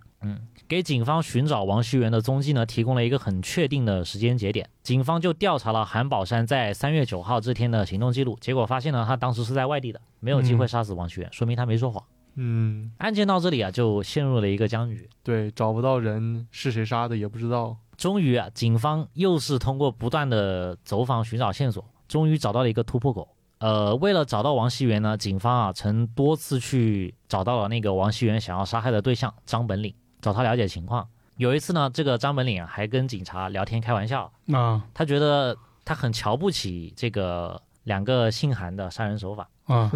Speaker 2: 给警方寻找王熙元的踪迹呢提供了一个很确定的时间节点。警方就调查了韩宝山在三月九号这天的行动记录，结果发现呢，他当时是在外地的，没有机会杀死王熙元，说明他没说谎。
Speaker 3: 嗯，
Speaker 2: 案件到这里啊，就陷入了一个僵局。
Speaker 3: 对，找不到人是谁杀的也不知道，
Speaker 2: 终于啊，警方又是通过不断的走访寻找线索，终于找到了一个突破口。呃，为了找到王熙元呢，警方啊曾多次去找到了那个王熙元想要杀害的对象张本领，找他了解情况。有一次呢，这个张本领啊还跟警察聊天开玩笑，
Speaker 1: 啊
Speaker 2: 他觉得他很瞧不起这个两个姓韩的杀人手法。
Speaker 1: 啊，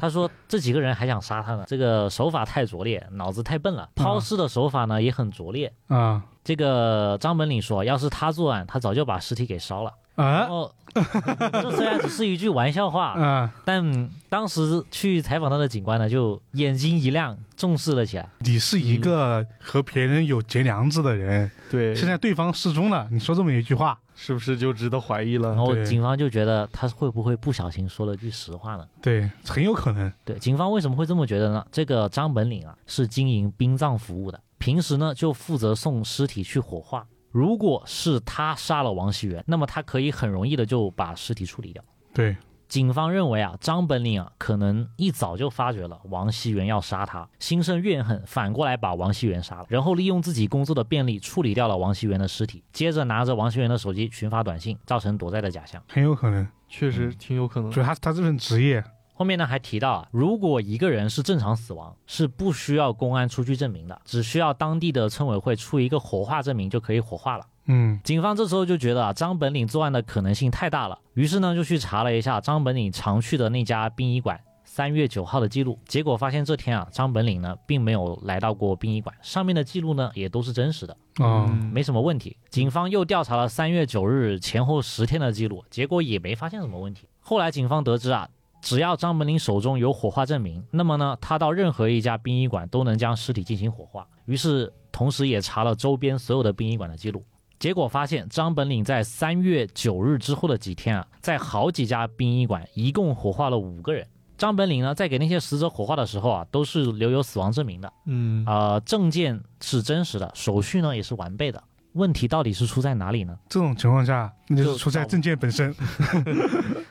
Speaker 2: 他说这几个人还想杀他呢，这个手法太拙劣，脑子太笨了，抛尸的手法呢也很拙劣，
Speaker 1: 啊
Speaker 2: 这个张本领说，要是他作案，他早就把尸体给烧了。然
Speaker 1: 啊
Speaker 2: 后，这虽然只是一句玩笑话，
Speaker 1: 啊！
Speaker 2: 但当时去采访他的警官呢，就眼睛一亮，重视了起来。
Speaker 1: 你是
Speaker 2: 嗯
Speaker 1: 一个和别人有结梁子的人，
Speaker 3: 对，
Speaker 1: 现在对方失踪了，你说这么一句话，
Speaker 3: 是不是就值得怀疑
Speaker 2: 然
Speaker 3: 了？
Speaker 2: 后
Speaker 1: 对
Speaker 2: 警方就觉得他会不会不小心说了句实话呢？
Speaker 1: 对，很有可能，
Speaker 2: 对，警方为什么会这么觉得呢？这个张本领啊，是经营殡葬服务的，平时呢就负责送尸体去火化。如果是他杀了王熙元，那么他可以很容易的就把尸体处理掉。
Speaker 1: 对，
Speaker 2: 警方认为啊，张本领啊，可能一早就发觉了王熙元要杀他，心生怨恨，反过来把王熙元杀了，然后利用自己工作的便利处理掉了王熙元的尸体，接着拿着王熙元的手机群发短信，造成躲债的假象。
Speaker 1: 很有可能。
Speaker 2: 嗯
Speaker 3: 确实挺有可能
Speaker 1: 主，要他他这份职业，
Speaker 2: 后面呢还提到啊，如果一个人是正常死亡，是不需要公安出具证明的，只需要当地的村委会出一个火化证明就可以火化了。
Speaker 1: 嗯
Speaker 2: 警方这时候就觉得啊，张本领作案的可能性太大了，于是呢就去查了一下张本领常去的那家殡仪馆三月九号的记录，结果发现这天啊，张本领呢并没有来到过殡仪馆，上面的记录呢也都是真实的，
Speaker 1: 哦，
Speaker 3: 嗯
Speaker 2: 没什么问题。警方又调查了三月九日前后十天的记录，结果也没发现什么问题。后来警方得知啊。只要张本领手中有火化证明，那么呢，他到任何一家殡仪馆都能将尸体进行火化。于是，同时也查了周边所有的殡仪馆的记录，结果发现，张本领在三月九日之后的几天啊，在好几家殡仪馆一共火化了五个人。张本领呢，在给那些死者火化的时候啊，都是留有死亡证明的，
Speaker 1: 啊
Speaker 3: 嗯，
Speaker 2: 呃，证件是真实的，手续呢也是完备的。问题到底是出在哪里呢？
Speaker 1: 这种情况下，那就
Speaker 2: 就是
Speaker 1: 出在
Speaker 2: 找
Speaker 1: 证件本身。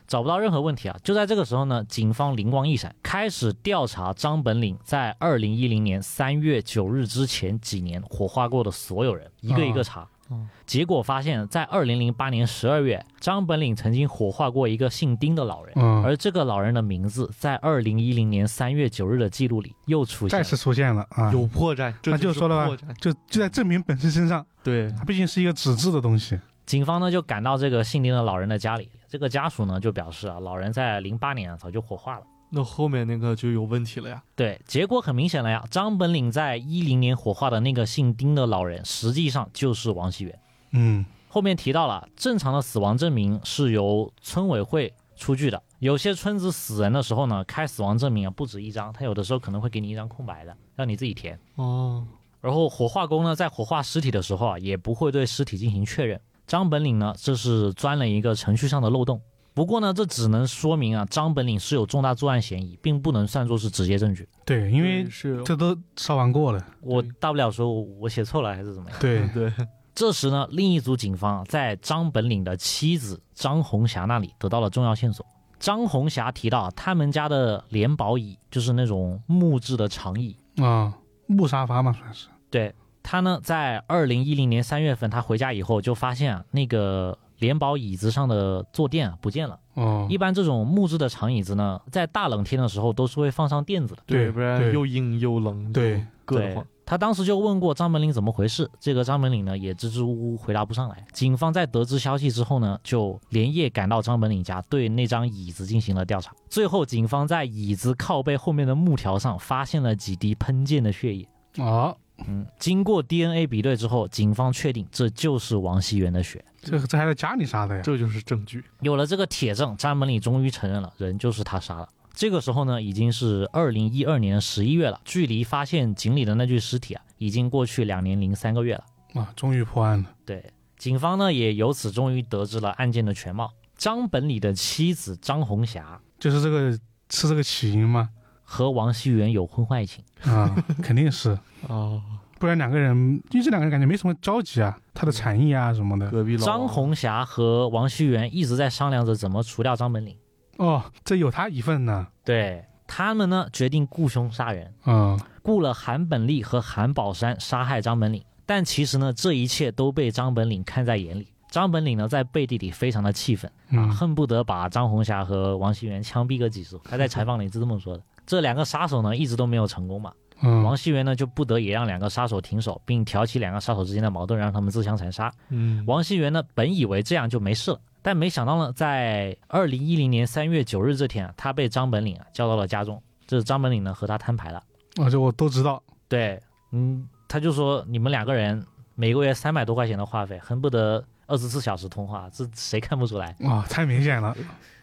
Speaker 2: 找不到任何问题啊！就在这个时候呢，警方灵光一闪，开始调查张本领在二零一零年三月九日之前几年火化过的所有人，一个一个查。
Speaker 3: 嗯
Speaker 2: 结果发现，在二零零八年十二月，张本领曾经火化过一个姓丁的老人，
Speaker 1: 嗯，
Speaker 2: 而这个老人的名字在二零一零年三月九日的记录里又出现
Speaker 1: 再
Speaker 2: 了。
Speaker 1: 次出现了啊，
Speaker 3: 有破绽，这
Speaker 1: 那就是说了吧
Speaker 3: 破绽，
Speaker 1: 就就在证明本身身上，
Speaker 3: 对，
Speaker 1: 它毕竟是一个纸质的东西。
Speaker 2: 警方呢就赶到这个姓丁的老人的家里，这个家属呢就表示啊，老人在零八年啊早就火化了。
Speaker 3: 那后面那个就有问题了呀，
Speaker 2: 对，结果很明显了呀。张本领在一零年火化的那个姓丁的老人，实际上就是王熙元。
Speaker 1: 嗯，
Speaker 2: 后面提到了，正常的死亡证明是由村委会出具的。有些村子死人的时候呢，开死亡证明啊不止一张，他有的时候可能会给你一张空白的，让你自己填。
Speaker 3: 哦，
Speaker 2: 然后火化工呢，在火化尸体的时候啊，也不会对尸体进行确认。张本领呢，这是钻了一个程序上的漏洞。不过呢，这只能说明啊，张本领是有重大作案嫌疑，并不能算作是直接证据。
Speaker 1: 对，因为
Speaker 3: 对是
Speaker 1: 这都烧完过了。
Speaker 2: 我
Speaker 3: 对
Speaker 2: 大不了说我我写错了还是怎么样。
Speaker 1: 对，
Speaker 3: 对，
Speaker 2: 这时呢，另一组警方啊在张本领的妻子张红霞那里得到了重要线索。张红霞提到啊，他们家的连宝椅就是那种木质的长椅，
Speaker 1: 啊，木沙发嘛算是。
Speaker 2: 对她呢，在二零一零年三月份，她回家以后就发现啊，那个连宝椅子上的坐垫啊不见了。
Speaker 1: 哦
Speaker 2: 一，般这种木质的长椅子呢，在大冷天的时候都是会放上垫子的。
Speaker 1: 对
Speaker 3: 不然
Speaker 1: 对
Speaker 3: 又硬又冷，
Speaker 1: 对，
Speaker 3: 硌得
Speaker 2: 对
Speaker 3: 慌。，
Speaker 2: 他当时就问过张本领怎么回事，这个张本领呢也支支吾吾回答不上来。警方在得知消息之后呢，就连夜赶到张本领家，对那张椅子进行了调查。最后，警方在椅子靠背后面的木条上发现了几滴喷溅的血液。
Speaker 1: 哦，
Speaker 2: 嗯，经过 DNA 比对之后，警方确定这就是王熙元的血。
Speaker 1: 这这还在家里杀的呀？
Speaker 3: 这就是证据。
Speaker 2: 有了这个铁证，张本领终于承认了人就是他杀的。这个时候呢，已经是二零一二年十一月了，距离发现井里的那具尸体啊，已经过去两年零三个月了。
Speaker 1: 啊，终于破案了。
Speaker 2: 对，警方呢也由此终于得知了案件的全貌。张本里的妻子张红霞
Speaker 1: 就是这个是这个起因吗？
Speaker 2: 和王熙元有婚外情，
Speaker 1: 啊，肯定是，
Speaker 3: 哦，
Speaker 1: 不然两个人，因为这两个人感觉没什么交集啊，他的产业啊什么的。
Speaker 3: 隔壁老
Speaker 2: 张
Speaker 3: 王
Speaker 2: 红霞和王熙元一直在商量着怎么除掉张本岭。
Speaker 1: 哦，这有他一份呢。
Speaker 2: 对他们呢，决定雇凶杀人，
Speaker 1: 嗯，
Speaker 2: 雇了韩本利和韩宝山杀害张本岭。但其实呢，这一切都被张本岭看在眼里。张本岭呢，在背地里非常的气愤，啊，
Speaker 1: 嗯
Speaker 2: 恨不得把张红霞和王熙元枪毙个几十回。他在采访里是这么说的：这两个杀手呢，一直都没有成功嘛。
Speaker 1: 嗯
Speaker 2: 王熙元呢就不得也让两个杀手停手，并挑起两个杀手之间的矛盾，让他们自相残杀。
Speaker 3: 嗯，
Speaker 2: 王熙元呢本以为这样就没事了，但没想到呢，在二零一零年三月九日这天啊，他被张本领啊叫到了家中。这是张本领呢和他摊牌了，
Speaker 1: 啊，这我都知道。
Speaker 2: 对，嗯，他就说你们两个人每个月三百多块钱的话费，恨不得二十四小时通话，这谁看不出来？
Speaker 1: 哇，啊太明显了。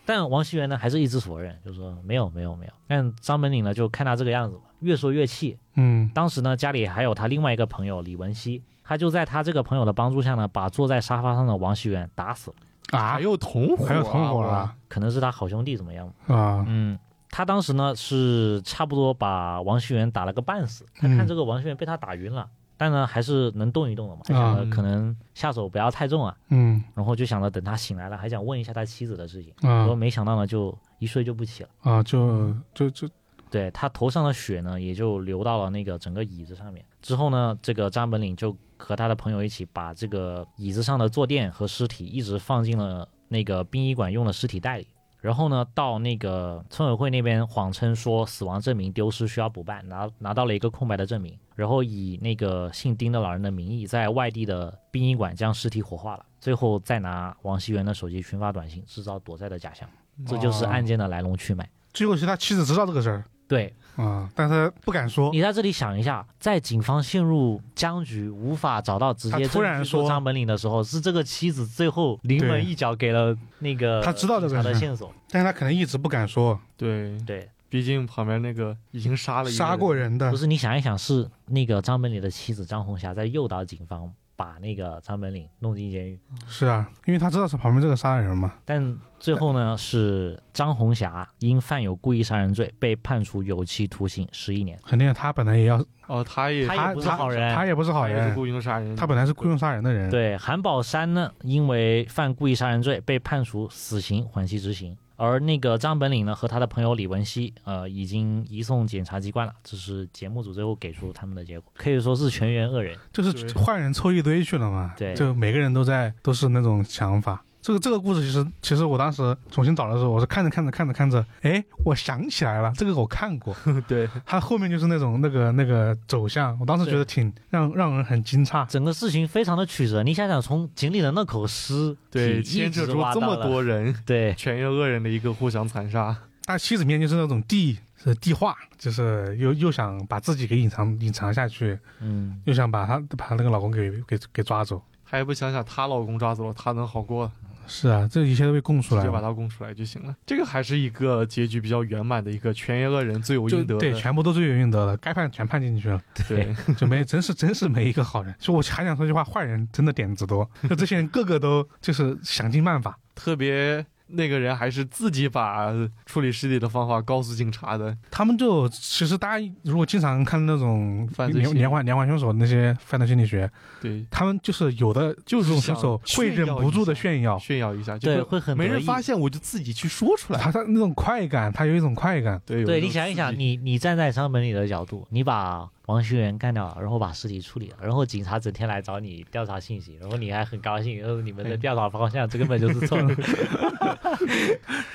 Speaker 2: 但王熙元呢还是一直否认，就说没有没有没有。但张本领呢就看他这个样子嘛，越说越气，
Speaker 1: 嗯，
Speaker 2: 当时呢，家里还有他另外一个朋友李文熙，他就在他这个朋友的帮助下呢，把坐在沙发上的王熙元打死了，
Speaker 1: 啊
Speaker 3: 还，有同伙啊，
Speaker 1: 还有同伙
Speaker 3: 哇
Speaker 1: 了
Speaker 2: 可能是他好兄弟怎么样？
Speaker 1: 啊。
Speaker 2: 嗯，他当时呢是差不多把王熙元打了个半死，
Speaker 1: 嗯
Speaker 2: 他看这个王熙元被他打晕了，但呢还是能动一动的嘛，他想着
Speaker 3: 嗯
Speaker 2: 可能下手不要太重啊，
Speaker 1: 嗯
Speaker 2: 然后就想着等他醒来了，还想问一下他妻子的事情，
Speaker 1: 啊
Speaker 2: 结果没想到呢就一睡就不起了。
Speaker 1: 啊，就就就
Speaker 2: 对他头上的血呢，也就流到了那个整个椅子上面。之后呢，这个张本领就和他的朋友一起把这个椅子上的坐垫和尸体一直放进了那个殡仪馆用的尸体袋里。然后呢，到那个村委会那边谎称说死亡证明丢失需要补办，拿拿到了一个空白的证明，然后以那个姓丁的老人的名义，在外地的殡仪馆将尸体火化了，最后再拿王熙元的手机群发短信，制造躲债的假象。这就是
Speaker 1: 哦
Speaker 2: 案件的来龙去脉。
Speaker 1: 最后是他妻子知道这个事儿
Speaker 2: 对，
Speaker 1: 啊，但是不敢说。
Speaker 2: 你在这里想一下，在警方陷入僵局、无法找到直接
Speaker 1: 他突然
Speaker 2: 证据做
Speaker 1: 说
Speaker 2: 张本领的时候，是这个妻子最后临门一脚给了那个
Speaker 1: 他知道这个
Speaker 2: 警察的
Speaker 1: 事
Speaker 2: 线索。
Speaker 1: 但是他可能一直不敢说，
Speaker 3: 对，
Speaker 2: 对，
Speaker 3: 毕竟旁边那个已经杀了一个
Speaker 1: 杀过人的
Speaker 2: 不是你想一想，是那个张本领的妻子张红霞在诱导警方把那个张本领弄进监狱，
Speaker 1: 是啊，因为他知道是旁边这个杀的人嘛。
Speaker 2: 但最后呢是张红霞因犯有故意杀人罪被判处有期徒刑十一年。
Speaker 1: 肯定他本来也要，
Speaker 3: 哦，他也
Speaker 2: 他也不是
Speaker 1: 他
Speaker 2: 好人，
Speaker 1: 他也不是好
Speaker 3: 他也是
Speaker 1: 人，
Speaker 3: 雇佣杀人，
Speaker 1: 他本来是雇佣杀人的
Speaker 3: 嗯
Speaker 1: 人。
Speaker 2: 对，韩宝山呢，因为犯故意杀人罪被判处死刑缓期执行，而那个张本领呢和他的朋友李文熙，呃，已经移送检察机关了。这是节目组最后给出他们的结果，可以说是全员恶人。
Speaker 1: 就是坏人凑一堆去了嘛。
Speaker 2: 对
Speaker 1: 就每个人都在都是那种想法。这个这个故事其实其实我当时重新找的时候，我是看着看着看着看着，哎，我想起来了，这个我看过。
Speaker 3: 对，
Speaker 1: 它后面就是那种那个那个走向，我当时觉得挺让让人很惊诧。
Speaker 2: 整个事情非常的曲折，你想想，从井里的那口尸体
Speaker 3: 对，
Speaker 2: 一
Speaker 3: 牵扯
Speaker 2: 直
Speaker 3: 出
Speaker 2: 挖
Speaker 3: 这
Speaker 2: 到
Speaker 3: 么
Speaker 2: 了，
Speaker 3: 多人，
Speaker 2: 对
Speaker 3: 全员恶人的一个互相残杀。
Speaker 1: 他妻子面就是那种地是地化，就是又又想把自己给隐藏隐藏下去，
Speaker 2: 嗯，
Speaker 1: 又想把她把她那个老公给给给抓走。
Speaker 3: 她也不想想她老公抓走了，她能好过，
Speaker 1: 是啊，这一切都被供出
Speaker 3: 直
Speaker 1: 来
Speaker 3: 接把
Speaker 1: 了，
Speaker 3: 她供出来就行了。这个还是一个结局比较圆满的一个全员恶人罪有
Speaker 1: 就
Speaker 3: 应得的，
Speaker 1: 对，全部都罪有应得了，该判全判进去了，
Speaker 3: 对
Speaker 1: 就没真是真是没一个好人。就我还想说句话，坏人真的点子多，就这些人个个都就是想尽办法，
Speaker 3: 特别那个人还是自己把处理尸体的方法告诉警察的，
Speaker 1: 他们就其实大家如果经常看那种
Speaker 3: 犯罪
Speaker 1: 连
Speaker 3: 心理
Speaker 1: 连环连环凶手那些犯罪心理学，
Speaker 3: 对，
Speaker 1: 他们就是有的就是这种凶手
Speaker 3: 想
Speaker 1: 会忍不住的炫耀，
Speaker 3: 炫耀一下，
Speaker 2: 对，
Speaker 3: 就
Speaker 2: 会很
Speaker 3: 没
Speaker 2: 得
Speaker 3: 人
Speaker 2: 意
Speaker 3: 发现我就自己去说出来，
Speaker 1: 他他那种快感，他有一种快感，
Speaker 3: 对
Speaker 2: 对你想一想，，你你站在张本里的角度，你把王学元干掉了，然后把尸体处理了，然后警察整天来找你调查信息，然后你还很高兴，然后你们的调查方向这根本就是错 的，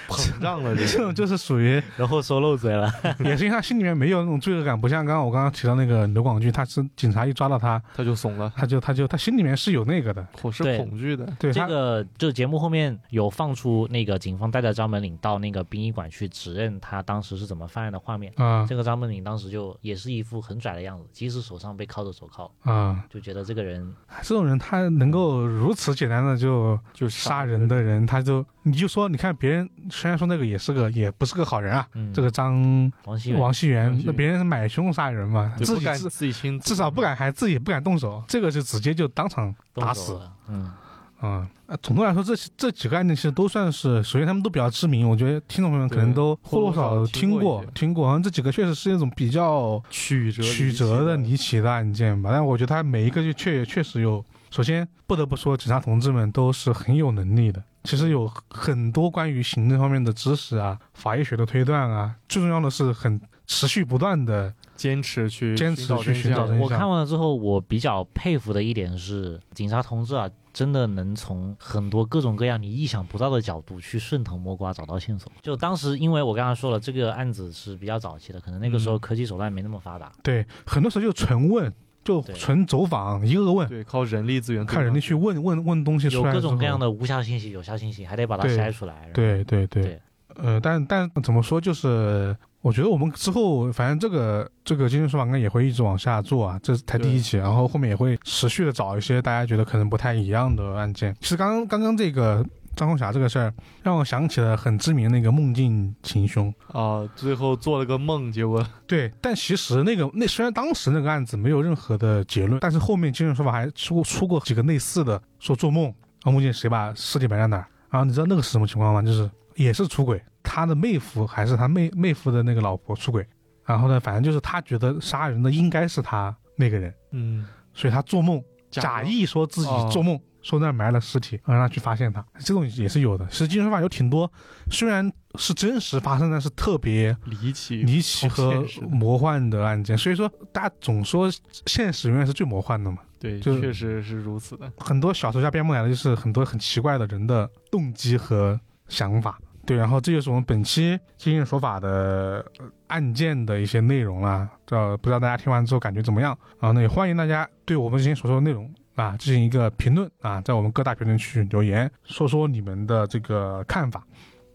Speaker 3: 膨胀了，
Speaker 1: 这种就是属于
Speaker 2: 然后说漏嘴了，
Speaker 1: 也是因为他心里面没有那种罪恶感，不像刚刚我刚刚提到那个刘广俊，他是警察一抓到他，
Speaker 3: 他就怂了，
Speaker 1: 他就他就他心里面是有那个的，
Speaker 3: 我是
Speaker 2: 对
Speaker 3: 恐惧的，
Speaker 1: 对
Speaker 2: 这
Speaker 1: 他
Speaker 2: 个就节目后面有放出那个警方带着张本岭到那个殡仪馆去指认他当时是怎么犯案的画面。
Speaker 1: 啊
Speaker 2: 这个张本岭当时就也是一副很拽的样子，即使手上被铐着手铐，
Speaker 1: 啊，
Speaker 2: 就觉得这个人
Speaker 1: 这种人他能够如此简单的就
Speaker 3: 就
Speaker 1: 杀人的人，他就你就说，你看别人虽然说那个也是个也不是个好人啊，
Speaker 2: 嗯
Speaker 1: 这个张
Speaker 2: 王希元
Speaker 1: 王熙
Speaker 3: 王
Speaker 1: 元
Speaker 3: 熙，元
Speaker 1: 那别人是买凶杀人嘛，
Speaker 3: 就
Speaker 1: 自
Speaker 3: 不
Speaker 1: 己
Speaker 3: 敢
Speaker 1: 至
Speaker 3: 自己亲自，
Speaker 1: 至少不敢还自己不敢动手，这个就直接就当场打
Speaker 2: 动手
Speaker 1: 死
Speaker 2: 了，嗯，
Speaker 1: 啊、啊，总的来说，这这几个案件其实都算是，首先他们都比较知名，我觉得听众朋友们可能
Speaker 3: 对
Speaker 1: 都或多或少听
Speaker 3: 听过
Speaker 1: 过
Speaker 3: 一些
Speaker 1: 听过，好像这几个确实是那种比较
Speaker 3: 曲折
Speaker 1: 曲
Speaker 3: 离奇
Speaker 1: 折的离奇的案件吧。但我觉得他每一个就确确实有，首先不得不说，警察同志们都是很有能力的。其实有很多关于行政方面的知识啊，法医学的推断啊，最重要的是很持续不断的
Speaker 3: 坚持去
Speaker 1: 坚持
Speaker 3: 寻找
Speaker 1: 去寻
Speaker 3: 真
Speaker 1: 找
Speaker 3: 相
Speaker 1: 真
Speaker 2: 我
Speaker 1: 相
Speaker 2: 看完了之后，我比较佩服的一点是，警察同志啊，真的能从很多各种各样你意想不到的角度去顺藤摸瓜找到线索。就当时，因为我刚才说了，这个案子是比较早期的，可能那个时候
Speaker 1: 嗯
Speaker 2: 科技手段没那么发达。
Speaker 1: 对，很多时候就纯问，就
Speaker 2: 对
Speaker 1: 纯走访，一个个问，
Speaker 3: 对，靠人力资源，
Speaker 1: 看人家去问问问东西
Speaker 2: 有
Speaker 1: 出来
Speaker 2: 各种各
Speaker 1: 之后
Speaker 2: 样的无效信息、有效信息，还得把它
Speaker 1: 对
Speaker 2: 筛出来。，
Speaker 1: 对对对，
Speaker 2: 对
Speaker 1: 呃，但但怎么说，就是我觉得我们之后反正这个这个今天说法应该也会一直往下做啊，这才第一期，然后后面也会持续的找一些大家觉得可能不太一样的案件。其实刚刚刚刚这个张红霞这个事儿，让我想起了很知名的那个梦境行凶。
Speaker 3: 啊，最后做了个梦，结果
Speaker 1: 对，但其实那个那虽然当时那个案子没有任何的结论，但是后面精神说法还出出过几个类似的，说做梦，然后梦见谁把尸体埋在哪儿，然后你知道那个是什么情况吗？就是也是出轨，他的妹夫还是他妹妹夫的那个老婆出轨，然后呢，反正就是他觉得杀人的应该是他那个人，
Speaker 3: 嗯，
Speaker 1: 所以他做梦
Speaker 3: 假
Speaker 1: 假
Speaker 3: 的
Speaker 1: 意说自己
Speaker 3: 哦
Speaker 1: 做梦，说那儿埋了尸体，然后让他去发现他，这种也是有的。其实精神说法有挺多，虽然是真实发生，但是特别
Speaker 3: 离奇，
Speaker 1: 离奇
Speaker 3: 好
Speaker 1: 和
Speaker 3: 现实
Speaker 1: 魔幻的案件，所以说大家总说现实永远是最魔幻的嘛。
Speaker 3: 对，
Speaker 1: 就是
Speaker 3: 确实是如此的。
Speaker 1: 很多小说家编不来的就是很多很奇怪的人的动机和想法。对，然后这就是我们本期《经验说法》的呃案件的一些内容啦。这不知道大家听完之后感觉怎么样啊？那也欢迎大家对我们今天所说的内容啊进行一个评论啊，在我们各大评论区留言，说说你们的这个看法。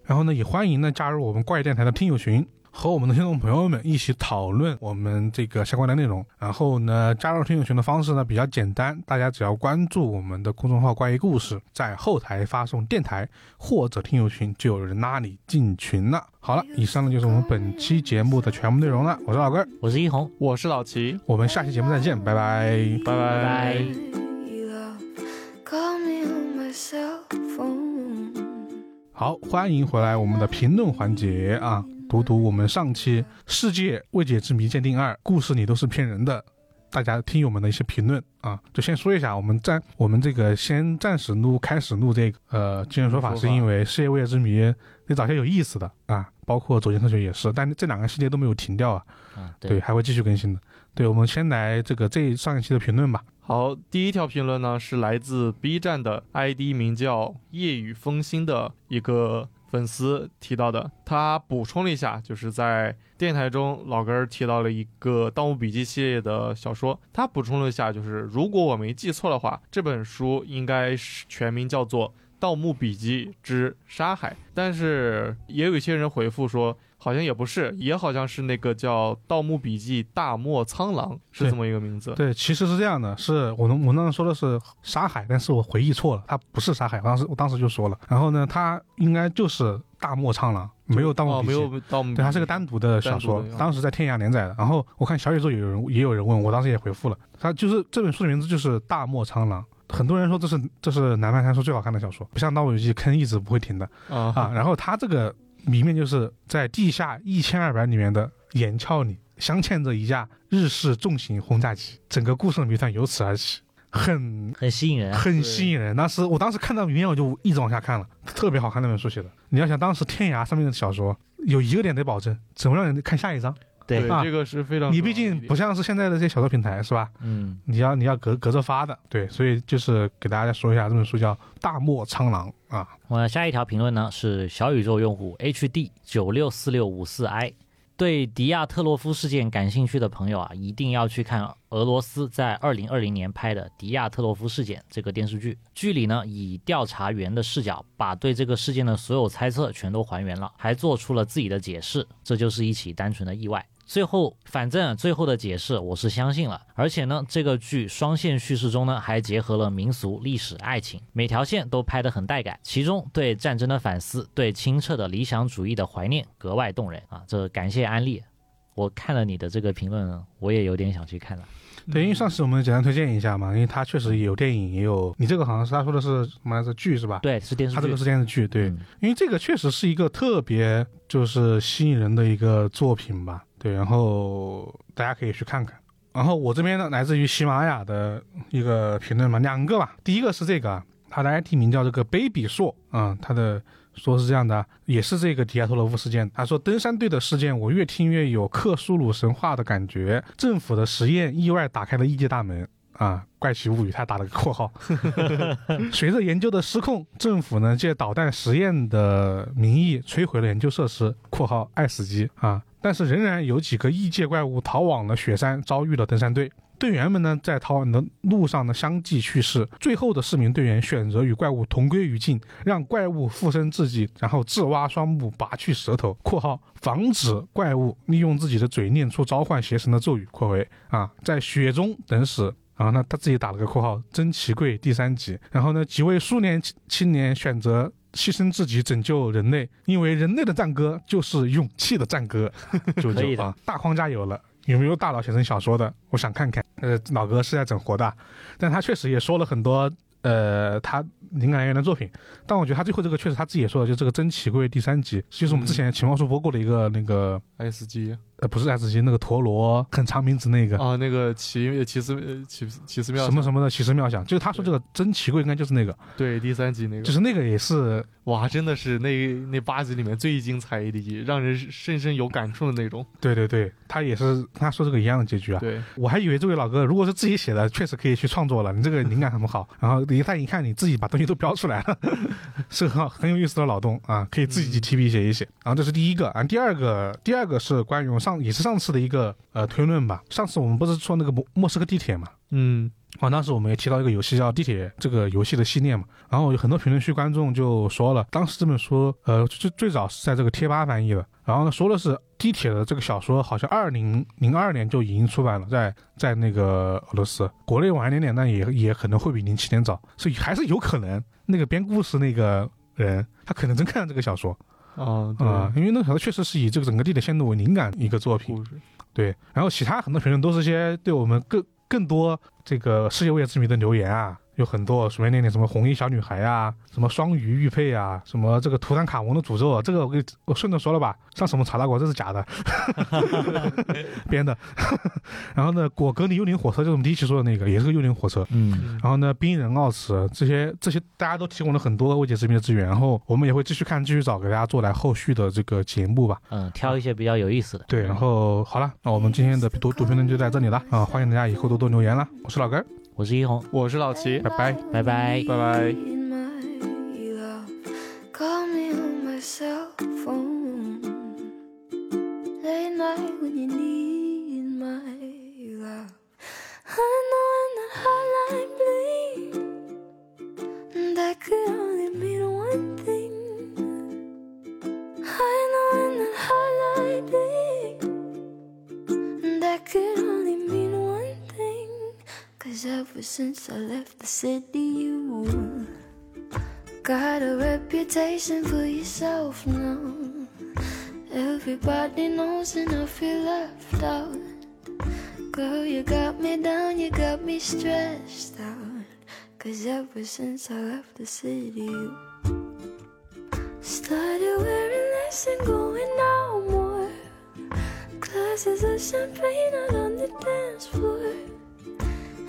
Speaker 1: 然后呢，也欢迎呢加入我们怪异电台的听友群，和我们的听众朋友们一起讨论我们这个相关的内容。然后呢，加入听友群的方式呢比较简单，大家只要关注我们的公众号“怪异故事”，在后台发送“电台”或者“听友群”，就有人拉你进群了。好了，以上呢就是我们本期节目的全部内容了。我是老根儿，
Speaker 2: 我是一红，
Speaker 3: 我是老齐，
Speaker 1: 我们下期节目再见，拜拜。
Speaker 3: 拜拜
Speaker 2: 拜拜
Speaker 4: You love. Call me on my cell phone.
Speaker 1: 好，欢迎回来我们的评论环节啊，读读我们上期《世界未解之谜鉴定二》故事里都是骗人的，大家听友们的一些评论啊，就先说一下，我们暂我们这个先暂时录开始录这个呃今人说法，
Speaker 3: 说法
Speaker 1: 是因为《世界未解之谜》得找些有意思的啊，包括《走进科学》也是，但这两个系列都没有停掉啊，
Speaker 2: 啊，
Speaker 1: 对，还会继续更新的。对，我们先来这个这上一期的评论吧。
Speaker 3: 好，第一条评论呢是来自 B 站的 ID 名叫夜雨风心的一个粉丝提到的，他补充了一下，就是在电台中老根儿提到了一个《盗墓笔记》系列的小说，他补充了一下，就是如果我没记错的话，这本书应该是全名叫做《盗墓笔记之杀海》，但是也有一些人回复说。好像也不是，也好像是那个叫《盗墓笔记》大漠苍狼是
Speaker 1: 对
Speaker 3: 这么一个名字。
Speaker 1: 对，其实是这样的，是我们我那时说的是沙海，但是我回忆错了，它不是沙海，我当时我当时就说了。然后呢，它应该就是大漠苍狼，没有《盗墓
Speaker 3: 哦，
Speaker 1: 笔
Speaker 3: 没
Speaker 1: 记》
Speaker 3: 有盗墓笔记，
Speaker 1: 对，它是个单独的小说
Speaker 3: 单独，的哦
Speaker 1: 当时在天涯连载的。然后我看小宇宙有人也有人问我，当时也回复了，它就是这本书的名字就是《大漠苍狼》。很多人说这是这是南派三叔最好看的小说，不像《盗墓笔记》坑一直不会停的
Speaker 3: 啊
Speaker 1: 啊。然后它这个谜面就是在地下一千二百里面的岩鞘里，镶嵌着一架日式重型轰炸机，整个故事的谜团由此而起，很
Speaker 2: 很吸引人啊。
Speaker 1: 很吸引人。当时我当时看到谜面，我就一直往下看了，特别好看那本书写的。你要想当时天涯上面的小说，有一个点得保证，怎么让人看下一章？
Speaker 3: 对
Speaker 2: 对，
Speaker 1: 啊
Speaker 3: 这个是非常
Speaker 1: 你毕竟不像是现在的这些小说平台是吧？
Speaker 2: 嗯，
Speaker 1: 你要你要隔隔着发的，对，所以就是给大家说一下，这本书叫《大漠苍狼》啊，
Speaker 2: 我下一条评论呢是小宇宙用户 HD 九六四六五四 I，对迪亚特洛夫事件感兴趣的朋友啊，一定要去看俄罗斯在二零二零年拍的《迪亚特洛夫事件》这个电视剧。剧里呢，以调查员的视角，把对这个事件的所有猜测全都还原了，还做出了自己的解释。这就是一起单纯的意外。最后，反正最后的解释我是相信了，而且呢，这个剧双线叙事中呢，还结合了民俗、历史、爱情，每条线都拍得很带感。其中对战争的反思，对清澈的理想主义的怀念格外动人啊！这感谢安利，我看了你的这个评论，我也有点想去看了。
Speaker 1: 对，因
Speaker 2: 嗯
Speaker 1: 为上次我们简单推荐一下嘛，因为它确实有电影，也有你这个好像是他说的是什么来着剧是吧？
Speaker 2: 对，是电视
Speaker 1: 他这
Speaker 2: 剧
Speaker 1: 个，是电视剧，对，
Speaker 2: 嗯
Speaker 1: 因为这个确实是一个特别就是吸引人的一个作品吧，对，然后大家可以去看看。然后我这边呢，来自于喜马拉雅的一个评论嘛，两个吧。第一个是这个啊，它的 ID 名叫这个 Baby 硕啊、嗯，它的说是这样的啊，也是这个迪亚托罗夫事件。他说登山队的事件，我越听越有克苏鲁神话的感觉，政府的实验意外打开了异界大门。啊，怪奇物语，他打了个括号，随着研究的失控，政府呢借导弹实验的名义摧毁了研究设施（括号爱死机）啊，但是仍然有几个异界怪物逃往了雪山，遭遇了登山队。队员们呢在逃亡的路上呢相继去世，最后的四名队员选择与怪物同归于尽，让怪物附身自己，然后自挖双目，拔去舌头（括号防止怪物利用自己的嘴念出召唤邪神的咒语）（括为啊，在雪中等死。啊，那他自己打了个括号，真奇贵第三集。然后呢，几位苏联青青年选择牺牲自己拯救人类，因为人类的赞歌就是勇气的赞歌。 九
Speaker 2: 可
Speaker 1: 九
Speaker 2: 以的
Speaker 1: 啊，大框架有了。有没有大佬写成小说的？我想看看。呃，老哥是在整活的，啊但他确实也说了很多呃他灵感来源的作品。但我觉得他最后这个确实他自己也说了，就这个真奇贵第三集，就是我们之
Speaker 3: 嗯
Speaker 1: 前情报处播过的一个那个
Speaker 3: S G
Speaker 1: 呃不是 S 级那个陀螺很长名字那个
Speaker 3: 啊，那个奇奇思呃奇奇思妙
Speaker 1: 什么什么的奇思妙想，就是他说这个真奇贵应该就是那个，
Speaker 3: 对第三集那个，
Speaker 1: 就是那个也是
Speaker 3: 哇，真的是那那八集里面最精彩的一集，让人深深有感触的那种。
Speaker 1: 对对对，他也是跟他说这个一样的结局啊。
Speaker 3: 对，
Speaker 1: 我还以为这位老哥如果是自己写的，确实可以去创作了，你这个灵感很好。然后一看一看你自己把东西都标出来了， 是很好很有意思的脑洞啊，可以自己 T B 写一写。然后这是第一个啊，第二个第二个是关于我上也是上次的一个呃推论吧。上次我们不是说那个莫莫斯科地铁嘛，
Speaker 3: 嗯，
Speaker 1: 啊，当时我们也提到一个游戏叫《地铁》这个游戏的系列嘛，然后有很多评论区观众就说了，当时这本书，呃，最最早是在这个贴吧翻译的，然后呢说的是地铁的这个小说，好像二零零二年就已经出版了，在在那个俄罗斯，国内晚一点点，但也也可能会比零七年早，所以还是有可能那个编故事那个人，他可能真看了这个小说
Speaker 3: 啊，对，
Speaker 1: 啊、因为那个小说确实是以这个整个地铁线路为灵感一个作品，
Speaker 3: 故事，
Speaker 1: 对，然后其他很多评论都是些对我们更更多这个世界未知谜的留言啊，有很多随便念念什么红衣小女孩啊，什么双鱼玉佩啊，什么这个图坦卡蒙的诅咒啊，这个我给我顺着说了吧，上次我们查到过，这是假的， 编的。 然后呢，果戈里幽灵火车就是我们第一期说的那个，也是个幽灵火车。
Speaker 2: 嗯，
Speaker 3: 嗯
Speaker 1: 然后呢，冰人奥茨这些这些大家都提供了很多未解之谜的资源，然后我们也会继续看，继续找给大家做来后续的这个节目吧。
Speaker 2: 嗯，挑一些比较有意思的。
Speaker 1: 对，然后好了，那我们今天的读读评论就在这里了啊！欢迎大家以后多多留言啦，我是老根儿。
Speaker 2: 我是一红，
Speaker 3: 我是老齐，
Speaker 1: 拜拜
Speaker 2: 拜拜
Speaker 3: 拜拜
Speaker 4: Call me on my cell phone. Late night when you need my love. I know I'm the hotline bling, and I could only mean one thing. I know I'm the hotline. since I left the city. You got a reputation for yourself now. Everybody knows and I feel left out. Girl, you got me down, you got me stressed out. Cause ever since I left the city, you started wearing less and going out more. Glasses of champagne out on the dance floor.